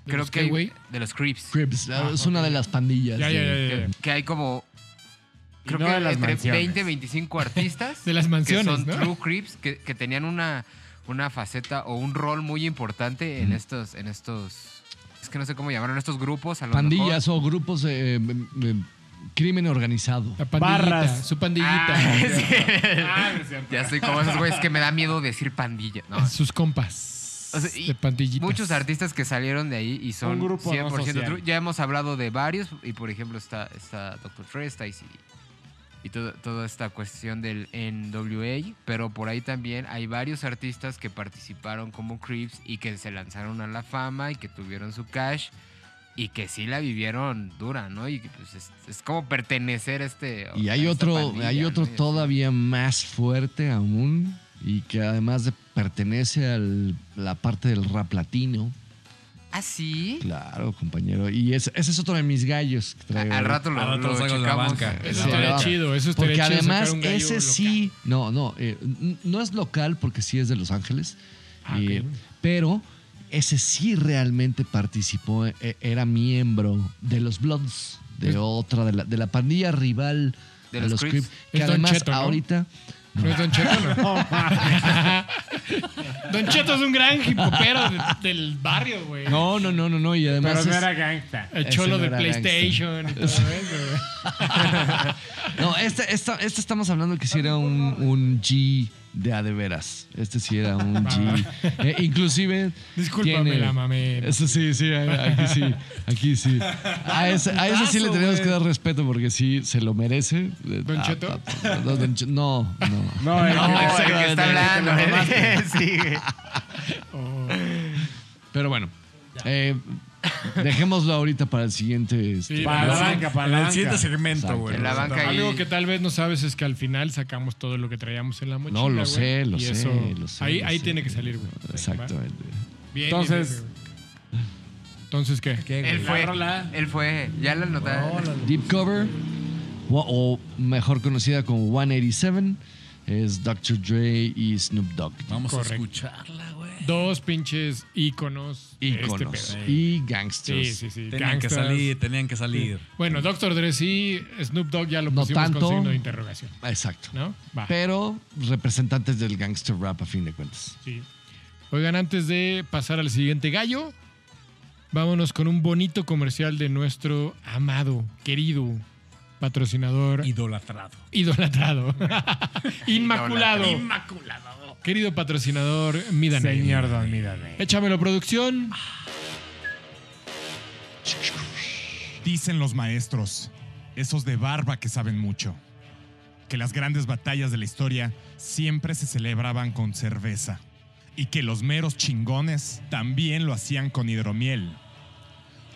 ¿De
creo
los
que
qué,
hay-
güey?
de los creeps.
Crips, ah, es una de las pandillas.
Ya, ya,
de-
ya, ya,
Que,
ya.
que hay como
Y
creo
no de
que
las
entre
mansiones.
20 y 25 artistas
De las
que
mansiones,
son
¿no?
true creeps que, que tenían una, una faceta o un rol muy importante en estos en estos es que no sé cómo llamaron estos grupos a lo
Pandillas o grupos de eh, m- m- crimen organizado.
La pandillita,
Barras.
su
mejor.
pandillita.
Ah, sí. ya estoy como esos güeyes que me da miedo decir pandilla no
Sus compas.
O sea, y
de pandillitas.
Muchos artistas que salieron de ahí y son
Un grupo no
100%
social.
true. Ya hemos hablado de varios y por ejemplo está, está Dr. Dre, está Eazy-E y todo- toda esta cuestión del NWA, pero por ahí también hay varios artistas que participaron como Creeps y que se lanzaron a la fama y que tuvieron su cash y que sí la vivieron dura, ¿no? Y que, pues es, es como pertenecer a este...
Y
a
hay
esta
otro,
pandilla,
hay
¿no?
otro
Y así.
todavía más fuerte aún y que además de- pertenece a la parte del rap latino.
¿Ah, sí?
Claro, compañero. Y es- ese es otro de mis gallos que traigo.
Al rato lo,
Al rato
lo
lo saco de la
checamos.
banca.
Eso
Sí,
estaría
no.
chido, eso estaría
Porque
chido. sacar
además
un gallo
ese
local.
sí, no, no, eh, n- no es local porque sí es de Los Ángeles,
Ah,
eh,
ok.
pero ese sí realmente participó, eh, era miembro de los Bloods,
Pues
de otra, de la, de la pandilla rival
De
a
los Crips.
Crips, que
Es Don
además
Cheto, ¿no?
ahorita...
No es Don Cheto, no. Don Cheto es un gran hipopero del barrio, güey.
No, no, no, no, no, y además...
Pero no
es-
era gangsta.
El
Ese
cholo
no
de
era gangster.
PlayStation y todo eso, güey.
No, este, esta- este estamos hablando que si era un, un G de a de veras. Este sí era un G. Eh, inclusive.
Ah. Discúlpame,
tiene-
la mamé.
Eso sí, sí, aquí sí. Aquí sí. A ese, a ese sí le tenemos que dar respeto porque sí se lo merece. Eh,
¿Don Cheto?
no, Don Che- no, no.
No, el
No,
que-
es el que está hablando.
te lo
¿eh? Sí, güey.
Pero bueno. eh, dejémoslo ahorita para el siguiente. este,
Sí,
Para la banca, para la
En el
banca.
siguiente segmento,
Exacto.
güey.
En la banca ahí.
Algo pues, que tal vez no sabes es que al final sacamos todo lo que traíamos en la mochila.
No, lo
güey.
sé, lo
Y
sé,
eso,
lo sé,
Ahí,
lo
ahí
sé.
tiene que salir, güey. ¿Va?
Exactamente.
Bien,
Entonces-
bien, bien, güey. Entonces, ¿qué?
Él fue,
rola.
él fue, ya la notaron.
Deep Cover, o, o mejor conocida como 187, es Dr. Dre y Snoop Dogg.
Vamos
Correcto.
a escucharla, güey.
Dos pinches íconos. de este
Íconos
pedo.
y gangsters.
Sí, sí, sí.
Tenían que
Gangsters.
salir, tenían que salir.
Bueno, Doctor Dre sí, Snoop Dogg ya lo
No
pusimos
tanto.
con signo de interrogación,
Exacto.
¿no? Va.
Pero representantes del gangster rap a fin de cuentas.
Sí. Oigan, antes de pasar al siguiente gallo, vámonos con un bonito comercial de nuestro amado, querido patrocinador
Idolatrado.
idolatrado. Inmaculado.
Inmaculado.
Querido patrocinador Midan.
Señor Don Midane.
Échamelo, producción.
Dicen los maestros, esos de barba que saben mucho, que las grandes batallas de la historia siempre se celebraban con cerveza y que los meros chingones también lo hacían con hidromiel.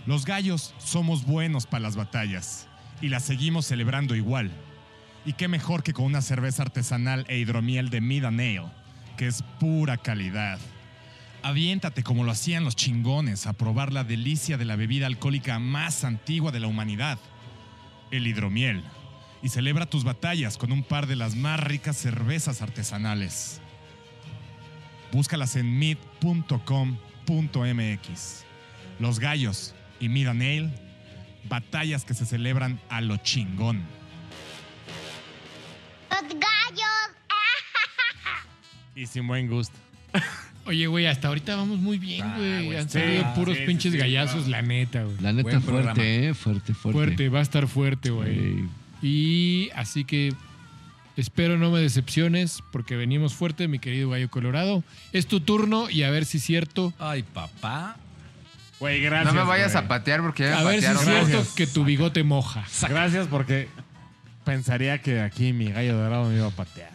Los gallos somos buenos para las batallas y las seguimos celebrando igual. Y qué mejor que con una cerveza artesanal e hidromiel de Mida Nail, que es pura calidad. Aviéntate como lo hacían los chingones a probar la delicia de la bebida alcohólica más antigua de la humanidad, el hidromiel, y celebra tus batallas con un par de las más ricas cervezas artesanales. Búscalas en mid.com.mx. Los Gallos y Mid and Ale, batallas que se celebran a lo chingón.
Los gallos.
Y sin buen gusto.
Oye, güey, hasta ahorita vamos muy bien, güey.
Ah, güey,
Han
sí,
salido puros
sí,
pinches
sí, sí,
gallazos,
claro.
la neta, güey.
La neta,
Buen programa.
fuerte, ¿eh? Fuerte, fuerte.
Fuerte, va a estar fuerte, güey.
Eh,
Y así que espero no me decepciones porque venimos fuerte, mi querido Gallo Colorado. Es tu turno y a ver si es cierto.
Ay, papá.
Güey, gracias.
no me vayas
güey.
a patear porque ya me
A ver si es
patearon.
cierto
Gracias.
que tu bigote moja.
Gracias porque pensaría que aquí mi gallo dorado me iba a patear.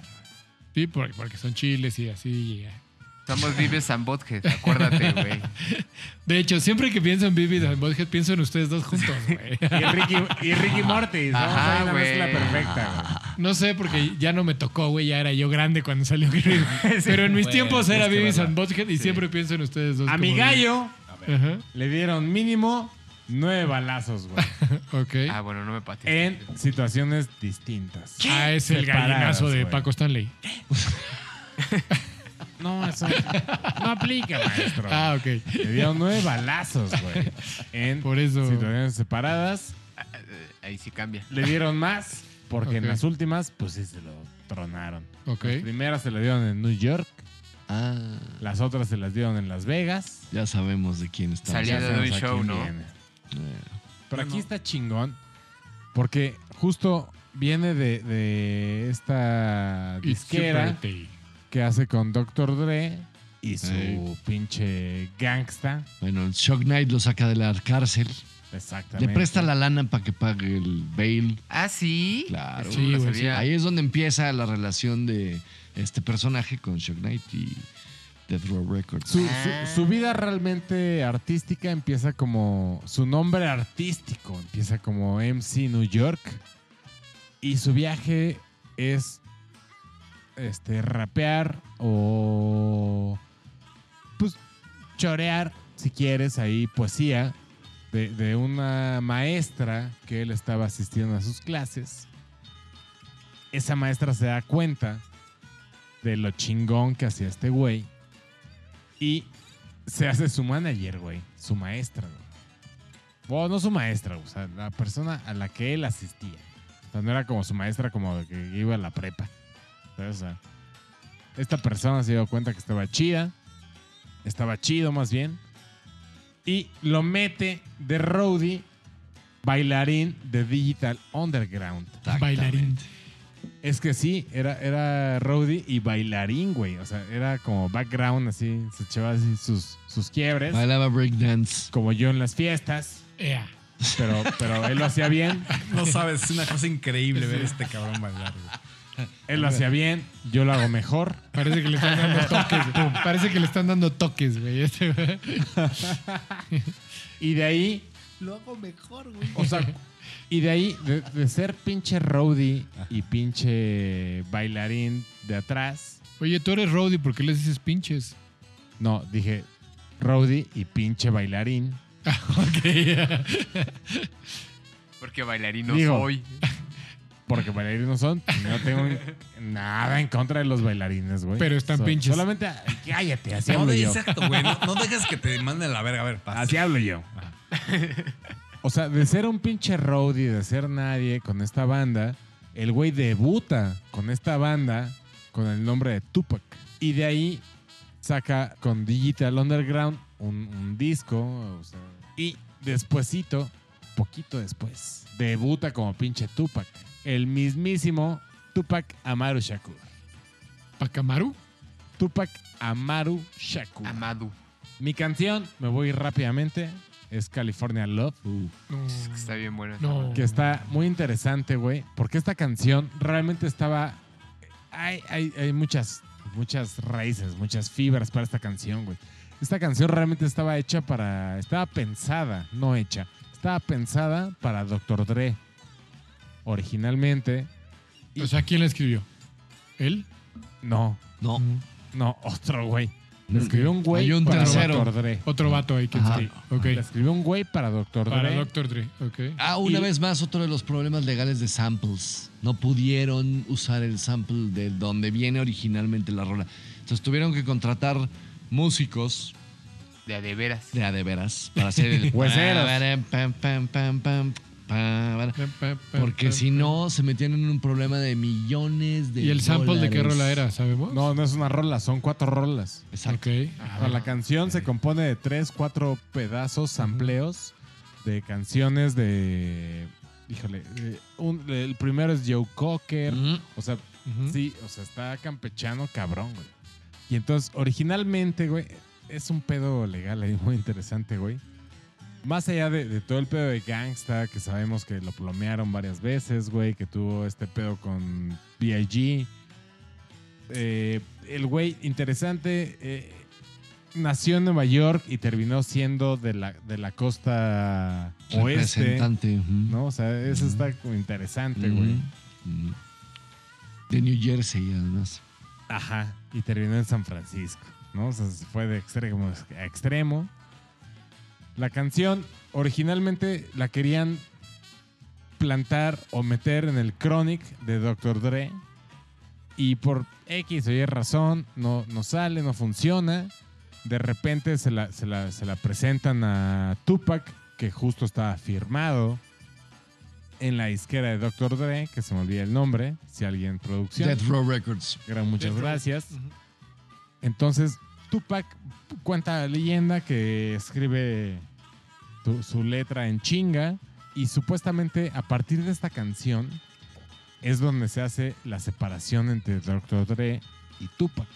Sí, porque, porque son chiles y así. y, eh.
Somos vives and Bothead, acuérdate, güey.
De hecho, siempre que pienso en Vivid and Butthead, pienso en ustedes dos juntos, güey.
Y Ricky, y Ricky Mortis. Vamos
Ajá,
a ir a una
güey.
mezcla perfecta.
No sé, porque ya no me tocó, güey. Ya era yo grande cuando salió Creed. Pero en mis
Güey,
tiempos era
es que
Vivid
verdad.
and Butthead y siempre pienso en ustedes dos.
güey. A
como
mi gallo
Vivid. Ajá.
le dieron mínimo nueve balazos, güey.
Ok.
Ah, bueno, no me patees.
En situaciones distintas.
Ah, es el
Separadas,
gallinazo de
güey.
Paco Stanley.
No, eso no aplica, maestro.
Ah, ok.
Le dieron nueve balazos, güey. En
Por eso.
situaciones separadas.
Ahí sí cambia.
Le dieron más porque en
Ok.
las últimas, pues sí se lo tronaron.
Ok.
Las primeras se las dieron en New York.
Ah,
Las otras se las dieron en Las Vegas.
ya sabemos de quién está.
Ya
Salía de un
sabemos a
show,
quién
¿no? Eh,
viene. Pero aquí está chingón. Porque justo viene de, de esta
It's your
disquera
birthday.
que hace con Dr. Dre y su
Ey.
pinche gangsta.
Bueno, el Shock Knight lo saca de la cárcel.
Exactamente.
Le presta la lana para que pague el bail.
Ah, sí.
Claro.
Eso no lo
Sí, güey,
sabía.
Ahí es donde empieza la relación de este personaje con Shock Knight y Death Row Records.
Su, su- su vida realmente artística empieza como. Su nombre artístico empieza como MC New York. Y su viaje es. Este, rapear o. Pues chorear, si quieres, ahí poesía de, de una maestra que él estaba asistiendo a sus clases. Esa maestra se da cuenta de lo chingón que hacía este güey. Y se hace su manager, güey. Su maestra, güey. Bueno, no su maestra, o sea, la persona a la que él asistía. O sea, no era como su maestra como de que iba a la prepa. ¿Sabes? O sea, esta persona se dio cuenta que estaba chida. Estaba chido, más bien. Y lo mete de roadie, bailarín de Digital Underground.
Exactamente.
Bailarín.
Es que sí, era, era roadie y bailarín, güey. O sea, era como background, así. Se echaba así sus, sus quiebres.
Bailaba breakdance.
Como yo en las fiestas.
Ea.
Pero, pero él lo hacía bien.
No sabes, es una cosa increíble ver a este cabrón bailar. güey.
Él lo hacía bien. Yo lo hago mejor.
Parece que le están dando toques. güey. Parece que le están dando toques, güey. Este, güey.
Y de ahí. Lo hago mejor, güey. O sea, y de ahí, de, de ser pinche roadie y pinche bailarín de atrás.
Oye, tú eres Rowdy, ¿por qué les dices pinches?
No, dije roadie y pinche bailarín.
Ok.
Porque bailarín no
Digo.
soy.
Porque bailarines no son. No tengo nada en contra de los bailarines, güey.
Pero están
So-
pinches.
Solamente. Cállate, así
No,
hablo
de-
yo.
exacto, güey. No, no dejes que te manden a la verga. A ver, pasa.
Así hablo yo. O sea, de ser un pinche roadie, de ser nadie con esta banda, el güey debuta con esta banda con el nombre de Tupac. Y de ahí saca con Digital Underground un, un disco. o sea, y despuesito, poquito después, debuta como pinche Tupac. El mismísimo Tupac Amaru Shakur.
¿Pacamaru?
Tupac Amaru Shakur.
Amadu.
Mi canción, me voy rápidamente, es California Love.
No.
Es que está bien buena. esa
No.
banda.
que está muy interesante, güey, porque esta canción realmente estaba... Hay, hay, hay muchas, muchas raíces, muchas fibras para esta canción, güey. Esta canción realmente estaba hecha para... Estaba pensada, no hecha. Estaba pensada para Dr. Dre. Originalmente,
O sea, ¿quién la escribió? ¿Él?
no,
No.
no, otro güey. Le escribió un güey
Hay un
para
tercero.
Dr. Dre.
Otro vato ahí, quién
Ajá.
sabe.
Le
Ok.
escribió un güey para Dr.
Para
Dre.
Doctor Dre. Ok.
Ah, una
Y-
vez más, otro de los problemas legales de samples. No pudieron usar el sample de donde viene originalmente la rola. Entonces tuvieron que contratar músicos
De a de veras.
de a de veras para hacer el.
Hueseros.
Pam, pam, pam, pam, pam.
Pam, pam, pam,
Porque
pam,
si
pam.
no, se metían en un problema de millones de.
¿Y el sample de qué
dólares.
rola era, sabemos?
No, no es una rola, son cuatro rolas.
Exacto.
Ok.
O sea, la canción se compone de tres, cuatro pedazos, sampleos de canciones de. Híjole, de un- el primero es Joe Cocker.
Ujú.
O sea,
Ujú.
sí, o sea, está campechano cabrón, güey. Y entonces, originalmente, güey, es un pedo legal ahí muy interesante, güey. Más allá de, de todo el pedo de Gangsta, que sabemos que lo plomearon varias veces, güey, que tuvo este pedo con B.I.G. Eh, el güey, interesante, eh, nació en Nueva York y terminó siendo de la, de la costa oeste,
Representante. ujú.
¿no? O sea, eso está como interesante,
Ujú.
güey.
Ujú. De New Jersey, además.
Ajá. Y terminó en San Francisco, ¿no? O sea, se fue de extremo a extremo. La canción originalmente la querían plantar o meter en el Chronic de Dr. Dre. Y por X o Y razón no, no sale, no funciona. De repente se la, se la- se la presentan a Tupac, que justo está firmado en la disquera de Dr. Dre, que se me olvida el nombre, si alguien producción.
Death Row Records.
Gran, muchas
Dentro.
gracias.
Ujú.
Entonces, Tupac cuenta la leyenda que escribe tu- su letra en chinga y supuestamente a partir de esta canción es donde se hace la separación entre Dr. Dre y Tupac.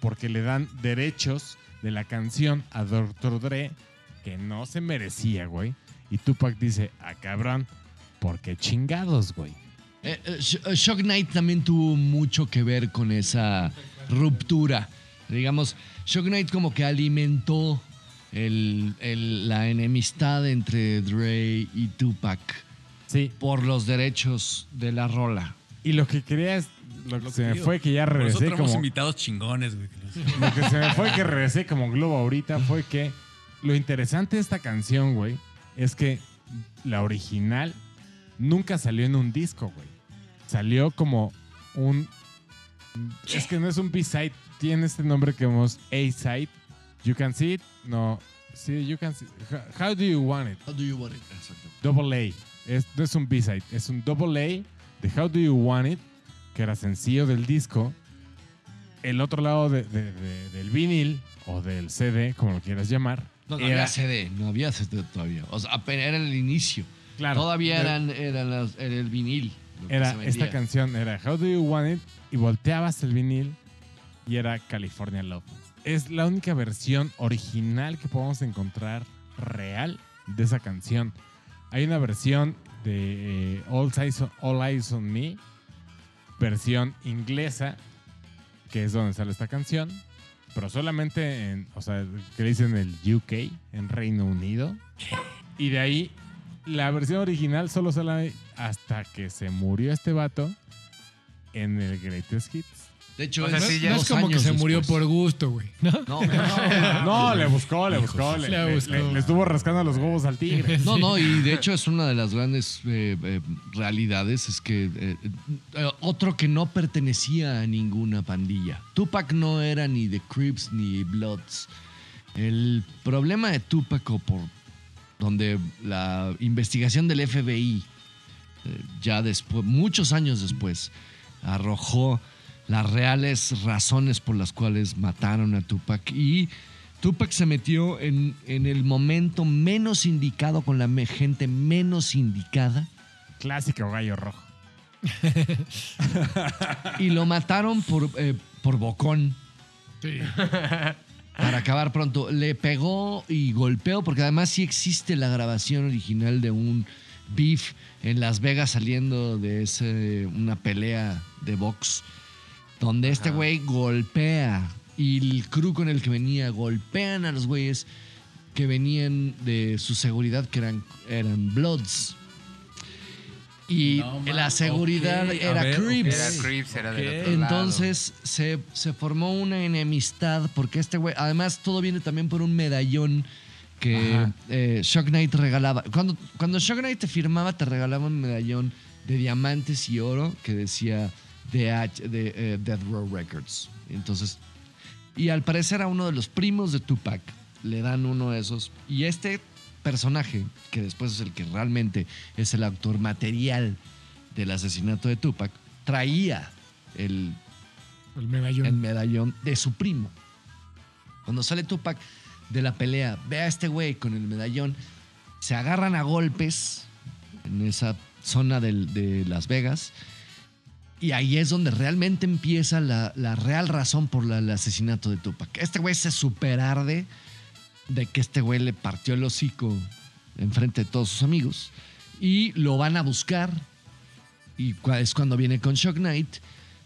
Porque le dan derechos de la canción a Dr. Dre que no se merecía, güey. Y Tupac dice, ah, cabrón, porque chingados, güey.
Eh, eh, Sh- eh, Shock Knight también tuvo mucho que ver con esa ruptura. Digamos, Shock Knight como que alimentó el- el- la enemistad entre Dre y Tupac
Sí,
por los derechos de la rola.
y lo que quería es, lo que
Lo
se
que
me
digo.
fue que ya
Por eso
regresé
traemos
como...
invitados chingones, güey.
Lo que se me fue que regresé como globo ahorita fue que lo interesante de esta canción, güey, es que la original nunca salió en un disco, güey. Salió como un... Es que no es un B-side, tiene este nombre que vemos A-side. You can see it, no. Sí, you can see. How, how do you want it?
How do you want it? Exacto.
Double A. Es, no es un B-side, es un Double A de How Do You Want It, que era sencillo del disco. El otro lado de- de- de- del vinil o del CD, como lo quieras llamar.
No, no
era-
había CD, no había CD todavía. O sea, apenas era el inicio.
claro,
todavía
de-
eran, eran las- era el vinil. lo que se
Era,
vendía.
esta canción era How Do You Want It y volteabas el vinil y era California Love. Es la única versión original que podemos encontrar real de esa canción. Hay una versión de eh, All, Eyes on, All Eyes on Me, versión inglesa, que es donde sale esta canción, pero solamente en, o sea, que le dicen el UK, en Reino Unido. Y de ahí la versión original solo sale hasta que se murió este vato en el Greatest Hits.
De hecho,
O sea,
es-
sí, ya-
dos
No
es como que
años
se murió
después.
por gusto, güey. ¿no?
No, no,
No, le buscó, le
Hijo
buscó.
de
Le,
su-
le-
le buscó.
le- le estuvo rascando los huevos al tigre.
No, no, y de hecho es una de las grandes eh, eh, realidades, es que eh, eh, otro que no pertenecía a ninguna pandilla. Tupac no era ni The Crips ni Bloods. El problema de Tupac, o por donde la investigación del FBI, eh, ya después, muchos años después, arrojó las reales razones por las cuales mataron a Tupac y Tupac se metió en, en el momento menos indicado con la me- gente menos indicada
Clásico gallo rojo.
y lo mataron por, eh, por bocón.
Sí.
Para acabar pronto, le pegó y golpeó, porque además sí existe la grabación original de un beef en Las Vegas saliendo de ese, una pelea de box, donde este güey golpea y el crew con el que venía golpean a los güeyes que venían de su seguridad, que eran, eran Bloods. Y
No, man,
la seguridad
ok, a
era
ver, ok.
Crips.
Era Creeps, era del otro lado.
Entonces se, se formó una enemistad porque este güey, además todo viene también por un medallón que eh, Shock Knight regalaba. Cuando, cuando Shock Knight te firmaba te regalaba un medallón de diamantes y oro que decía DH de eh, Death Row Records. Entonces, y al parecer a uno de los primos de Tupac le dan uno de esos. Y este personaje, que después es el que realmente es el autor material del asesinato de Tupac, traía el,
El medallón.
el medallón de su primo. Cuando sale Tupac de la pelea, ve a este güey con el medallón, se agarran a golpes en esa zona del- de Las Vegas. Y ahí es donde realmente empieza la, la real razón por la- el asesinato de Tupac. Este güey se superarde de que este güey le partió el hocico enfrente de todos sus amigos y lo van a buscar y cua- es cuando viene con Shock Knight.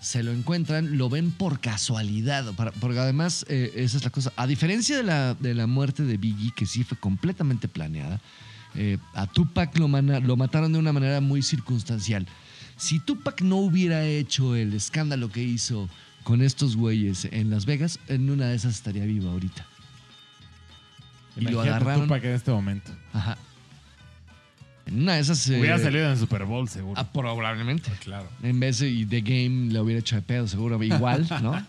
Se lo encuentran, lo ven por casualidad, para- porque además eh, esa es la cosa. A diferencia de la, de la muerte de Biggie, que sí fue completamente planeada, eh, a Tupac lo, mana- lo mataron de una manera muy circunstancial. Si Tupac no hubiera hecho el escándalo que hizo con estos güeyes en Las Vegas, en una de esas estaría vivo ahorita. Y lo
Imagínate
agarraron.
Tupac en este momento.
Ajá. En una de esas. eh,
Hubiera salido en el Super Bowl, seguro.
ah, probablemente.
Claro.
En vez de y The Game le hubiera hecho de pedo, seguro igual, ¿no?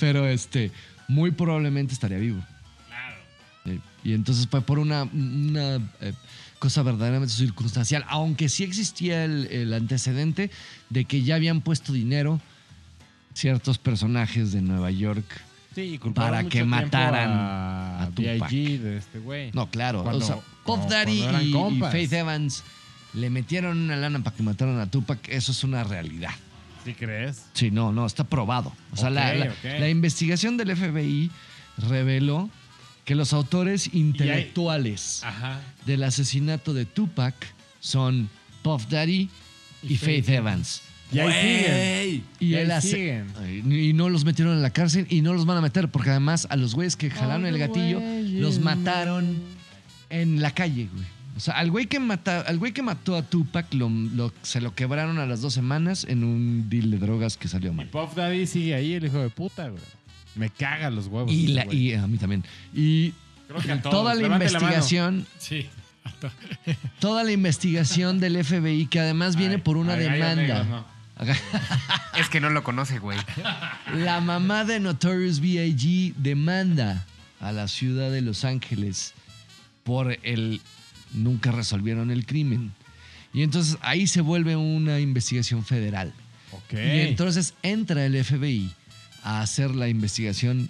Pero este, muy probablemente estaría vivo. Claro. y entonces fue por una, una, eh, cosa verdaderamente circunstancial, aunque sí existía el, el antecedente de que ya habían puesto dinero ciertos personajes de Nueva York.
sí,
para que mataran
a,
a
a
Tupac.
B.I.G. de este güey.
No, claro.
Cuando-
o sea, Pop
como
Daddy
cuando eran
y- y,
compas.
Faith Evans le metieron una lana para que mataran a Tupac. Eso es una realidad.
¿Sí crees?
Sí, no, no, está probado. O sea, la,
Ok,
la-
ok.
la investigación del FBI reveló que los autores intelectuales
Ajá.
del asesinato de Tupac son Puff Daddy y, Faith Evans.
Y ahí siguen.
Y,
Y ahí
el ase-
siguen.
Ay, y no los metieron en la cárcel y no los van a meter porque además a los güeyes que jalaron el gatillo los mataron en la calle, güey. O sea, al güey que, mata, al güey que mató a Tupac lo- lo- se lo quebraron a las dos semanas en un deal de drogas que salió
Y
mal.
Puff Daddy sigue ahí, el hijo de puta, güey. Me caga los huevos.
Y,
ese
la-
güey.
y a mí también. Y
Creo que a todos.
toda la
Levante mano.
investigación,
Sí.
toda la investigación del FBI que además viene
Ay,
por una
ay, gallo negro,
demanda.
no.
Acá.
Es que no lo conoce, güey.
La mamá de Notorious B.I.G. demanda a la ciudad de Los Ángeles por el nunca resolvieron el crimen. Y entonces ahí se vuelve una investigación federal.
Ok.
Y entonces entra el FBI a hacer la investigación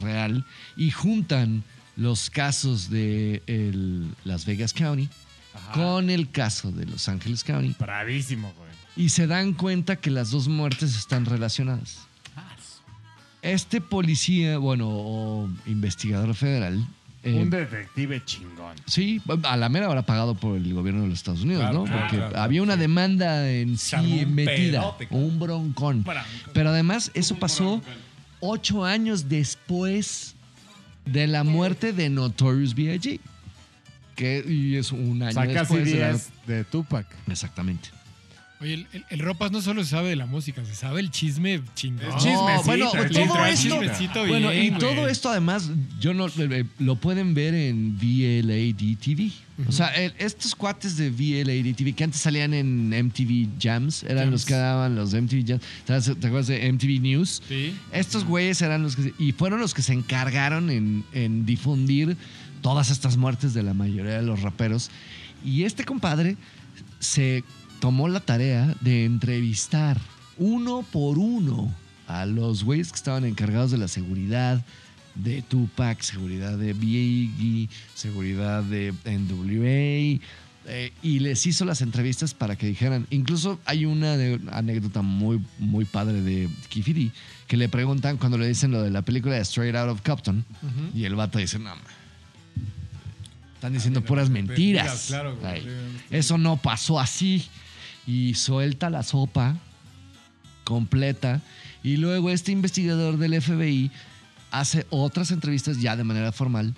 real y juntan los casos de el Las Vegas County
Ajá.
con el caso de Los Ángeles County
Bravísimo, güey.
y se dan cuenta que las dos muertes están relacionadas. Este policía, bueno, o investigador federal, eh,
Un detective chingón.
sí, a la mera habrá pagado por el gobierno de los Estados Unidos,
Claro,
¿no?
claro,
Porque
claro, claro,
había una demanda en
Se armó
sí
un
metida,
pedote, cabrón.
un broncón. Pero además, eso pasó ocho años después de la muerte de Notorious B.I.G. Que y es un año
Saca
después. de la-
CDs de Tupac.
Exactamente.
Oye, el, el- el Ropas no solo se sabe de la música, se sabe el chisme chingón.
El chisme. chismecito, el
bueno, todo
chismecito.
esto,
Chismecito
bueno, y
bien,
todo
güey.
esto además, yo no eh, lo pueden ver en VLAD TV. O sea, el- estos cuates de VLAD TV que antes salían en MTV Jams, eran
Jams.
los que daban los MTV Jams. ¿Te acuerdas- te acuerdas de MTV News?
Sí.
Estos güeyes eran los que. Y fueron los que se encargaron en, en difundir todas estas muertes de la mayoría de los raperos. Y este compadre se tomó la tarea de entrevistar uno por uno a los güeyes que estaban encargados de la seguridad de Tupac, seguridad de Biggie, seguridad de NWA. eh, y les hizo las entrevistas para que dijeran. Incluso hay una de- anécdota muy, muy padre de Kifiri, que le preguntan cuando le dicen lo de la película de Straight Out of Compton y el vato dice, no, ma, están diciendo puras mentiras.
claro, güey.
Ay, Eso no pasó así. Y suelta la sopa completa y luego este investigador del FBI hace otras entrevistas ya de manera formal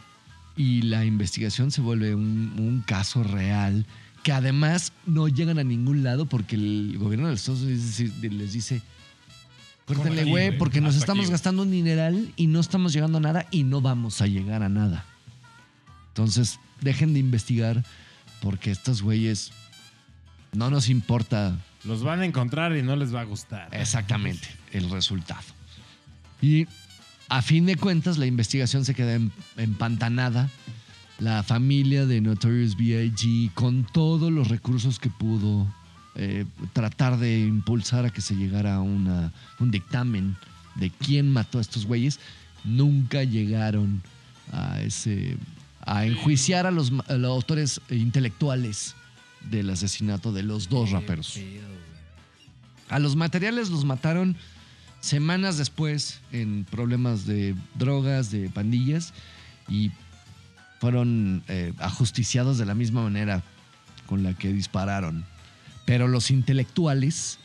y la investigación se vuelve un, un caso real que además no llegan a ningún lado porque el gobierno de los Estados Unidos les dice- les dice córtenle
aquí,
güey
güey,
porque nos
hasta
estamos
aquí".
gastando un dineral y no estamos llegando a nada y no vamos a llegar a nada entonces dejen de investigar porque estos güeyes no nos importa
Los van a encontrar y no les va a gustar.
Eh. Exactamente, el resultado. Y a fin de cuentas, la investigación se queda em- empantanada. La familia de Notorious B.I.G., con todos los recursos que pudo, eh, tratar de impulsar a que se llegara a una, un dictamen de quién mató a estos güeyes, nunca llegaron a ese a enjuiciar a los, ma- a los autores intelectuales del asesinato de los dos raperos. A los materiales los mataron semanas después en problemas de drogas, de pandillas. y fueron eh, ajusticiados de la misma manera con la que dispararon. Pero los intelectuales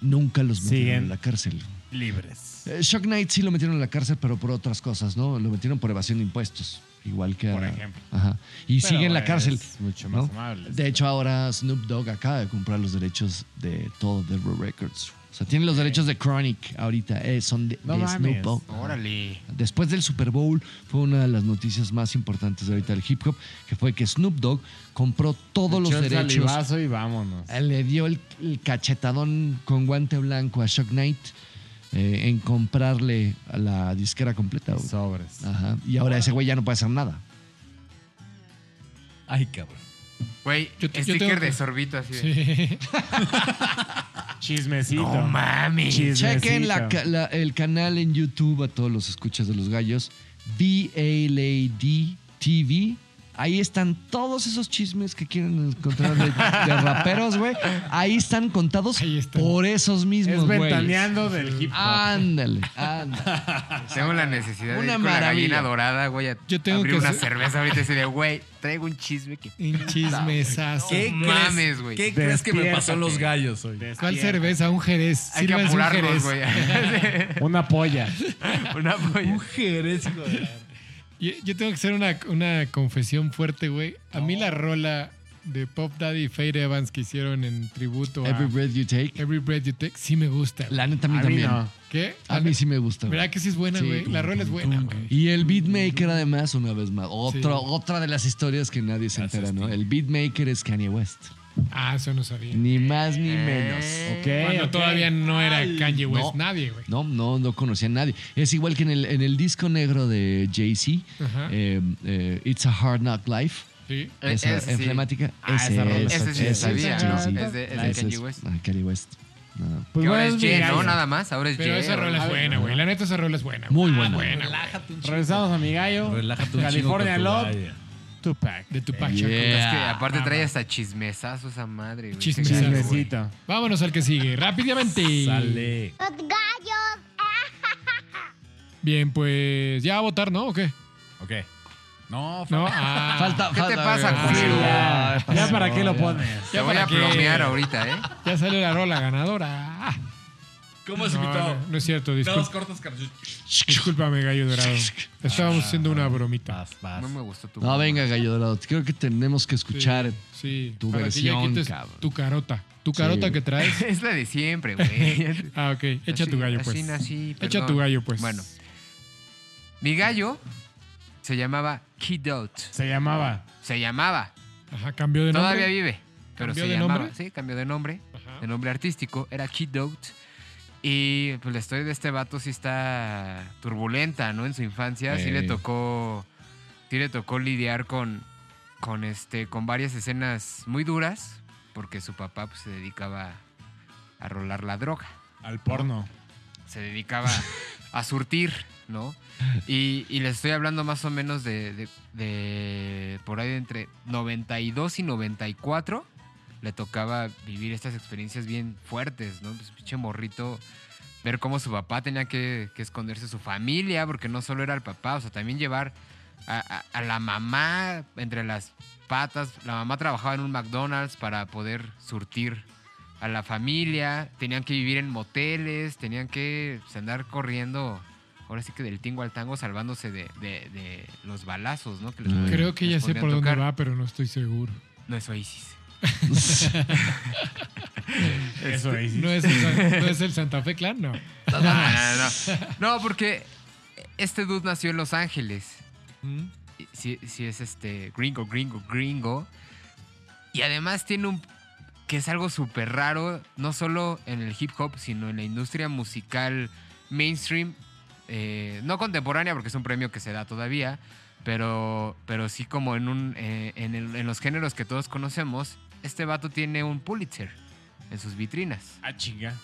nunca los metieron
Siguen.
en la cárcel.
Libres.
Eh, Shock Knight sí lo metieron en la cárcel, pero por otras cosas, ¿no? Lo metieron por evasión de impuestos, igual que... a-
Por ejemplo.
Ajá. Y
Pero,
sigue en la
eh,
cárcel.
es mucho más
¿no?
amable.
De hecho, ahora Snoop Dogg acaba de comprar los derechos de todo The Records. O sea, tiene los derechos de Chronic ahorita. eh, son de,
No
de
mames.
Snoop Dogg.
Órale.
Después del Super Bowl fue una de las noticias más importantes de ahorita del hip hop, que fue que Snoop Dogg compró todos los
Echó el
derechos.
salivazo y vámonos.
Eh, Le dio el, el cachetadón con guante blanco a Shock Knight eh, en comprarle a la disquera completa. güey.
Sobres.
Ajá. Y ahora ese güey ya no puede hacer nada.
Ay, cabrón.
Güey,
Yo te- yo
sticker
tengo que-
de sorbito así. de,
Sí.
Chismecito.
No mames.
Chismecito.
Chequen la ca- la- el canal en YouTube a todos los escuchas de los gallos. VALAD TV. Ahí están todos esos chismes que quieren encontrar de, de raperos, güey. Ahí están contados
Ahí están.
por esos mismos,
Es
güeyes. Ah,
ventaneando del hip hop.
Ándale, ándale.
Tengo la necesidad de ir
Una
con la
maravilla.
gallina dorada, güey. a
Yo tengo
abrir
que
una
hacer-
cerveza ahorita y decirle, güey, traigo un chisme que.
Un chismesazo.
¿Qué?
crees-
mames, güey.
¿Qué crees que me pasó
Despiértate.
en los gallos hoy?
¿Cuál cerveza? Un jerez.
Hay que
Sírvanse un
apurarnos,
jerez.
güey.
Una polla.
Una polla.
Yo, yo tengo que hacer una, una confesión fuerte, güey. A mí la rola de Pop Daddy y Fade Evans que hicieron en tributo a
Every
Every,
breath you take.
Breath You Take sí me gusta. güey.
La neta a mí
A mí
también.
no.
¿Qué?
A mí sí me gusta. güey.
¿Verdad que sí es buena,
Sí.
güey? La rola es buena, güey.
Y el beatmaker además, una vez más, otro,
Sí.
otra de las historias que nadie se
Gracias,
entera, ¿no?
Steve.
El beatmaker es Kanye West.
Ah, eso no sabía.
Ni más ni
Eh.
menos.
Ok.
Cuando
ok.
todavía no era Kanye
no.
West nadie, güey.
No, no, no conocía a nadie. Es igual que en el, en el disco negro de Jay-Z,
Ajá.
eh, eh, It's a Hard Knock Life,
Sí.
Eh,
esa
ese sí.
emblemática.
Ah,
ese,
esa rola
es,
está
Ese sí
ese
chida.
es
sabía.
Jay-Z.
Ajá.
Es de, es de
Ese
Kanye
es-
West.
ah, Kanye West. No.
Pues
Que ahora
bueno,
es
mi
Ye,
gallo.
¿no? Nada más. Ahora es
Pero
Ye,
esa
ahora
rola es
es-
buena, güey. La neta, esa rola es buena.
Muy
Ah,
buena.
güey.
Relájate un chingo.
Regresamos a mi gallo.
Relájate un chingo.
California
con tu
Love.
gallo.
Tupac.
De tu pacha.
Yeah.
Es que
Ah,
aparte trae hasta chismesazo esa madre, güey.
Chismesazo.
Qué gacho, güey.
Chismecito.
Vámonos al que sigue. Rápidamente.
Sale.
Los gallos.
Bien, pues. ¿Ya a votar, no? ¿O qué?
Ok. No,
No. Ah.
Falta,
¿Qué te
falta- Ah,
pasa, culero?
Ya, ya para qué lo pones.
Te voy
para
a
qué.
plomear ahorita, ¿eh?
Ya sale la rola ganadora. Ah,
¿Cómo has
No,
invitado?
no, no es cierto,
Dos
disculpa.
cortos cartuchos.
Discúlpame, gallo dorado. Estábamos haciendo una bromita.
Vas, vas.
No me gustó tu.
No, venga, Gallo Dorado. Creo que tenemos que escuchar.
Sí,
tu
para que ya
versión,
quites
cabrón.
Tu carota. Tu carota
Sí.
que traes.
Es la de siempre, güey.
Ah, ok. Echa
Así-
tu gallo,
así
pues.
nací,
Echa
perdón.
tu gallo, pues.
Bueno. Mi gallo se llamaba Kid Out.
Se llamaba.
Se llamaba.
Ajá, cambió de nombre.
Todavía vive. Pero
¿Cambió
se
de
llamaba.
nombre?
Sí, cambió de nombre.
Ajá.
De nombre artístico. Era Kid Out. Y pues la historia de este vato sí está turbulenta, ¿no? En su infancia. Sí le
Ey.
tocó. Sí le tocó lidiar con. Con este. con varias escenas muy duras. Porque su papá pues, se dedicaba a rolar la droga
Al porno.
se dedicaba a surtir, ¿no? Y, y les estoy hablando más o menos de, de- de por ahí de entre 92 y 94. Le tocaba vivir estas experiencias bien fuertes, ¿no? Pues pinche morrito, ver cómo su papá tenía que, que esconderse de su familia, porque no solo era el papá, o sea, también llevar a, a- a la mamá entre las patas. La mamá trabajaba en un McDonald's para poder surtir a la familia, tenían que vivir en moteles, tenían que pues, andar corriendo, ahora sí que del tingo al tango, salvándose de, de- de los balazos, ¿no? Que les-
Creo que
les
ya sé
podrían
por dónde
tocar.
va, pero no estoy seguro.
No es Oasis.
Eso ahí sí.
¿No es el, San- no es el Santa Fe Clan? No.
No, no, no, no. No, porque este dude nació en Los Ángeles. Y Si, si es este gringo, gringo, gringo. Y además tiene un... que es algo súper raro, no solo en el hip hop, sino en la industria musical mainstream. eh, no contemporánea, porque es un premio que se da todavía, pero, pero sí como en, un, eh, en, el- en los géneros que todos conocemos, este vato tiene un Pulitzer en sus vitrinas.
Ah, chinga.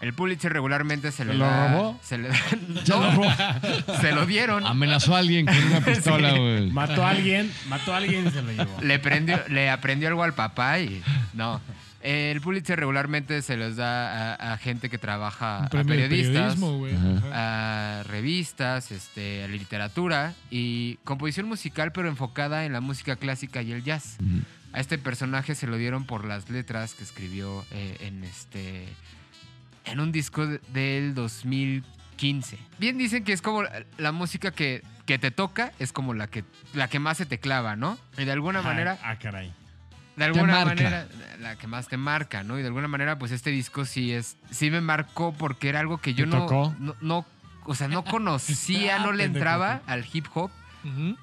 El Pulitzer regularmente se le
lo
da-
robó?
Se le no, se lo dieron.
Amenazó a alguien con una pistola, güey.
Mató a alguien. Mató a alguien y se lo llevó.
Le, prendió, le aprendió algo al papá y. No. Eh, el Pulitzer regularmente se los da a, a gente que trabaja, a
Premio de
periodistas,
periodismo, güey.
Ajá.
Ajá.
a revistas, este, a literatura y composición musical, pero enfocada en la música clásica y el jazz.
Ujú.
A este personaje se lo dieron por las letras que escribió eh, en este en un disco de- del 2015. Bien dicen que es como la- la música que, que te toca es como la que la que más se te clava, ¿no? Y de alguna manera
Ah, caray.
de alguna
marca.
manera, la que más te marca, ¿no? Y de alguna manera, pues este disco sí es, sí me marcó porque era algo que yo
¿Te
no,
tocó?
no, no- o sea, no conocía, no le
Pendejo,
entraba al hip hop
Ujú.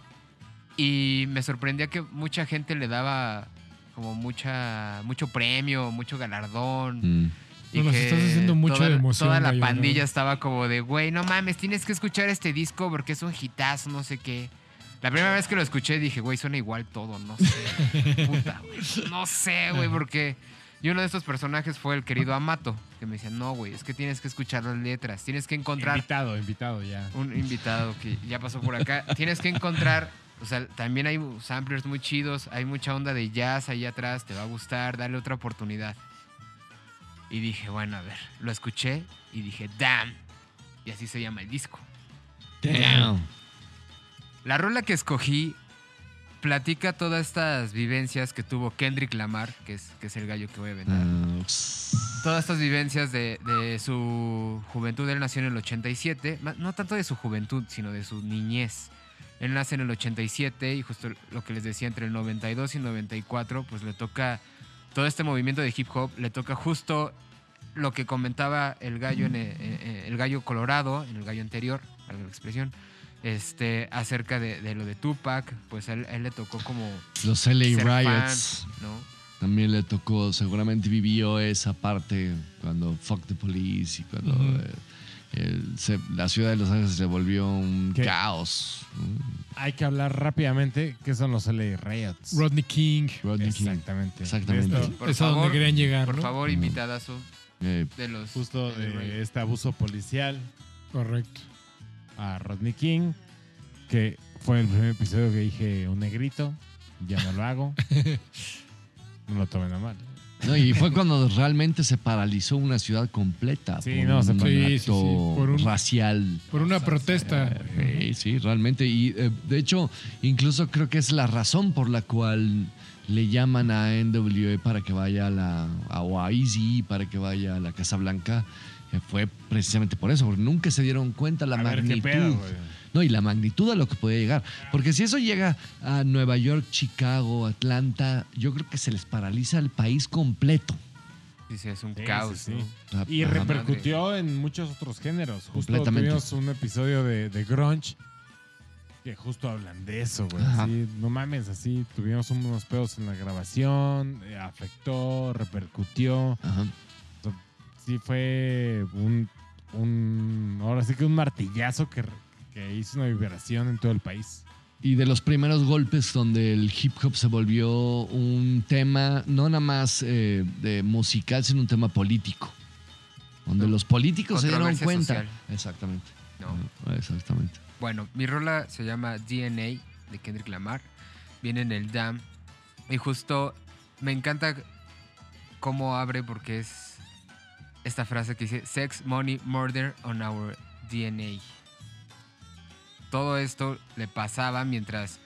y me sorprendía que mucha gente le daba como mucha, mucho premio, mucho galardón.
Mm.
Y
No, nos
que
estás haciendo mucho
toda,
de emoción,
Toda la
gallo,
pandilla
¿no?
estaba como de, güey, no mames, tienes que escuchar este disco porque es un hitazo, no sé qué. La primera vez que lo escuché dije, güey, suena igual todo, no sé. Puta, güey. No sé, güey, porque. Y uno de estos personajes fue el querido Amato, que me decía, no, güey, es que tienes que escuchar las letras, tienes que encontrar
Invitado, invitado ya.
un invitado que ya pasó por acá. Tienes que encontrar, o sea, también hay samplers muy chidos, hay mucha onda de jazz ahí atrás, te va a gustar, dale otra oportunidad. Y dije, bueno, a ver, lo escuché y dije, damn. Y así se llama el disco.
Damn.
La rola que escogí platica todas estas vivencias que tuvo Kendrick Lamar, que es, que es el gallo que voy a vender.
Ah, pss.
Todas estas vivencias de, de su juventud, él nació en el 87, ma- no tanto de su juventud, sino de su niñez. Él nace en el 87 y justo lo que les decía, entre el 92 y 94, pues le toca todo este movimiento de hip hop, le toca justo lo que comentaba el gallo, en, eh, eh, el gallo colorado, en el gallo anterior, valga la expresión, este, acerca de, de lo de Tupac, pues él, él le tocó como...
Los LA
ser fan,
Riots.
¿no?
También le tocó, seguramente vivió esa parte cuando Fuck the Police y cuando
Ujú.
eh, el- se- la ciudad de Los Ángeles se volvió un
¿Qué?
caos.
Hay que hablar rápidamente qué son los LA Riots.
Rodney King.
Rodney King.
Exactamente.
Exactamente.
De esto,
Por
es a
favor,
donde querían llegar,
Por
¿no?
favor, invitadazo
Eh,
de los...
justo
de los Reyes.
de este abuso policial
Correcto.
a Rodney King, que fue el primer episodio que dije un negrito, ya no lo hago. No lo tomen a mal.
no, y fue cuando realmente se paralizó una ciudad completa
Sí,
por
no,
un
se-
acto
Sí, sí, sí, por un-
racial.
Por una protesta.
Sí, sí, realmente. Y eh, de hecho, incluso creo que es la razón por la cual le llaman a NWA para que vaya a la a Oasis, para que vaya a la Casa Blanca. eh, Fue precisamente por eso, porque nunca se dieron cuenta la
a ver
magnitud.
qué pedo, güey.
No, y la magnitud a lo que podía llegar. Porque si eso llega a Nueva York, Chicago, Atlanta, yo creo que se les paraliza el país completo.
Sí, sí, es un
Sí,
caos,
sí, sí.
¿no?
Ah,
Y
ajá.
repercutió en muchos otros géneros. Justo
Completamente.
tuvimos un episodio de, de Grunge que justo hablan de eso, güey.
Ajá.
Así, No mames, así tuvimos unos pedos en la grabación, eh, afectó, repercutió.
Ajá.
Sí fue un, un- ahora sí que un martillazo que, que hizo una vibración en todo el país.
Y de los primeros golpes donde el hip hop se volvió un tema, no nada más eh, de musical, sino un tema político. Donde los políticos se dieron
Controversia
cuenta.
social.
Exactamente.
No.
Exactamente.
Bueno, mi rola se llama DNA de Kendrick Lamar. Viene en el DAM. Y justo me encanta cómo abre porque es esta frase que dice Sex, Money, Murder on Our DNA. Todo esto le pasaba mientras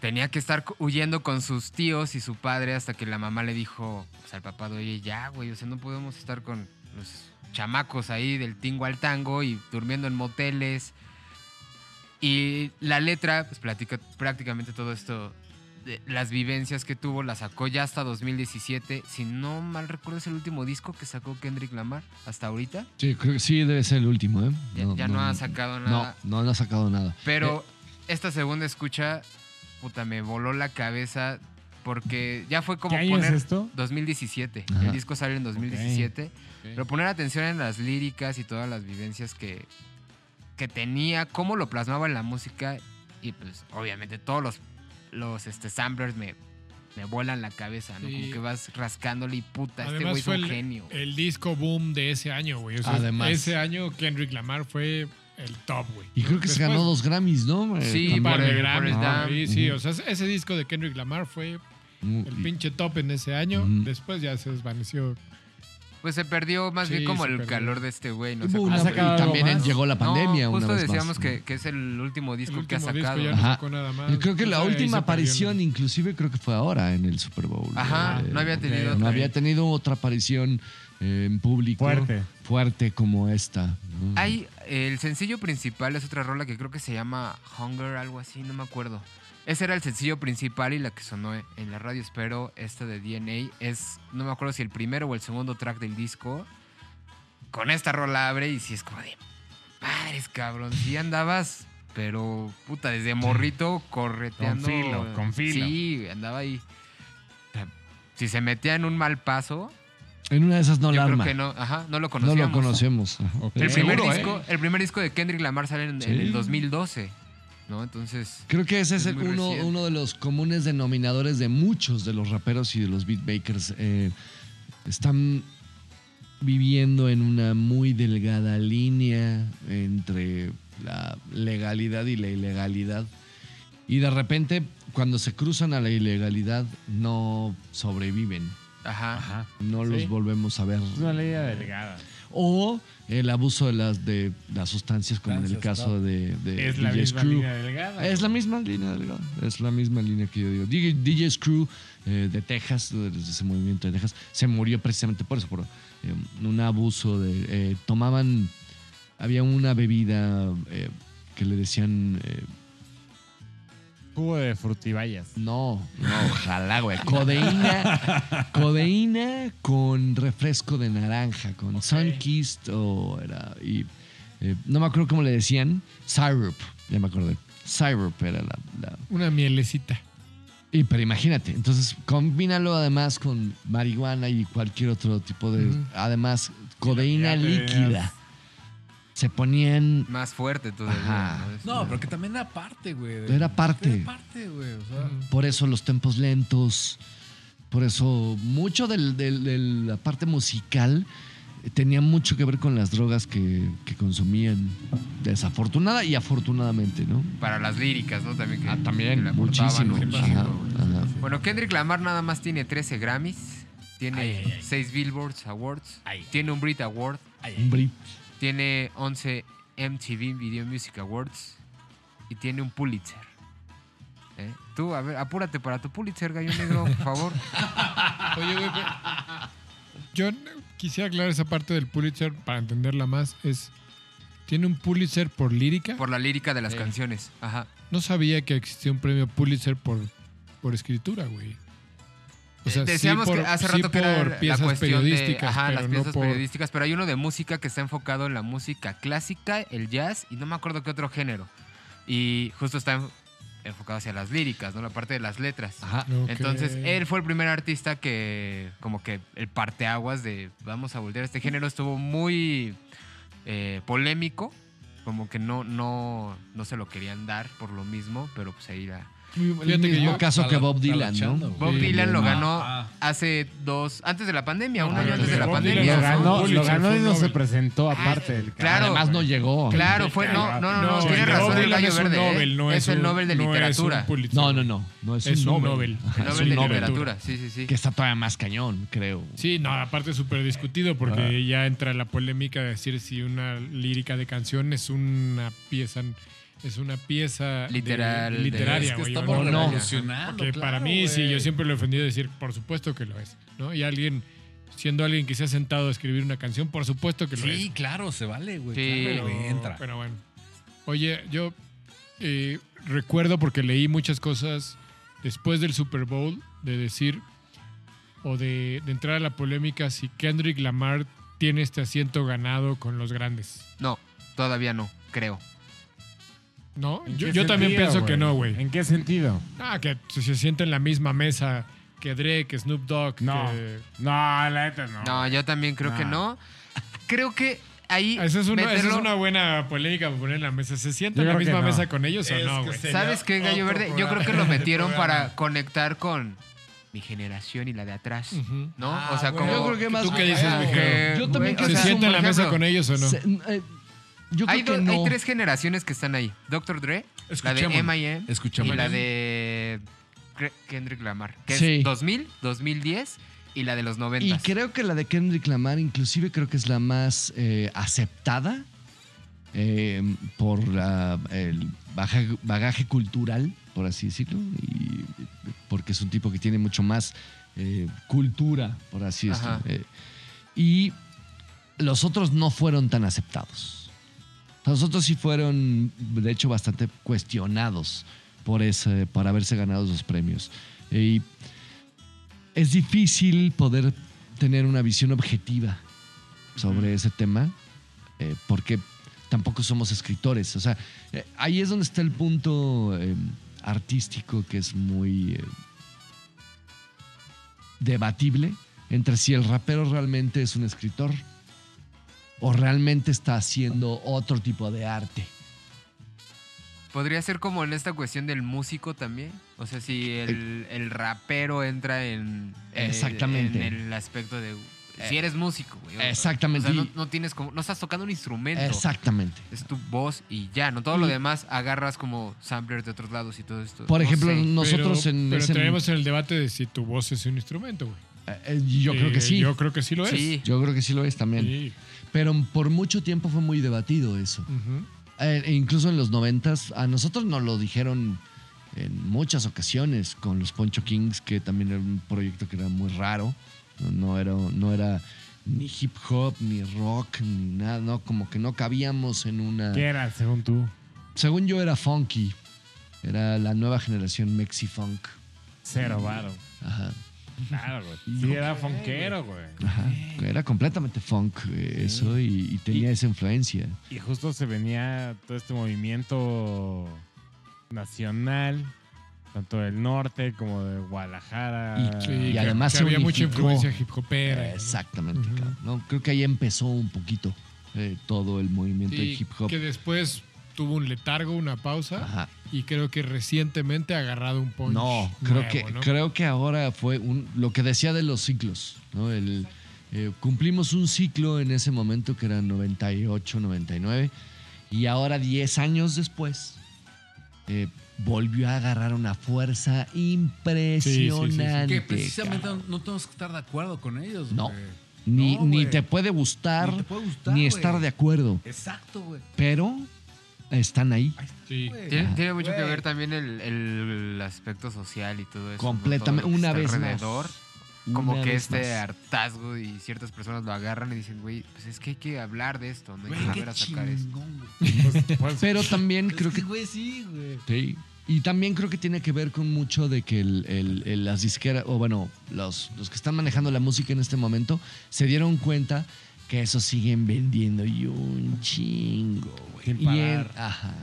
tenía que estar cu- huyendo con sus tíos y su padre hasta que la mamá le dijo pues, al papá de oye ya, güey, o sea, no podemos estar con los chamacos ahí del tingo al tango y durmiendo en moteles. Y la letra, pues platica prácticamente todo esto, de las vivencias que tuvo, la sacó ya hasta 2017. Si no mal recuerdo, es el último disco que sacó Kendrick Lamar hasta ahorita.
Sí, creo que sí debe ser el último, ¿eh?
Ya ya no, ha sacado nada.
No, no, no ha sacado nada.
Pero
Eh.
esta segunda escucha, puta, me voló la cabeza porque ya fue como
¿Qué año
poner
es esto?
2017.
Ajá.
El disco sale en 2017. Pero poner atención en las líricas y todas las vivencias que, que tenía, cómo lo plasmaba en la música. Y pues obviamente todos los, los este, samplers me, me vuelan la cabeza, ¿no?
Sí.
Como que vas rascándole y puta, este
Además
güey es
fue
un
el,
genio.
el disco boom de ese año, güey. O sea,
Además.
Ese año Kendrick Lamar fue el top, güey.
Y creo que se
Después,
ganó dos Grammys, ¿no? Eh,
Sí,
Un
también. Ah,
par
por
de
el-
Grammys,
por el
¿no?
Damn.
Sí, sí, o sea, ese disco de Kendrick Lamar fue
Mu-
El
mm, y-
pinche top en ese año.
Ujú.
Después ya se desvaneció.
Pues se perdió más
Sí,
bien como
se
el
perdió.
calor de este güey. No
y
sé cómo
una-
se-
y
sacado algo
también
más?
llegó la pandemia
no,
una
justo
vez
decíamos
más. Mm.
que, que es el último disco
El
que ha
último disco
sacado.
ya no
Ajá.
sacó nada más.
Yo creo que
Pues
la
ahí se
última
perdió.
aparición, inclusive, creo que fue ahora en el Super Bowl.
Ajá,
Eh,
no había tenido
No
otra.
había tenido otra aparición eh, en público
Fuerte.
fuerte como esta. ¿no?
Hay el sencillo principal es otra rola que creo que se llama Hunger, algo así, no me acuerdo. Ese era el sencillo principal y la que sonó en la radio, espero, esta de DNA. Es, no me acuerdo si el primero o el segundo track del disco. Con esta rola abre y si es como de padres, cabrón. Si andabas, pero puta, desde morrito correteando.
Con filo, con filo.
Sí, andaba ahí. O sea, Si se metía en un mal paso,
En una de esas no
yo
la
creo
arma.
que no, ajá, no lo
no
conocíamos.
lo conocemos. Ajá.
El
Eh,
primer,
seguro, ¿eh?
disco, el primer disco de Kendrick Lamar sale en, en
Sí.
el 2012, ¿no? Entonces,
Creo que ese es,
Es
el-
muy
uno,
reciente.
uno de los comunes denominadores de muchos de los raperos y de los beatmakers. Eh, están viviendo en una muy delgada línea entre la legalidad y la ilegalidad. Y de repente, cuando se cruzan a la ilegalidad, no sobreviven.
ajá.
No
Sí.
los volvemos a ver.
Es una ley delgada.
O el abuso de las, de las sustancias, como en el
Sustancias,
caso de, de
Es la
DJ
misma
Screw.
línea delgada.
Es la misma línea, delgada, es la misma línea que yo digo. DJ, DJ Screw eh, de Texas, de ese movimiento de Texas, se murió precisamente por eso, por eh, un abuso de... eh, tomaban, había una bebida eh, que le decían... eh,
Cubo de frutibayas.
no, no, ojalá, güey. Codeína, codeína con refresco de naranja, con Sunkist o era... Y, eh, no me acuerdo cómo le decían. Syrup, ya me acordé. Syrup era la- la
Una mielecita.
Y pero imagínate, entonces combínalo además con marihuana y cualquier otro tipo de.
Ujú.
Además, codeína
ya te veas.
líquida. Se ponían.
Más fuerte todavía.
Ajá.
¿no? Es-
No, pero que también era parte, güey. de-
Era parte.
Era parte, güey. O sea,
Por eso los tempos lentos. Por eso mucho del- del- de la parte musical eh, tenía mucho que ver con las drogas que, que consumían. Desafortunada y afortunadamente, ¿no?
Para las líricas, ¿no? También que, que le
Ah, también,
aportaban,
muchísimo.
¿no?
Ajá, ajá.
Bueno, Kendrick Lamar nada más tiene 13 Grammys,
Ay, ay,
tiene
ay.
6 Billboards Awards,
Ay, ay.
tiene un Brit Award,
ay,
Un
ay.
Brit.
tiene 11 MTV Video Music Awards y tiene un Pulitzer. ¿Eh? Tú, a ver, apúrate para tu Pulitzer, gallo negro, por favor.
Oye, güey, pero- yo n- quisiera aclarar esa parte del Pulitzer para entenderla más. Es tiene un Pulitzer por lírica.
Por la lírica de las canciones. Ajá.
No sabía que existía un premio Pulitzer por, por escritura, güey.
Eh, decíamos
sí por-
que hace
sí
rato que era
por
la
piezas
cuestión
periodísticas,
de ajá,
pero
las
no
piezas
por-
periodísticas, pero hay uno de música que está enfocado en la música clásica, el jazz y no me acuerdo qué otro género. Y justo está en- enfocado hacia las líricas, ¿no? La parte de las letras.
Ajá.
Ok.
Entonces, él fue el primer artista que, como que el parteaguas de vamos a voltear este género, estuvo muy eh, polémico, como que no, no, no se lo querían dar por lo mismo, pero pues ahí la,
El
que
mismo
yo-
caso que
Tala-
Bob Dylan, ¿no?
talachando, güey.
Bob
Sí,
Dylan lo
ah,
ganó
ah.
hace dos, antes de la pandemia, un
Ah,
año antes Pues de la
Bob Dylan
pandemia.
Lo
Lo
¿no?
ganó,
ganó,
lo ganó
y no se presentó aparte del
Claro.
Además no llegó.
Claro, fue, no, no, no, no,
No,
tiene
el de Bob
razón el
Dylan
gallo
es un
verde. ¿eh?
Nobel, no
es, el Nobel de
no es un
literatura.
Pulitzer.
No, no, no. No es,
Es
un
un
Nobel.
Nobel.
Ajá,
el
es
Nobel
un
de
Nobel.
literatura, sí, sí, sí.
Que está todavía más cañón, creo.
Sí, no, aparte es súper discutido porque ya entra la polémica de decir si una lírica de canción es una pieza, es una pieza de-
Literal, de-
literaria.
Es que
güey,
estamos
o no.
revolucionando.
Que para
claro,
mí, sí,
güey.
yo siempre lo he ofendido decir, por supuesto que lo es. ¿no? Y alguien, siendo alguien que se ha sentado a escribir una canción, por supuesto que lo es.
Sí, claro, se vale, güey.
Sí.
claro,
Pero,
güey, entra.
pero bueno. Oye, yo eh, recuerdo porque leí muchas cosas después del Super Bowl de decir o de, de entrar a la polémica si Kendrick Lamar tiene este asiento ganado con los grandes.
No, todavía no, creo.
¿No?
¿En
Yo,
qué
yo también
sentido,
pienso que no, güey.
¿En qué sentido?
Ah, que se- se sienta en la misma mesa que Drake, que Snoop Dogg.
No.
que-
No, la neta no.
No, yo también creo que
Ah.
no. Creo que ahí.
Esa Ah, es, una, esa es
meterlo-
una buena polémica para poner en la mesa. ¿Se sienta
Yo
en la
creo que
misma
no.
mesa con ellos o
Es
no,
que
güey?
se-
¿Sabes qué, Gallo
Otro
Verde? Yo creo
programa.
que lo metieron
Programa.
para conectar con mi generación y la de atrás.
Ujú.
¿No?
Ah,
o sea,
güey.
como.
Yo creo que más-
¿Tú qué dices,
Ah,
mi
güey.
Jero?
Yo
Güey,
también creo
o
¿Se
que
sea,
es
sienta en
por
la mesa
ejemplo,
con ellos o no?
Se- eh, yo creo
Hay,
que
do-
no.
hay tres generaciones que están ahí. Dr. Dre, la
Escuchemos.
de M.I.M.
Escuchamos.
y la de Cre- Kendrick Lamar, que
Sí.
es 2000, 2010 y la de los 90.
Y creo que la de Kendrick Lamar, inclusive creo que es la más eh, aceptada eh, por la- el baja- bagaje cultural, por así decirlo, y porque es un tipo que tiene mucho más eh, cultura, por así decirlo.
Ajá.
Eh, y los otros no fueron tan aceptados. Los otros sí fueron, de hecho, bastante cuestionados por, ese, por haberse ganado esos premios. Eh, Y es difícil poder tener una visión objetiva sobre ese tema, eh, porque tampoco somos escritores. O sea, eh, ahí es donde está el punto eh, artístico que es muy eh, debatible entre si el rapero realmente es un escritor o realmente está haciendo otro tipo de arte.
Podría ser como en esta cuestión del músico también. O sea, si el, el rapero entra en, eh,
Eh. Exactamente. Eh.
en el aspecto de... Si eres músico, güey. O-
Exactamente.
O sea, no,
Y-
no tienes como... No estás tocando un instrumento.
Exactamente.
Es tu voz y ya, ¿no? Todo lo
Y-
demás agarras como samplers de otros lados y todo esto.
Por
No
ejemplo,
sé.
nosotros
pero,
en...
pero
ese-
entraremos en el debate de si tu voz es un instrumento, güey.
eh, eh, yo creo
Eh,
que sí.
Yo creo que sí lo es.
Sí.
Yo creo que sí lo es también.
Sí.
Pero por mucho tiempo fue muy debatido eso.
Ujú.
Eh, e incluso en los noventas, a nosotros nos lo dijeron en muchas ocasiones con los Poncho Kings, que también era un proyecto que era muy raro. No, no era, no era ni hip hop, ni rock, ni nada. No, como que no cabíamos en una.
¿Qué era, según tú?
Según yo era funky. Era la nueva generación Mexi Funk.
Cero varo.
Ajá.
Claro, güey. Sí, era fonquero, güey.
ajá. Era completamente funk eh, eso y, y tenía esa influencia.
Y justo se venía todo este movimiento nacional, tanto del norte como de Guadalajara.
Y-
Sí,
Ah, y
que-
además
que
se
había mucha
unificó.
influencia hip hopera. ¿no?
Exactamente,
Ujú.
cabrón, ¿no? Creo que ahí empezó un poquito eh, todo el movimiento de
Sí,
hip hop.
que después tuvo un letargo, una pausa,
Ajá.
y creo que recientemente ha agarrado un punch.
No, creo
nuevo,
que
¿no?
creo que ahora fue un- lo que decía de los ciclos, ¿no? El, eh, cumplimos un ciclo en ese momento que era 98, 99 y ahora 10 años después eh, volvió a agarrar una fuerza impresionante.
Que precisamente
cabrón.
no tenemos que estar de acuerdo con ellos,
No.
güey.
ni,
No,
ni
güey.
te puede gustar
Ni
ni,
te puede gustar,
estar
güey.
de acuerdo,
Exacto, güey.
pero están ahí.
Sí.
Güey.
Tiene, tiene mucho que
Güey.
ver también el, el aspecto social y todo eso. ¿no?
Completamente,
Todo lo que
una
está
vez
alrededor.
más. Una
como que
vez
este
más.
hartazgo y ciertas personas lo agarran y dicen, güey, pues es que hay que hablar de esto, no hay que
Güey,
volver
qué
a sacar esto.
chingón, güey.
pues,
Pero también
Es
creo que.
güey, sí, güey.
sí. Y también creo que tiene que ver con mucho de que el- el- el- las disqueras, o bueno, los, los que están manejando la música en este momento, se dieron cuenta que eso siguen vendiendo y un chingo, güey.
Sin
Y en-
parar.
ajá.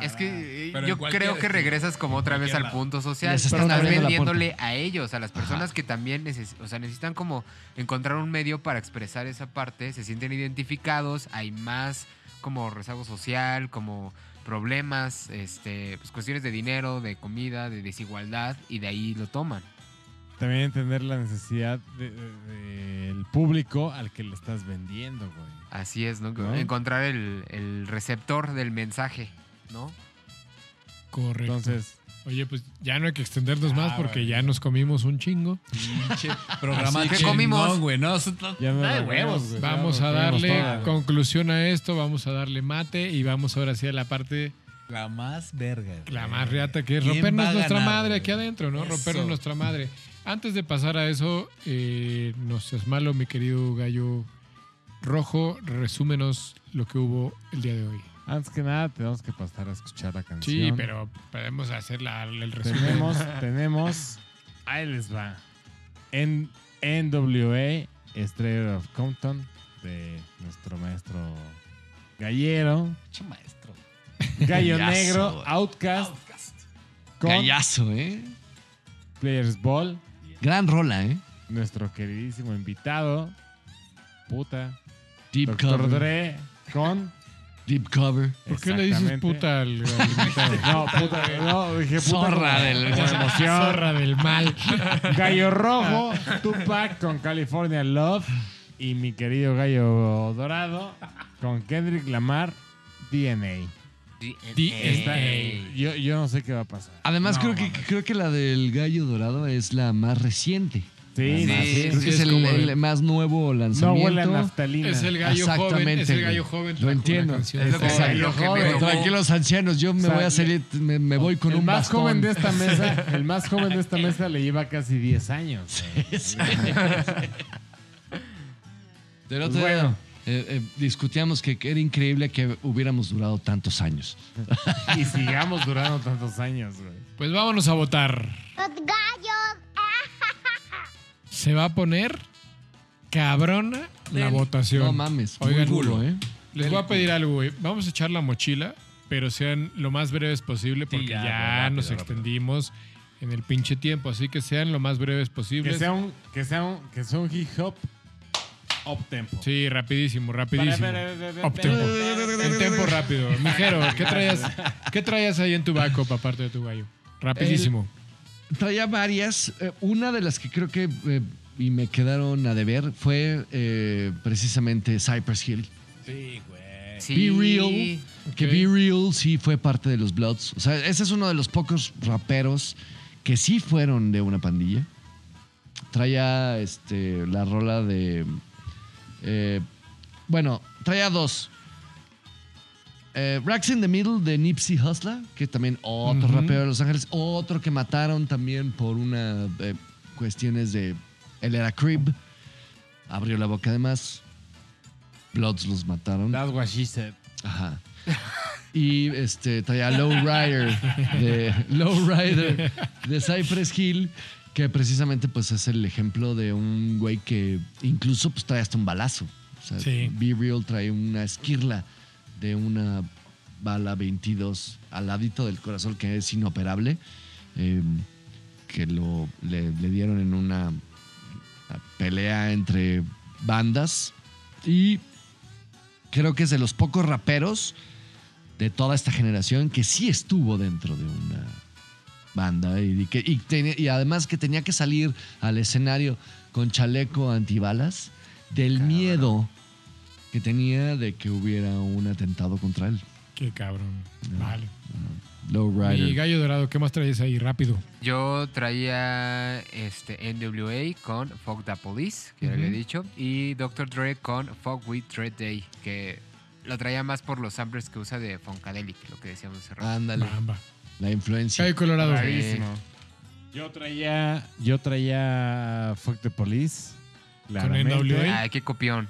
Es que eh,
Pero en
yo
cualquier
creo que
estilo,
regresas como
en
otra vez
cualquier
al
lado.
punto social.
Les
pero
están
estás
abriendo la
vendiéndole a ellos, a las personas que también neces- o sea, necesitan como encontrar un medio para expresar esa parte, se sienten identificados, hay más como rezago social, como problemas, este, pues cuestiones de dinero, de comida, de desigualdad, y de ahí lo toman.
También entender la necesidad de- de- del público al que le estás vendiendo, güey.
Así es, ¿no?
¿No?
Encontrar el, el receptor del mensaje, ¿no?
Correcto.
Entonces,
Oye, pues ya no hay que extendernos más
Ah,
porque
güey.
ya nos comimos un chingo.
Pinche programa
Así que
chingón,
comimos.
güey. No, eso está-
ya no
está de
lo
huevos.
güey.
Vamos
Pues Ya
a
lo tenemos
darle
todo, güey.
conclusión a esto, vamos a darle mate y vamos ahora sí a la parte,
La más verga. güey.
la más reata que es
¿Quién va
rompernos
a
nuestra
ganar,
madre
güey?
aquí adentro, ¿no?
Eso.
Rompernos nuestra madre. Antes de pasar a eso, eh, no seas malo, mi querido gallo rojo, resúmenos lo que hubo el día de hoy.
Antes que nada, tenemos que pasar a escuchar la canción.
Sí, pero podemos hacer la- el resumen.
Tenemos, tenemos. Ahí les va. En NWA, Estrella of Compton, de nuestro maestro Gallero.
Pinche maestro.
Gallo
Gallazo,
Negro,
güey.
Outcast, con
Gallazo, ¿eh?
Players Ball,
Gran rola, ¿eh?
nuestro queridísimo invitado. Puta.
Deep
Doctor
cover.
Dre con.
Deep cover.
¿Por qué le dices
Exactamente.
puta al, al invitado?
No, puta, no, dije puta.
Zorra
como-
del-
como emoción.
Zorra del mal.
Gallo Rojo, Tupac con California Love y mi querido Gallo Dorado con Kendrick Lamar, DNA.
DNA.
Yo, yo no sé qué va a pasar.
Además,
No,
creo, que,
mames.
creo que la del gallo dorado es la más reciente.
Sí, sí,
Sí, sí,
sí.
Creo que
es
es el,
como
el
el-
más nuevo
No
lanzamiento.
huele a naftalina.
Es el gallo joven. Es el
Exactamente,
gallo
güey.
joven.
Lo
trajo una
entiendo.
canción.
Es lo que-
Exacto.
lo que me
Joven,
tocó.
tranquilos ancianos, yo me
O sea,
voy a salir, me, me voy con
el
un
más
bastón.
joven de esta mesa, el más joven de esta mesa le lleva casi 10 años. güey.
Del otro día,
Bueno.
eh, eh, discutíamos que era increíble que hubiéramos durado tantos años.
Y sigamos durando tantos años, güey.
Pues vámonos a votar.
Los gallos.
Se va a poner cabrona la
Del-
votación.
No mames, muy
Oigan,
duro, ¿eh?
Les voy a pedir algo, güey. Vamos a echar la mochila, pero sean lo más breves posible porque
ya,
ya,
rápido,
nos
rápido.
extendimos en el pinche tiempo. Así que sean lo más breves
Que
posibles.
sea un, que sea un, que sea un hip hop up tempo.
Sí, rapidísimo, rapidísimo. Up tempo. El tempo rápido. Mijero, ¿qué traías, ¿qué traías ahí en tu backup aparte de tu gallo? Rapidísimo.
Traía varias. eh, una de las que creo que eh, y me quedaron a deber fue eh, precisamente Cypress Hill.
Sí, güey.
Sí.
Be Real. Que
Ok.
Be Real sí fue parte de los Bloods. O sea, ese es uno de los pocos raperos que sí fueron de una pandilla. Traía este, la rola de. eh, bueno, traía dos. Eh, Racks in the Middle de Nipsey Hussla, que también otro rapero de Los Ángeles. Otro que mataron también por una. eh, cuestiones de. Él era Crib. Abrió la boca además. Bloods los mataron.
That's what she said.
Ajá. Y este, traía Low Rider de, Low Rider de Cypress Hill, que precisamente pues, es el ejemplo de un güey que incluso pues, trae hasta un balazo. O sea,
Sí.
Be Real trae una esquirla de una bala 22 al ladito del corazón que es inoperable, eh, que lo, le, le dieron en una, una pelea entre bandas. Y creo que es de los pocos raperos de toda esta generación que sí estuvo dentro de una banda y, que, y tenía- y además que tenía que salir al escenario con chaleco antibalas del miedo que tenía de que hubiera un atentado contra él.
Qué cabrón. Vale.
Low
Y
Rider.
gallo dorado, ¿qué más traías ahí? Rápido.
Yo traía este NWA con Fuck the Police, que ya lo había dicho, y Dr. Dre con Fuck with Dread Day, que lo traía más por los samples que usa de Funkadelic, lo que decíamos hace rato.
Ándale,
Bamba.
la influencia.
Gallo colorado.
Rarísimo.
Yo traía, yo traía Fuck the Police. Ah,
NWA.
Ay, qué copión.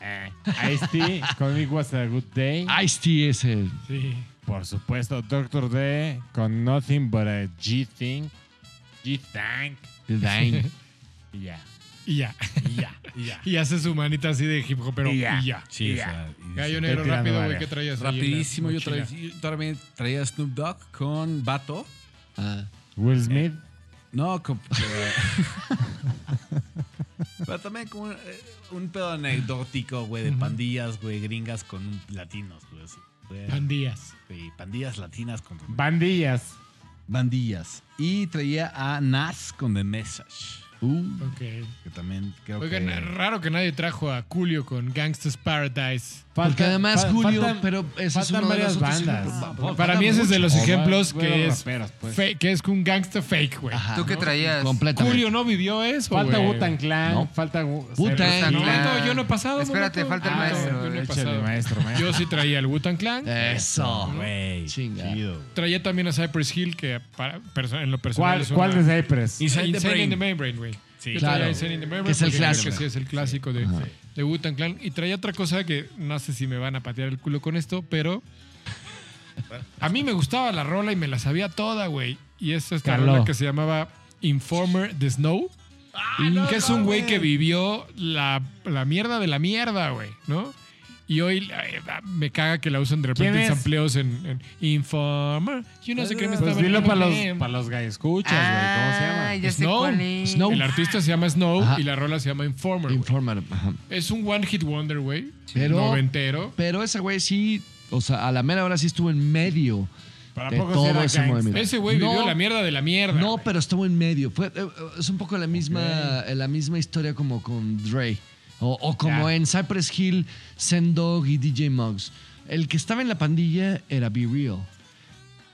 eh. Ice-T, con It Was a Good Day.
Ice-T es el...
Sí.
Por supuesto, Doctor D con Nothing But a G-Thing. G-Tank.
el Dang.
Y ya.
Y ya.
Y ya. Y ya.
Y hace su manita así de hip hopero.
Y ya.
Y ya.
Sí, o
Ya.
sea, y-
Gallo
Estoy
negro,
tirando
rápido, güey,
varias.
¿qué traías? ahí en la
Rapidísimo, yo,
mochila?
traía, yo también traía Snoop Dogg con Bato.
Ah,
Will
Eh.
Smith.
No, con. eh, Pero también como un, eh, un pedo anecdótico, güey, de pandillas, güey, gringas con un- latinos, güey. así, güey,
Pandillas.
sí, pandillas latinas contra
Bandillas.
bandillas. Y traía a Nas con The Message.
uh,
Ok.
Que también creo
Oigan,
que.
raro que nadie trajo a Julio con Gangsta's Paradise.
porque
Faltan-
además
fal-
Julio,
faltan-
pero ese es
faltan
uno de
varias
los otros
bandas.
ejemplos.
Para mí ese es de los
O va-
ejemplos
bueno,
que es
raperos, pues.
fe- que es un gangsta fake, güey.
Ajá.
¿Tú qué traías?
Completamente.
Julio no vivió eso,
Falta
güey.
Wu-Tang Clan.
No.
Falta Wu-
Wu-Tang.
No,
Clan.
no, yo no he pasado.
Espérate, falta el
Ah,
maestro.
Yo no he
Échale,
pasado.
maestro, maestro.
Yo sí traía el Wu-Tang Clan.
Eso.
Güey,
Chinga.
chido, güey.
Traía también a Cypress Hill, que para- perso- en lo personal
¿Cuál,
es una-
¿Cuál de Cypress?
Insane,
Insane the Brain.
in the Membrane, güey. Yo
Claro.
traía Insane in the Membrane
Que es el
porque creo
clásico.
que sí, es el clásico de, de Wu-Tang Clan. Y traía otra cosa que no sé si me van a patear el culo con esto, pero a mí me gustaba la rola y me la sabía toda, güey. Y es esta
Carlo.
rola que se llamaba Informer the Snow. que es un güey que vivió la, la mierda de la mierda, güey, ¿no? Y hoy eh, me caga que la usan de
¿Quién
repente en
es?
sampleos en, en Informer. Yo no sé qué me
Pues
estaba
dilo para los,
diciendo.
para los gallos. Escuchas, güey. ¿Cómo se llama?
Ah, ya sé
Snow.
cuál es.
Snow.
El artista se llama Snow
Ajá.
y la rola se llama Informer. güey.
Informer. ajá.
Es un one hit wonder, güey.
Pero-
Noventero.
Pero ese güey sí, o sea, a la mera hora sí estuvo en medio
¿Para
de
poco sí
todo
era
ese
gangsta?
movimiento.
Ese güey
No,
vivió la mierda de la mierda.
No,
güey.
pero estuvo en medio. Fue, eh, eh, es un poco la misma, eh, la misma historia como con Dre. O, o como
Ya.
en Cypress Hill, Sendog y DJ Muggs. El que estaba en la pandilla era Be Real.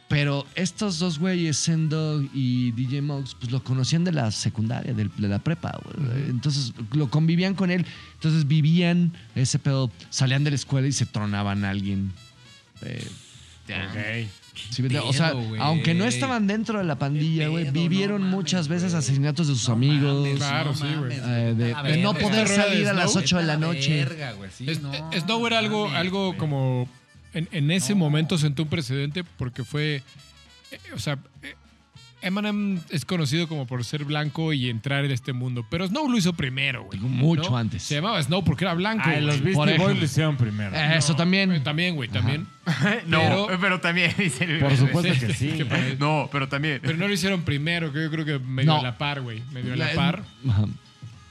Pero estos dos güeyes, Sendog y DJ Mox, pues lo conocían de la secundaria, del- de, la prepa. güey. Entonces lo convivían con él. Entonces vivían ese pedo. Salían de la escuela y se tronaban a alguien. Eh,
Ya.
sí, o sea,
pedo, güey?
aunque no estaban dentro de la pandilla,
pedo?
güey,
No
vivieron
mames,
muchas veces
güey.
asesinatos de sus
No
amigos.
mames,
Claro, sí, güey.
mames,
eh, de,
Vete a
de no
la
poder
Esta rola de
salir a las
Snow-
8 de la
Vete a
noche.
verga, güey, sí,
Es-
Este, no,
eh, Snow era algo,
mames,
algo
güey.
como. En, en ese
No.
momento sentó un precedente porque fue. eh, o sea, eh, Eminem es conocido como por ser blanco y entrar en este mundo. Pero Snow lo hizo primero, güey.
Mucho
¿no?
antes.
Se llamaba Snow porque era blanco.
Ah,
güey.
los
Por
Beastie
ejemplo.
Boys lo hicieron primero.
Eh, Eso también.
Eh, También, güey, también.
No, eh,
Pero-
pero, también. dice el-
Por supuesto que
Qué
sí.
padre.
No, pero también.
Pero no lo hicieron primero, que yo creo que medio
No.
a la par, güey. Medio a
La-
la par.
Ajá.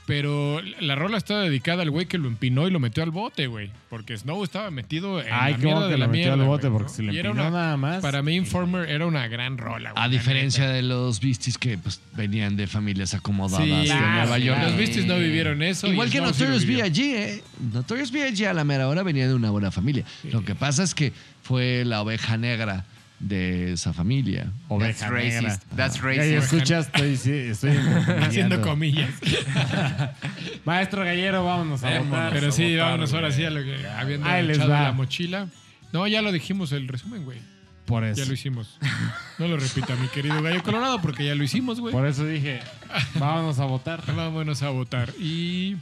Pero la rola está dedicada al güey que lo empinó y lo metió al bote, güey. Porque Snow estaba metido en
Ay,
la
qué bueno
mierda
que
de
lo
la
metió
mierda.
al bote
güey,
porque
¿no?
si le
Y era
empinó
una-
nada más.
Para mí, Informer era una gran rola, güey.
A
la
diferencia de los Beasties que pues, venían de familias acomodadas
neta. Sí,
de Nueva
sí,
York.
Los Beasties no vivieron eso. y
Igual que
Snow sí lo
Notorious
vivió.
B.I.G., ¿eh? Notorious B.I.G. a la mera hora venía de una buena familia. Lo que pasa es que fue la oveja negra de esa familia.
That's
Oveja negra.
racist. That's
Ya, ya
racist.
escuchas, estoy, sí, estoy
Haciendo
entrecomillando.
comillas.
Maestro Gallero, vámonos a
Vámonos.
votar.
Pero
a
sí,
votar,
vámonos ahora
güey.
sí a lo que habiendo
Ahí les
echado
va.
la mochila. No, ya lo dijimos el resumen, güey.
Por
Ya
eso.
lo hicimos. No lo repita, mi querido Gallo Colorado, porque ya lo hicimos, güey.
Por eso dije, vámonos a votar.
Vámonos a votar. Y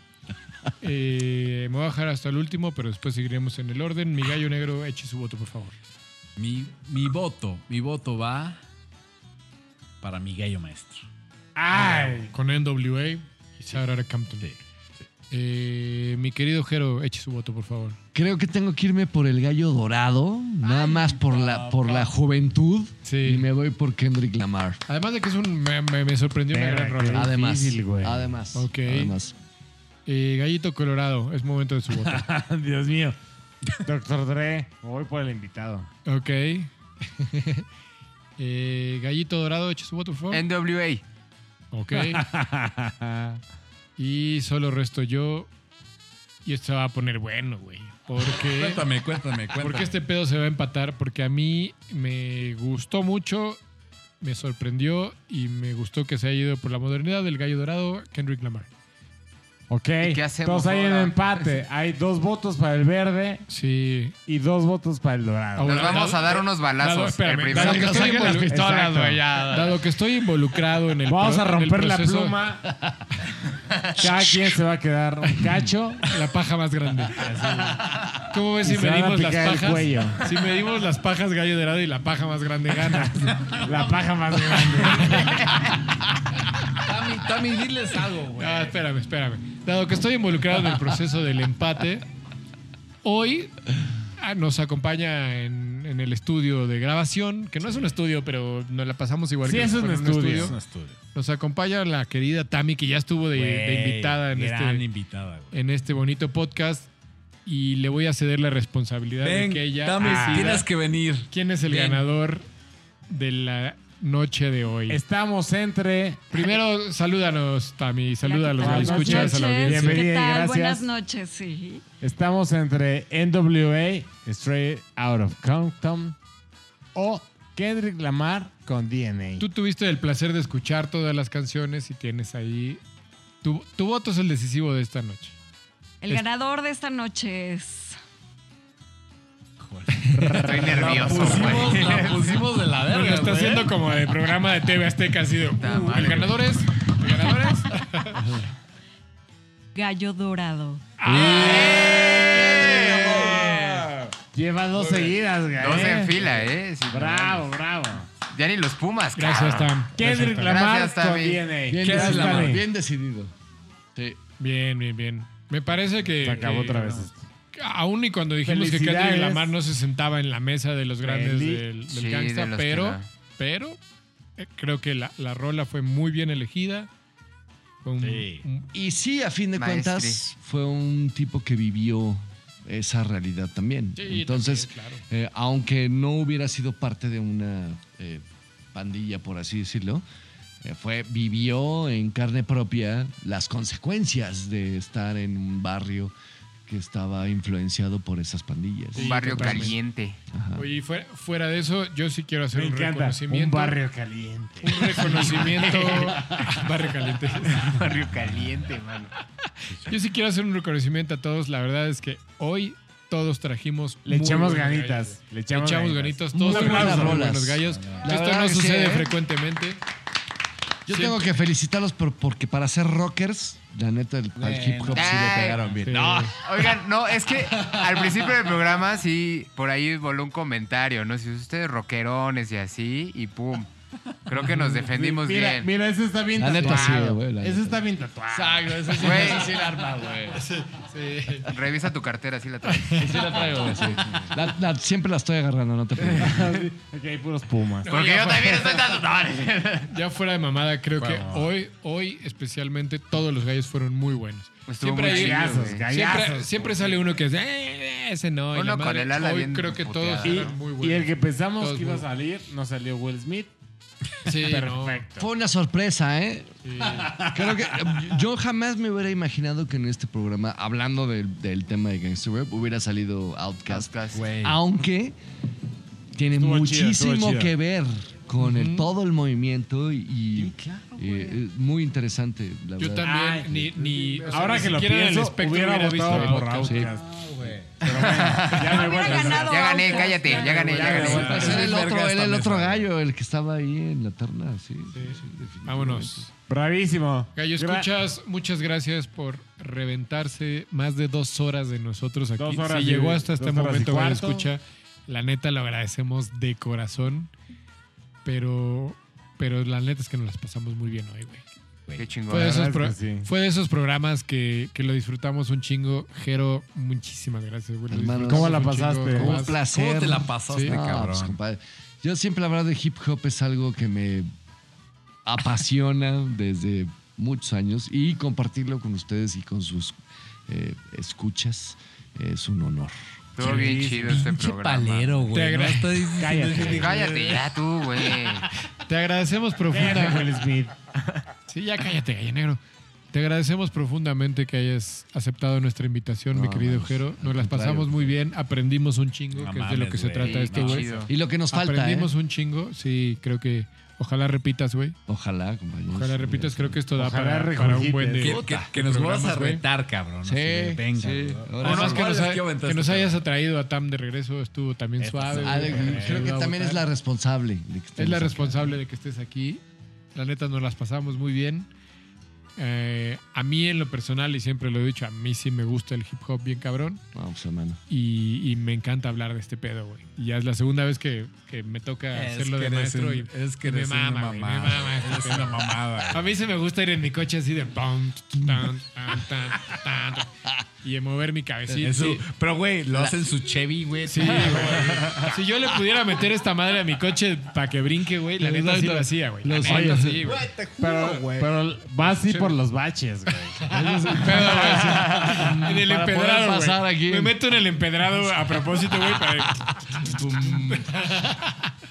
eh, me voy a dejar hasta el último, pero después seguiremos en el orden. Mi gallo negro, eche su voto, por favor.
Mi, mi voto, mi voto va para mi gallo maestro.
Ay.
Con NWA y Sarah Campton. Eh, mi querido Jero, eche su voto, por favor.
Creo que tengo que irme por el gallo dorado, nada más por la, por la juventud.
Sí.
Y me voy por Kendrick Lamar.
Además de que es un. Me, me- me sorprendió una
Verga,
gran rola. ¿eh?
qué-
Además.
difícil, güey.
además.
Ok.
Además.
Eh, Gallito Colorado, es momento de su voto.
Dios mío. Doctor Dre, me voy por el invitado.
ok. Eh, Gallito Dorado, eche su voto, por favor.
NWA.
Ok. y solo resto yo. Y esto se va a poner bueno, güey. Porque.
Cuéntame, cuéntame, cuéntame.
Porque este pedo se va a empatar porque a mí me gustó mucho, me sorprendió y me gustó que se haya ido por la modernidad del gallo dorado Kendrick Lamar.
Ok.
qué hacemos
Entonces hay un
ahora?
empate. Hay dos votos para el verde
Sí.
y dos votos para el dorado.
Ahora,
Nos vamos a dar
dado-
unos
dado-
balazos.
espérame,
El primero
dado que
que
estoy
saquen las
involu-
pistolas,
Exacto.
güey,
Dado que estoy involucrado en el
Vamos
pro-
a
en el
romper la
proceso,
pluma. Cada quien se va a quedar un cacho.
La paja más grande. ¿Cómo ves
Y
si
se van a
medimos las
picar el
pajas?
cuello.
Si medimos las pajas gallo dorado y la paja más grande gana.
La paja más grande.
Tami, Tami, diles algo, güey.
Ah, espérame, espérame. Dado que estoy involucrado en el proceso del empate, hoy ah, nos acompaña en, en el estudio de grabación, que no es un estudio, pero nos la pasamos igual
Sí,
que
es
si
un
fuera
estudio.
Es un estudio.
Nos acompaña la querida Tami, que ya estuvo de, de
Güey,
invitada en
gran
este,
invitada, güey.
en este bonito podcast y le voy a ceder la responsabilidad de que
Ven,
ella
Tami,
decida
tienes que venir.
quién es el
ven.
ganador de la noche de hoy.
Estamos entre.
Primero, salúdanos, Tami. Saluda a los
tal?
que escuchas a la
Buenas
audiencia.
noches.
¿Qué
Bienvenida,
tal?
gracias.
Buenas noches, sí.
Estamos entre NWA, Straight Out of Compton, o Kendrick Lamar con DNA.
Tú tuviste el placer de escuchar todas las canciones y tienes ahí. Tu, tu voto es el decisivo de esta noche.
El ganador de esta noche es.
estoy nervioso,
Pusimos-
güey.
la pusimos de la
Lo
verga,
está
güey.
haciendo como de programa de TV Azteca, así de.
Puta
"Uh,
madre,
el ganador es. El ganador es.
Gallo Dorado.
¡Eh! Lleva dos seguidas, güey.
Dos en fila, ¿eh? Sí,
Bravo, bravo.
Ya ni los Pumas,
Gracias,
cabrón.
Tam.
Kendrick
Gracias, Tam.
Lamar
Gracias,
con
Tami.
DNA.
Bien,
Gracias,
decidido,
Tami.
bien decidido. Sí.
Bien, bien, bien. Me parece que.
Se acabó
que-
otra vez. esto.
Aún y cuando dijimos que
Felicidades.
Kendrick Lamar no se sentaba en la mesa de los grandes
Feliz-
del, del
Sí, de
gangsta,
los que
pero,
la-
pero eh, creo que la, la rola fue muy bien elegida. Fue un-
Sí.
un-
Y sí, a fin de
Maestri.
cuentas, fue un tipo que vivió esa realidad también.
Sí,
Entonces,
también, claro.
eh, aunque no hubiera sido parte de una eh, pandilla, por así decirlo, eh, fue, vivió en carne propia las consecuencias de estar en un barrio que estaba influenciado por esas pandillas.
Sí,
Un barrio
totalmente.
caliente.
Ajá.
Oye, y fuera, fuera de eso, yo sí quiero hacer
Me
un
encanta. Un
reconocimiento.
barrio caliente.
un reconocimiento. barrio caliente.
barrio caliente, mano.
Yo sí quiero hacer un reconocimiento a todos. La verdad es que hoy todos trajimos.
Le
muy
echamos
buenos
ganitas.
gallos.
Le
Le
echamos,
echamos
ganitas.
ganitas. Todos
Muy
trajimos
buenas
muy
rolas.
buenos gallos.
La
Esto
verdad
no
que sí,
sucede
¿eh?
frecuentemente.
Yo tengo que felicitarlos por- porque para ser rockers, la neta, el, al hip hop sí le
Ay,
pegaron bien.
No.
Oigan, no, es que al principio del programa sí, por ahí voló un comentario, ¿no? Si ustedes rockerones y así, y pum. Creo que nos defendimos
mira,
bien.
Mira, ese está bien
La neta sí,
tatuado.
güey, la
ese
neta.
está bien tatuado.
Exacto, ese sí,
Güey.
ese sí el arma, güey.
Sí.
Revisa tu cartera, sí la traes.
Sí la traigo, güey, sí.
La- la- siempre la estoy agarrando, no te preocupes.
Aquí hay puros pumas.
Porque yo también estoy tatuado.
Ya fuera de mamada, creo que hoy, hoy especialmente, todos los gallos fueron muy buenos.
Estuvo
Siempre
muy
hay-
chido,
Gallazos,
güey.
Siempre,
gallazos.
siempre sale uno que es "Eh, eh, ese no. y
Uno
la madre".
con el ala
Hoy
bien
creo que todos
puteada.
Y,
fueron muy buenos.
y el que pensamos
Todos
que iba a
muy-
salir, no salió Will Smith.
Sí, no.
Perfecto.
Fue una sorpresa, ¿eh?
Sí.
Creo que yo jamás me hubiera imaginado que en este programa, hablando del, del tema de Gangster Rap, hubiera salido Outcast.
Cascas.
eh.
Güey.
Aunque tiene
Estuvo chido,
muchísimo
estuvo chido.
que ver con el, todo el movimiento y, y- y, eh, muy interesante, la
Yo
verdad.
también,
Ay,
ni, ni- o sea,
Ahora
ni
que lo
siquiera en el
pienso,
espectro
hubiera
hubiera
votado
visto
por
Outcast.
Outcast.
güey.
Pero bueno, ya me voy a
Hubiera
casar.
ganado.
Ya gané,
Outcast.
cállate, ya
Ya
gané, ya
gané,
gané.
ya gané.
Pues era el
Verga
otro,
esta
era el
mesa,
otro
güey.
gallo, el que estaba ahí en la terna, sí. sí, sí, definitivamente.
Ah, Vámonos.
Bravísimo.
Gallo,
Gra-
escuchas, muchas gracias por reventarse más de dos horas de nosotros aquí.
Dos horas
si
y-
llegó hasta
dos
este
horas y
momento, Gallo,
cuarto.
escucha, la neta lo agradecemos de corazón, pero, pero la neta es que nos las pasamos muy bien hoy, güey.
Qué
Fue de,
chingón.
esos
verdad es que
pro-
sí.
fue de esos programas que, que lo disfrutamos un chingo. Jero, muchísimas gracias, güey. Lo
Hermano,
disfrutamos
¿cómo
la
un
pasaste?
chingo.
Un
Más-
placer.
¿Cómo te la pasaste,
Sí.
No, pues,
cabrón?
compadre. Yo siempre hablar de hip hop es algo que me apasiona desde muchos años y compartirlo con ustedes y con sus eh, escuchas es un honor.
Estuvo bien chido este
Pinche
programa.
palero, güey.
Te
¿no?
agra-
Estoy diciendo-
Cállate.
Cállate ya tú, güey.
Te agradecemos
Cállate,
profundamente.
Will Smith.
Sí, ya cállate, gallo negro. Te agradecemos profundamente que hayas aceptado nuestra invitación,
No,
mi querido
mames,
Jero.
al
Nos las
contrario.
pasamos muy bien, aprendimos un chingo,
No
que es de lo
mames,
que se
güey.
trata
Sí,
este
qué
güey.
chido.
Y lo que nos falta, ¿eh?
Aprendimos un chingo, sí, creo que ojalá repitas, güey.
ojalá, compañeros.
Ojalá repitas, creo que esto da
Ojalá
para,
rejujites.
para un buen
Que,
de,
que- que nos
programas,
vas a
güey.
retar, cabrón.
Sí,
Así de, venga.
sí.
güey.
Ahora
Además
sí.
que nos,
¿cuál es
ha-
que
este
aventaste,
que nos
cabrón?
hayas atraído a Tam de regreso estuvo también
Esto
suave.
Ah,
güey.
de- creo que
Ayudó a
también es
votar.
la responsable. de
Eh,
que
Es
estemos
la
acá.
responsable de que estés aquí. La neta, nos las pasamos muy bien. Eh, a mí, en lo personal, y siempre lo he dicho, a mí sí me gusta el hip hop bien cabrón.
Vamos, hermano.
Y, y me encanta hablar de este pedo, güey. Y ya es la segunda vez que, que me toca
Es
hacerlo
que
de
eres
maestro.
un-
y,
es que
y me
eres una
mama, güey, me
mamada.
mama este
Es
pedo.
una mamada.
A mí se me gusta ir en mi coche así de... pam, tan, tan, tan, tan, tan, y de mover mi cabecita.
En su-
Sí.
Pero, güey, lo hacen su Chevy, güey.
Sí, güey. Si yo le pudiera meter esta madre a mi coche para que brinque, güey, la neta sí lo hacía, güey. La
Los-
neta
Oye,
sí, güey.
Pero, pero va así por los baches, güey.
Pedo, güey. En el
Para poder
empedrado, güey.
pasar aquí.
Me meto en el empedrado güey, a propósito, güey. para-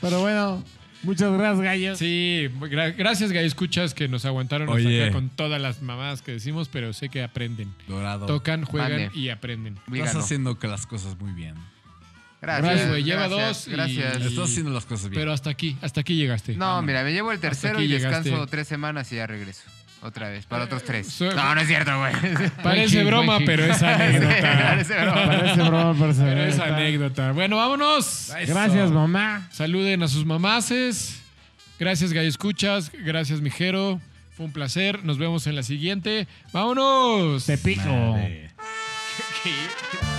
Pero bueno, muchas gracias, gallos.
Sí, gra- gracias, Gallo Escuchas, que nos aguantaron hasta
Oye.
acá con todas las mamadas que decimos, pero sé que aprenden.
Dorado.
Tocan, juegan
Vale.
y aprenden.
Estás
Díganos.
haciendo que las cosas muy bien.
Gracias, güey. Lleva
gracias,
dos y-
Gracias.
Y-
Estás haciendo las cosas bien.
Pero hasta aquí, hasta aquí llegaste.
No, mira, me llevo el tercero
aquí
y descanso
llegaste.
tres semanas y ya regreso. Otra vez, para otros tres.
soy-
No, no es cierto, güey.
Parece
Buen hit,
broma,
buen hit.
pero es anécdota.
Parece broma.
Parece broma, pero se
pero es
neta.
anécdota. Bueno, vámonos.
Eso.
Gracias, mamá.
Saluden a sus mamaces. Gracias, Gallo Escuchas. Gracias, Mijero. Fue un placer. Nos vemos en la siguiente. ¡Vámonos!
Te pico.
Madre.
¿Qué?